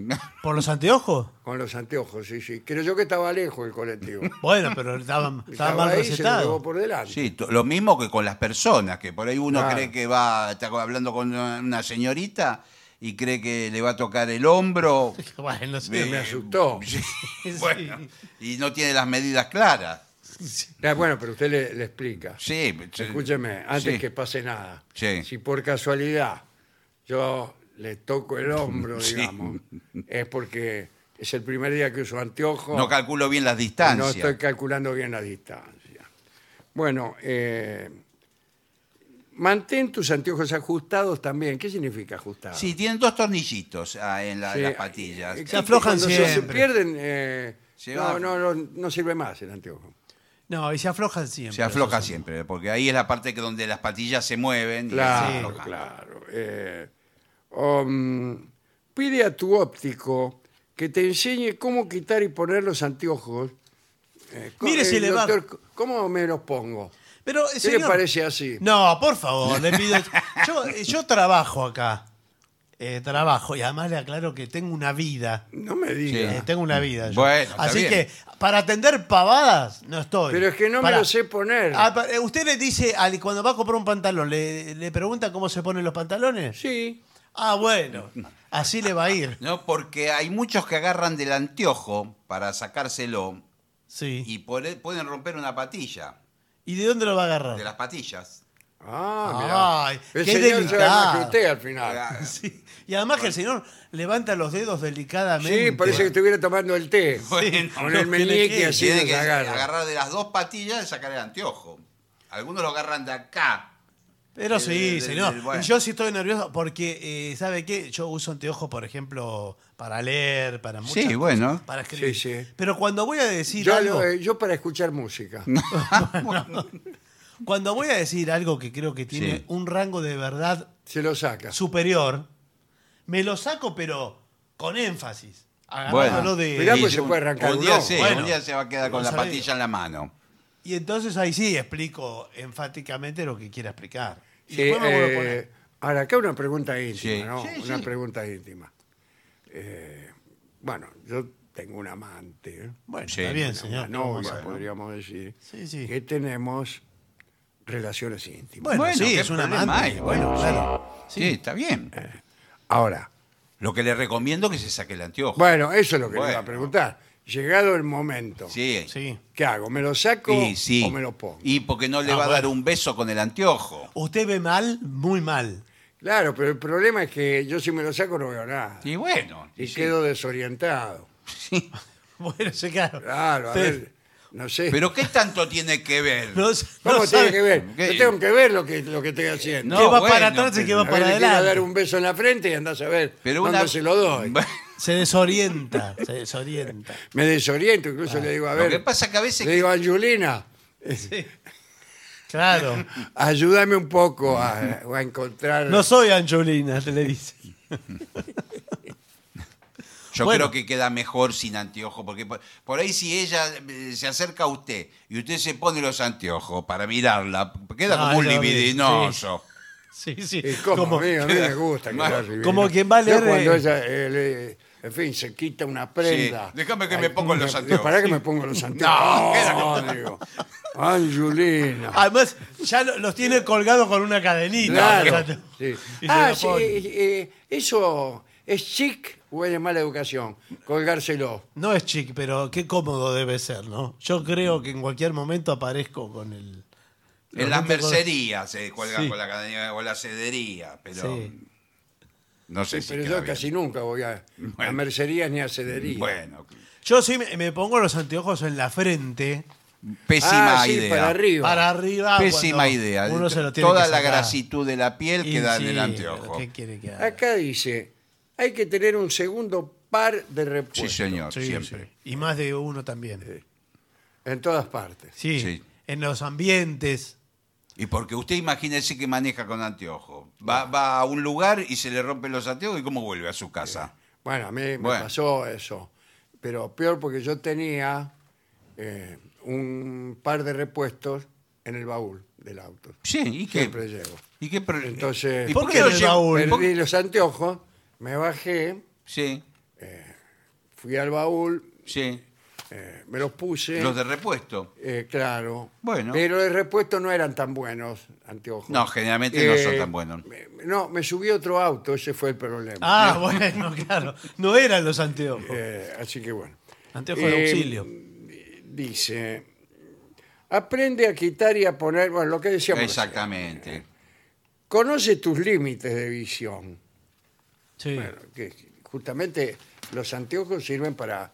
Speaker 2: ¿Por los anteojos?
Speaker 1: con los anteojos, sí, sí. Creo yo que estaba lejos el colectivo.
Speaker 2: Bueno, pero estaban, estaban mal
Speaker 1: ahí, se lo llevó
Speaker 2: recetados.
Speaker 1: por delante.
Speaker 3: sí, to- lo mismo que con las personas, que por ahí uno
Speaker 1: Claro.
Speaker 3: cree que va, está hablando con una una señorita y cree que le va a tocar el hombro.
Speaker 2: Bueno, sí,
Speaker 3: Ve-
Speaker 1: Me asustó.
Speaker 3: Sí,
Speaker 2: Sí.
Speaker 3: bueno, y no tiene las medidas claras.
Speaker 1: Ah, bueno, pero usted le, le explica.
Speaker 3: Sí, sí.
Speaker 1: Escúcheme, antes
Speaker 3: Sí.
Speaker 1: que pase nada,
Speaker 3: Sí.
Speaker 1: si por casualidad yo le toco el hombro,
Speaker 3: Sí.
Speaker 1: digamos, es porque es el primer día que uso anteojos.
Speaker 3: No calculo bien las
Speaker 1: y
Speaker 3: distancias.
Speaker 1: no estoy calculando bien la distancia. Bueno, eh, mantén tus anteojos ajustados también. ¿Qué significa ajustado?
Speaker 3: Sí, tienen dos tornillitos ah, en la-
Speaker 1: Sí,
Speaker 3: las patillas.
Speaker 1: eh,
Speaker 2: Se aflojan
Speaker 1: cuando se- Se
Speaker 2: siempre.
Speaker 1: pierden. eh,
Speaker 3: Se
Speaker 1: no,
Speaker 3: va-
Speaker 1: no, no, no sirve más el anteojo.
Speaker 2: No, y se aflojan siempre.
Speaker 3: Se afloja
Speaker 2: esos-
Speaker 3: siempre, porque ahí es la parte que donde las patillas se mueven. y se
Speaker 1: Claro,
Speaker 3: aflojan.
Speaker 1: claro. Eh, um, pide a tu óptico que te enseñe cómo quitar y poner los anteojos. Eh, co-
Speaker 2: Mire si le va-
Speaker 1: doctor, ¿Cómo me los pongo?
Speaker 2: Pero,
Speaker 1: ¿Qué
Speaker 2: señor-
Speaker 1: le parece así?
Speaker 2: No, por favor, le pido. Yo, eh, yo trabajo acá. Eh, trabajo y además le aclaro que tengo una vida.
Speaker 1: No me digas.
Speaker 2: Eh, tengo una vida. yo.
Speaker 3: Bueno, está
Speaker 2: Así
Speaker 3: bien.
Speaker 2: que para atender pavadas no estoy.
Speaker 1: Pero es que no
Speaker 2: Pará.
Speaker 1: me lo sé poner.
Speaker 2: Ah, pa- eh, usted le dice, al- cuando va a comprar un pantalón, ¿le, le pregunta cómo se ponen los pantalones?
Speaker 1: Sí.
Speaker 2: Ah, bueno, así le va a ir.
Speaker 3: No, porque hay muchos que agarran del anteojo para sacárselo
Speaker 2: Sí.
Speaker 3: y por él pueden romper una patilla
Speaker 2: ¿Y de dónde lo va a agarrar?
Speaker 3: de las patillas.
Speaker 1: Ah,
Speaker 2: Ay,
Speaker 1: mirá. El
Speaker 2: qué
Speaker 1: señor sabe más que
Speaker 2: delicado.
Speaker 1: usted al final.
Speaker 3: Ah,
Speaker 2: Sí. Y además que el señor levanta los dedos delicadamente.
Speaker 1: Sí, parece que estuviera tomando el té.
Speaker 3: Bueno,
Speaker 1: Con el
Speaker 2: no tiene
Speaker 1: meñique
Speaker 2: que-
Speaker 1: así
Speaker 3: tienen
Speaker 1: los
Speaker 3: que
Speaker 1: agarra.
Speaker 3: agarrar de las dos patillas y sacar el anteojo. Algunos lo agarran de acá.
Speaker 2: Pero
Speaker 3: Del-
Speaker 2: sí,
Speaker 3: Eh, del-
Speaker 2: señor.
Speaker 3: del- bueno.
Speaker 2: Yo sí estoy nervioso porque, eh, ¿sabe qué? Yo uso anteojos, por ejemplo, para leer, para muchas
Speaker 3: Sí, bueno.
Speaker 2: Para escribir.
Speaker 1: Sí, sí.
Speaker 2: Pero cuando voy a decir
Speaker 1: Yo,
Speaker 2: algo,
Speaker 1: eh, yo para escuchar música.
Speaker 2: cuando voy a decir algo que creo que tiene
Speaker 3: Sí.
Speaker 2: un rango de verdad
Speaker 1: Se lo saca.
Speaker 2: superior, me lo saco, pero con énfasis.
Speaker 3: Bueno.
Speaker 2: Agarrándolo de.
Speaker 1: Mirá, pues,
Speaker 3: Y
Speaker 1: se
Speaker 3: un-
Speaker 1: puede arrancar
Speaker 3: un
Speaker 1: un
Speaker 3: día,
Speaker 1: ojo.
Speaker 3: sí,
Speaker 2: Bueno.
Speaker 3: un día se va a quedar con la
Speaker 2: No sabía.
Speaker 3: patilla en la mano.
Speaker 2: Y entonces ahí sí explico enfáticamente lo que quiera explicar. Y
Speaker 1: Sí,
Speaker 2: después me vuelvo a poner.
Speaker 1: eh, ahora, acá una pregunta íntima,
Speaker 3: Sí.
Speaker 1: ¿no?
Speaker 3: Sí,
Speaker 1: una
Speaker 3: sí.
Speaker 1: pregunta íntima. Eh, bueno, yo tengo un amante, ¿eh?
Speaker 2: Bueno,
Speaker 3: sí,
Speaker 2: está
Speaker 3: una
Speaker 2: bien,
Speaker 1: una
Speaker 2: señor. ¿Cómo
Speaker 1: novia,
Speaker 2: sabe?
Speaker 1: podríamos decir,
Speaker 2: Sí, sí.
Speaker 1: que tenemos relaciones íntimas.
Speaker 2: Bueno,
Speaker 3: Eh, Bueno,
Speaker 2: sí,
Speaker 3: ¿qué
Speaker 2: es una
Speaker 3: problema
Speaker 2: amante.
Speaker 3: hay?
Speaker 2: Bueno,
Speaker 3: Bueno,
Speaker 2: claro.
Speaker 3: Sí, está bien.
Speaker 1: Ahora,
Speaker 3: Lo que le recomiendo es que se saque el anteojo.
Speaker 1: bueno, eso es lo que le iba a
Speaker 3: Bueno.
Speaker 1: preguntar. Llegado el momento,
Speaker 3: sí.
Speaker 2: Sí.
Speaker 1: ¿qué hago? ¿Me lo saco
Speaker 3: Y sí.
Speaker 1: o me lo pongo?
Speaker 3: Y porque no le
Speaker 2: Ah,
Speaker 3: va a dar
Speaker 2: bueno.
Speaker 3: un beso con el anteojo.
Speaker 2: Usted ve mal, muy mal.
Speaker 1: Claro, pero el problema es que yo si me lo saco no veo nada.
Speaker 3: Y bueno.
Speaker 1: Y
Speaker 3: sí.
Speaker 1: quedo desorientado.
Speaker 2: Bueno, sí, claro.
Speaker 1: Claro, a
Speaker 2: Usted
Speaker 1: ver, no sé.
Speaker 3: Pero ¿qué tanto tiene que ver?
Speaker 2: no s- no
Speaker 1: ¿Cómo tiene
Speaker 2: sabe
Speaker 1: que ver?
Speaker 3: ¿Qué?
Speaker 1: Yo tengo que ver lo que, lo que estoy haciendo.
Speaker 3: No,
Speaker 2: qué va para
Speaker 3: bueno,
Speaker 2: atrás y qué va
Speaker 1: a ver,
Speaker 2: para
Speaker 1: le quiero dar
Speaker 2: adelante.
Speaker 1: un beso en la frente y andás a ver
Speaker 3: Pero
Speaker 1: dónde
Speaker 3: una-
Speaker 1: se lo doy.
Speaker 2: Se desorienta, se desorienta.
Speaker 1: Me desoriento, incluso le digo, a
Speaker 3: Lo
Speaker 1: ver,
Speaker 3: que pasa es que a veces
Speaker 1: le digo, Angelina,
Speaker 2: Claro.
Speaker 1: ayúdame un poco a, a encontrar...
Speaker 2: No soy Angelina, te le dice.
Speaker 3: yo
Speaker 2: bueno.
Speaker 3: creo que queda mejor sin anteojo, porque por, por ahí si ella eh, se acerca a usted y usted se pone los anteojos para mirarla, queda
Speaker 2: No,
Speaker 3: como un
Speaker 2: no, bien,
Speaker 3: libidinoso.
Speaker 2: Ah, Sí, sí.
Speaker 1: Y como,
Speaker 2: Como-
Speaker 1: amigo, a mí me gusta. que
Speaker 3: Bueno,
Speaker 1: sea así,
Speaker 2: como
Speaker 1: ¿no?
Speaker 2: quien va a
Speaker 1: Yo
Speaker 2: leer,
Speaker 1: cuando
Speaker 2: eh,
Speaker 1: ella, eh, le- en fin, se quita una prenda.
Speaker 3: déjame que me pongo los anteojos.
Speaker 1: Para que me pongo los anteojos. No, digo, Angelina.
Speaker 2: Además, ya lo- los tiene colgados con una cadenita.
Speaker 1: Claro.
Speaker 2: O sea,
Speaker 1: sí.
Speaker 2: y se
Speaker 1: Ah,
Speaker 2: lo
Speaker 1: sí,
Speaker 2: pone.
Speaker 1: eh, eh, eso es chic o es de mala educación, colgárselo.
Speaker 2: No es chic, pero qué cómodo debe ser, ¿no? Yo creo que en cualquier momento aparezco con el.
Speaker 3: En las
Speaker 2: los-
Speaker 3: mercerías se cuelgan
Speaker 2: Sí.
Speaker 3: con la cadena o la cedería, pero
Speaker 2: Sí.
Speaker 3: no sé
Speaker 1: Sí,
Speaker 3: si
Speaker 1: pero
Speaker 3: queda
Speaker 1: yo
Speaker 3: bien.
Speaker 1: casi nunca voy a, a mercerías ni a cederías.
Speaker 3: Bueno,
Speaker 2: Yo sí me, me pongo los anteojos en la frente,
Speaker 3: pésima
Speaker 1: ah, sí,
Speaker 3: idea.
Speaker 1: para arriba.
Speaker 2: para arriba.
Speaker 3: Pésima
Speaker 2: Ah, cuando
Speaker 3: idea.
Speaker 2: Uno se lo tiene
Speaker 3: Toda
Speaker 2: que
Speaker 3: la
Speaker 2: sacar.
Speaker 3: grasitud de la piel
Speaker 2: Y
Speaker 3: queda en
Speaker 2: sí,
Speaker 3: el anteojo.
Speaker 2: ¿Qué quiere que haga?
Speaker 1: Acá dice, hay que tener un segundo par de
Speaker 3: Sí,
Speaker 1: repuesto.
Speaker 3: señor,
Speaker 2: Sí,
Speaker 3: siempre.
Speaker 2: sí. Y más de uno también.
Speaker 1: En todas partes.
Speaker 2: Sí,
Speaker 3: Sí.
Speaker 2: en los ambientes.
Speaker 3: Y porque usted imagínese que maneja con anteojo. Va, va a un lugar y se le rompen los anteojos y cómo vuelve a su casa.
Speaker 1: Bueno, a mí me
Speaker 3: Bueno.
Speaker 1: pasó eso. Pero peor porque yo tenía eh, un par de repuestos en el baúl del auto.
Speaker 3: Sí, ¿y qué?
Speaker 1: Siempre llevo.
Speaker 3: ¿Y qué pro-
Speaker 1: Entonces-
Speaker 3: ¿y
Speaker 2: ¿Por qué en el
Speaker 3: lle-
Speaker 2: baúl?
Speaker 3: ¿Por-
Speaker 1: Perdí los anteojos, me bajé,
Speaker 3: Sí,
Speaker 1: fui al baúl,
Speaker 3: sí.
Speaker 1: eh, me los puse.
Speaker 3: Los de repuesto.
Speaker 1: Eh, claro.
Speaker 3: Bueno.
Speaker 1: Pero de repuesto no eran tan buenos, anteojos. Eh,
Speaker 3: No, generalmente no son tan buenos.
Speaker 1: me- No, me subí a otro auto, ese fue el problema.
Speaker 2: Ah, bueno, claro. No eran los anteojos.
Speaker 1: Eh, así que bueno.
Speaker 2: Anteojos de
Speaker 1: Eh,
Speaker 2: auxilio.
Speaker 1: Dice, aprende a quitar y a poner, bueno, lo que decíamos.
Speaker 3: Exactamente.
Speaker 1: Conoce tus límites de visión.
Speaker 2: Sí.
Speaker 1: Bueno, que justamente los anteojos sirven para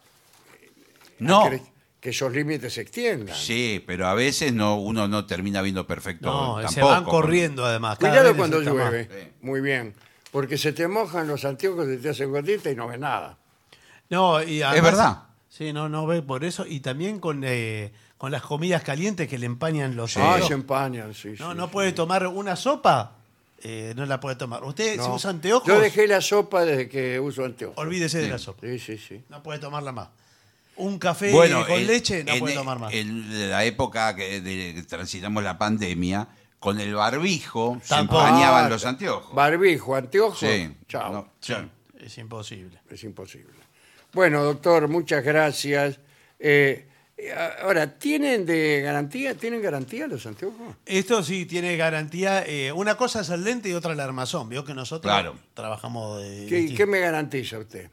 Speaker 3: No.
Speaker 1: cre- que esos límites se extiendan.
Speaker 3: Sí, pero a veces no, uno no termina viendo perfecto.
Speaker 2: No,
Speaker 3: tampoco.
Speaker 2: se van corriendo además. cada
Speaker 1: Cuidado
Speaker 2: vez
Speaker 1: cuando
Speaker 2: resulta más.
Speaker 1: llueve.
Speaker 3: Sí.
Speaker 1: Muy bien. Porque se te mojan los anteojos, se te hacen gotitas y no ves nada.
Speaker 2: No, y además-
Speaker 3: verdad.
Speaker 2: Sí, no, no ve por eso. Y también con, eh, con las comidas calientes que le empañan los
Speaker 3: Sí.
Speaker 1: Ah,
Speaker 2: dedos.
Speaker 1: se empañan, sí.
Speaker 2: No,
Speaker 1: sí,
Speaker 2: no
Speaker 1: sí.
Speaker 2: puede tomar una sopa. eh, no la puede tomar. Usted si
Speaker 1: No.
Speaker 2: usa anteojos,
Speaker 1: Yo dejé la sopa desde que uso anteojos.
Speaker 2: olvídese de
Speaker 3: Sí.
Speaker 2: la sopa.
Speaker 1: Sí, sí, sí.
Speaker 2: No puede tomarla más. Un café con
Speaker 3: en-
Speaker 2: leche no
Speaker 3: en- e
Speaker 1: e-
Speaker 2: puede tomar más.
Speaker 3: En la época que de- que transitamos la pandemia, con el barbijo se
Speaker 2: Tampoco.
Speaker 3: empañaban
Speaker 1: Ah,
Speaker 3: los anteojos.
Speaker 1: Barbijo, anteojos.
Speaker 3: sí.
Speaker 1: Chao.
Speaker 3: no, chao.
Speaker 2: Es imposible.
Speaker 1: Es imposible. Bueno, doctor, muchas gracias. Eh, eh, ahora, ¿tienen de garantía? ¿Tienen garantía los anteojos?
Speaker 2: Esto sí tiene garantía. eh, una cosa es el lente y otra el armazón. Vio que nosotros
Speaker 3: Claro.
Speaker 2: trabajamos de.
Speaker 1: ¿Qué,
Speaker 2: distinto.
Speaker 1: qué me garantiza usted?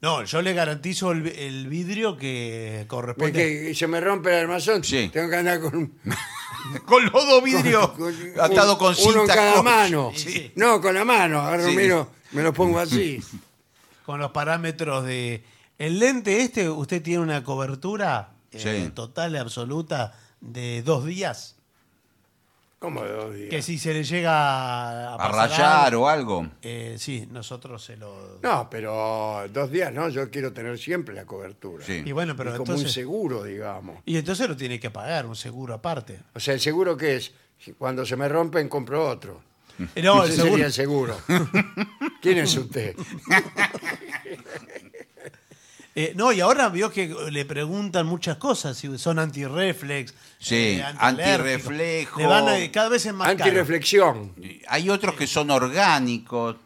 Speaker 2: No, yo le garantizo el, el vidrio que corresponde.
Speaker 1: Porque se me rompe el armazón.
Speaker 3: Sí.
Speaker 1: Tengo que andar con un-
Speaker 3: Con los dos vidrios
Speaker 1: con-
Speaker 3: atado
Speaker 1: un-
Speaker 3: con cinta
Speaker 1: Uno en cada
Speaker 3: scotch.
Speaker 1: mano.
Speaker 2: Sí, sí.
Speaker 1: No, con la mano. Agarro,
Speaker 3: Sí.
Speaker 1: miro, me lo pongo así.
Speaker 2: con los parámetros de... El lente este, usted tiene una cobertura eh,
Speaker 3: Sí.
Speaker 2: total y absoluta de dos días.
Speaker 1: ¿Cómo de dos días?
Speaker 2: Que si se le llega a,
Speaker 3: A
Speaker 2: pasar
Speaker 3: rayar
Speaker 2: algo,
Speaker 3: o algo.
Speaker 2: eh, sí, nosotros se lo...
Speaker 1: No, pero dos días no. Yo quiero tener siempre la cobertura.
Speaker 3: Sí.
Speaker 2: Y bueno, pero
Speaker 1: Es como un
Speaker 2: entonces...
Speaker 1: seguro, digamos.
Speaker 2: Y entonces lo tiene que pagar, un seguro aparte.
Speaker 1: O sea, el seguro que es, Si cuando se me rompen compro otro.
Speaker 3: Mm.
Speaker 2: Eh, No, el
Speaker 1: Ese
Speaker 2: seguro...
Speaker 1: sería el seguro. ¿Quién es usted?
Speaker 2: eh, no, y ahora vio que le preguntan muchas cosas, si son antirreflex,
Speaker 3: Sí,
Speaker 2: antialérgicos.
Speaker 3: antirreflejo.
Speaker 2: Le van a- cada vez es más caro.
Speaker 1: Antireflexión.
Speaker 3: Hay otros que son orgánicos,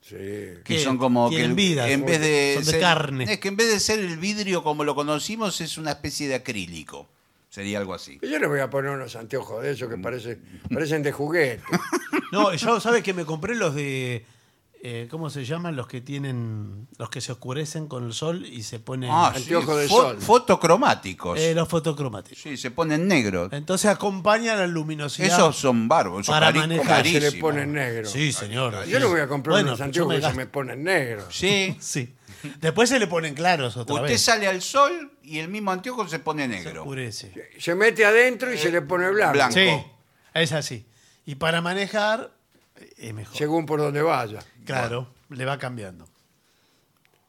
Speaker 1: Sí.
Speaker 3: que
Speaker 2: Que
Speaker 3: son como que
Speaker 2: tienen
Speaker 3: el-
Speaker 2: vida,
Speaker 3: en
Speaker 2: son-
Speaker 3: vez de,
Speaker 2: son de
Speaker 3: ser-
Speaker 2: carne.
Speaker 3: Es que en vez de ser el vidrio como lo conocimos es una especie de acrílico. Sería algo así.
Speaker 1: Yo le voy a poner unos anteojos de esos que parece- parecen de juguete.
Speaker 2: No, yo sabes que me compré los de. eh, ¿Cómo se llaman? Los que tienen. Los que se oscurecen con el sol y se ponen.
Speaker 3: Ah,
Speaker 1: anteojos de
Speaker 3: fo-
Speaker 1: sol.
Speaker 3: Fotocromáticos.
Speaker 2: eh, los fotocromáticos.
Speaker 3: Sí, se ponen negros.
Speaker 2: Entonces acompaña la luminosidad.
Speaker 3: Esos son bárbaros. son
Speaker 2: ah. Para
Speaker 3: cari-
Speaker 2: manejar.
Speaker 1: se
Speaker 3: carísimos.
Speaker 1: le ponen negro.
Speaker 2: Sí, señor.
Speaker 1: Yo le voy a comprar
Speaker 2: Bueno,
Speaker 1: unos
Speaker 2: pero yo
Speaker 1: anteojos
Speaker 2: me
Speaker 1: que se
Speaker 2: gasto.
Speaker 1: me ponen negros.
Speaker 3: Sí.
Speaker 2: Sí. Después se le ponen claros otra
Speaker 3: Usted
Speaker 2: vez.
Speaker 3: sale al sol y el mismo anteojo se pone
Speaker 2: Se
Speaker 3: negro.
Speaker 2: oscurece.
Speaker 1: Se mete adentro y se le pone blanco.
Speaker 3: blanco.
Speaker 2: Sí, es así. Y para manejar eh, es mejor.
Speaker 1: Según por donde vaya.
Speaker 2: Claro, le va cambiando.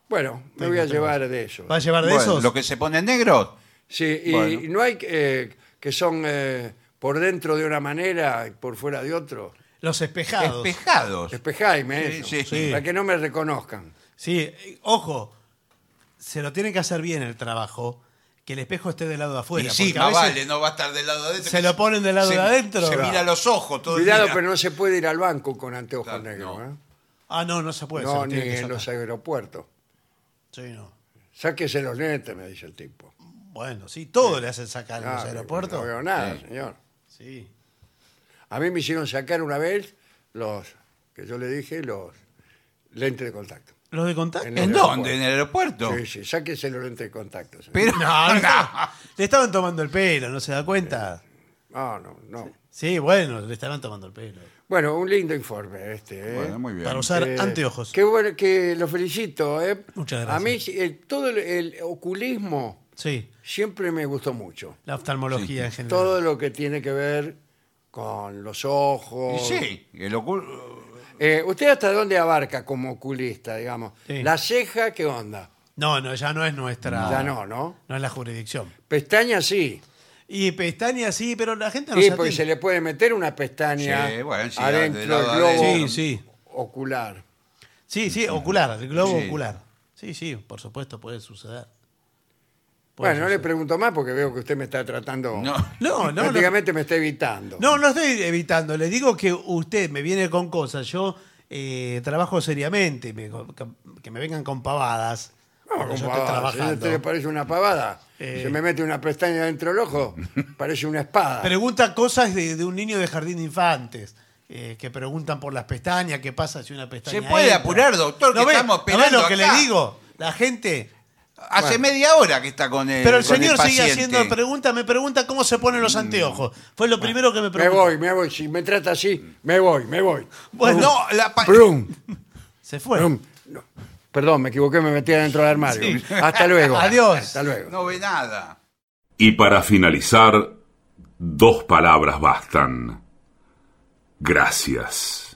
Speaker 1: Bueno, me voy a llevar de esos.
Speaker 2: ¿Va a llevar de
Speaker 3: Bueno,
Speaker 2: esos?
Speaker 3: Lo que se pone negro,
Speaker 1: Sí, y
Speaker 3: Bueno.
Speaker 1: y no hay eh, que son eh, por dentro de una manera y por fuera de otro.
Speaker 2: Los espejados.
Speaker 3: espejados.
Speaker 1: Espejadme
Speaker 3: Sí,
Speaker 1: eso,
Speaker 3: sí.
Speaker 2: Sí.
Speaker 1: para que no me reconozcan.
Speaker 2: Sí, eh, ojo, se lo tiene que hacer bien el trabajo, que el espejo esté del lado de
Speaker 3: Y
Speaker 2: afuera.
Speaker 3: sí,
Speaker 2: porque a
Speaker 3: más
Speaker 2: veces
Speaker 3: vale, no va a estar del lado de adentro.
Speaker 2: Se lo ponen del lado
Speaker 3: Se-
Speaker 2: de adentro.
Speaker 3: Se mira los ojos todo el
Speaker 1: Cuidado,
Speaker 3: día.
Speaker 1: pero no se puede ir al banco con anteojos
Speaker 3: Claro,
Speaker 1: negros.
Speaker 3: no.
Speaker 1: ¿eh?
Speaker 2: Ah, no, no se puede. se
Speaker 1: No,
Speaker 2: lo
Speaker 1: ni
Speaker 2: tiene que
Speaker 1: en los
Speaker 2: sacar.
Speaker 1: aeropuertos.
Speaker 2: Sí, no.
Speaker 1: Sáquese los lentes, me dice el tipo.
Speaker 2: Bueno, sí, todo le hacen sacar en
Speaker 1: Ah,
Speaker 2: los aeropuertos.
Speaker 1: No veo nada,
Speaker 3: Sí.
Speaker 1: señor.
Speaker 2: Sí.
Speaker 1: A mí me hicieron sacar una vez los, que yo le dije, los lentes de contacto.
Speaker 2: ¿Los de Eh, contacto?
Speaker 1: En
Speaker 3: ¿En
Speaker 1: el
Speaker 3: dónde?
Speaker 1: aeropuerto.
Speaker 3: ¿En el aeropuerto?
Speaker 1: Sí, sí, sáquese los lentes de contacto. señor.
Speaker 3: Pero
Speaker 2: No, no. Le estaban tomando el pelo, ¿no se da cuenta?
Speaker 1: Eh. No, no, no.
Speaker 2: Sí, bueno, le estaban tomando el pelo.
Speaker 1: Bueno, un lindo informe este. ¿eh?
Speaker 3: Bueno, muy bien.
Speaker 2: Para usar
Speaker 1: Eh,
Speaker 2: anteojos.
Speaker 1: Qué bueno, que lo felicito. ¿eh?
Speaker 2: Muchas
Speaker 1: A mí eh, todo el, el oculismo
Speaker 2: Sí,
Speaker 1: siempre me gustó mucho.
Speaker 2: la oftalmología en general.
Speaker 1: Todo lo que tiene que ver con los
Speaker 3: Y
Speaker 1: ojos.
Speaker 3: Sí, el ocul-
Speaker 1: Eh, ¿Usted hasta dónde abarca como oculista, digamos?
Speaker 2: Sí. Ah.
Speaker 1: La ceja, ¿qué onda?
Speaker 2: No, no, ya no es nuestra.
Speaker 1: Ya no, ¿no?
Speaker 2: No es la jurisdicción.
Speaker 1: Pestaña sí.
Speaker 2: Y pestañas sí, pero la gente no
Speaker 1: Sí,
Speaker 2: se
Speaker 1: porque
Speaker 2: atiende.
Speaker 1: se le puede meter una pestaña
Speaker 3: Sí, bueno, sí, de
Speaker 1: adentro del
Speaker 3: lado a
Speaker 1: globo
Speaker 3: adentro.
Speaker 2: Sí, sí.
Speaker 1: ocular.
Speaker 2: Sí, sí, ocular, el globo
Speaker 3: Sí.
Speaker 2: ocular. Sí, sí, por supuesto, puede suceder. Por
Speaker 1: Bueno, no
Speaker 2: eso
Speaker 1: le
Speaker 2: sí.
Speaker 1: pregunto más porque veo que usted me está tratando.
Speaker 3: No.
Speaker 2: No, no, no.
Speaker 1: prácticamente me está evitando.
Speaker 2: No, no estoy evitando. Le digo que usted me viene con cosas. Yo eh, trabajo seriamente. me- que me vengan con pavadas.
Speaker 1: Vamos,
Speaker 2: porque yo
Speaker 1: compadre, si
Speaker 2: estoy
Speaker 1: a
Speaker 2: trabajando.
Speaker 1: usted le parece una pavada,
Speaker 2: Eh.
Speaker 1: se me mete una pestaña dentro del ojo, parece una espada.
Speaker 2: Pregunta cosas de, de un niño de jardín de infantes. eh, que preguntan por las pestañas, qué pasa si una pestaña.
Speaker 3: Se puede
Speaker 2: entra.
Speaker 3: apurar, doctor, que estamos
Speaker 2: ¿No ve
Speaker 3: esperando
Speaker 2: lo que
Speaker 3: acá?
Speaker 2: le digo? La gente.
Speaker 3: Hace
Speaker 1: Bueno.
Speaker 3: media hora que está Eh, con Mm. él.
Speaker 2: Pero el señor sigue haciendo preguntas, me pregunta cómo se ponen los anteojos. Fue lo primero que me
Speaker 1: me
Speaker 2: preguntó.
Speaker 1: voy, me voy. Si me trata así, me voy, me voy.
Speaker 2: Bueno,
Speaker 3: No, la pa-
Speaker 1: Brum,
Speaker 2: se fue.
Speaker 1: brum. No. Perdón, me equivoqué, me metí dentro del armario.
Speaker 2: Sí.
Speaker 1: Hasta luego.
Speaker 2: Adiós.
Speaker 1: Hasta luego.
Speaker 3: no ve nada.
Speaker 4: Y para finalizar, dos palabras bastan. Gracias.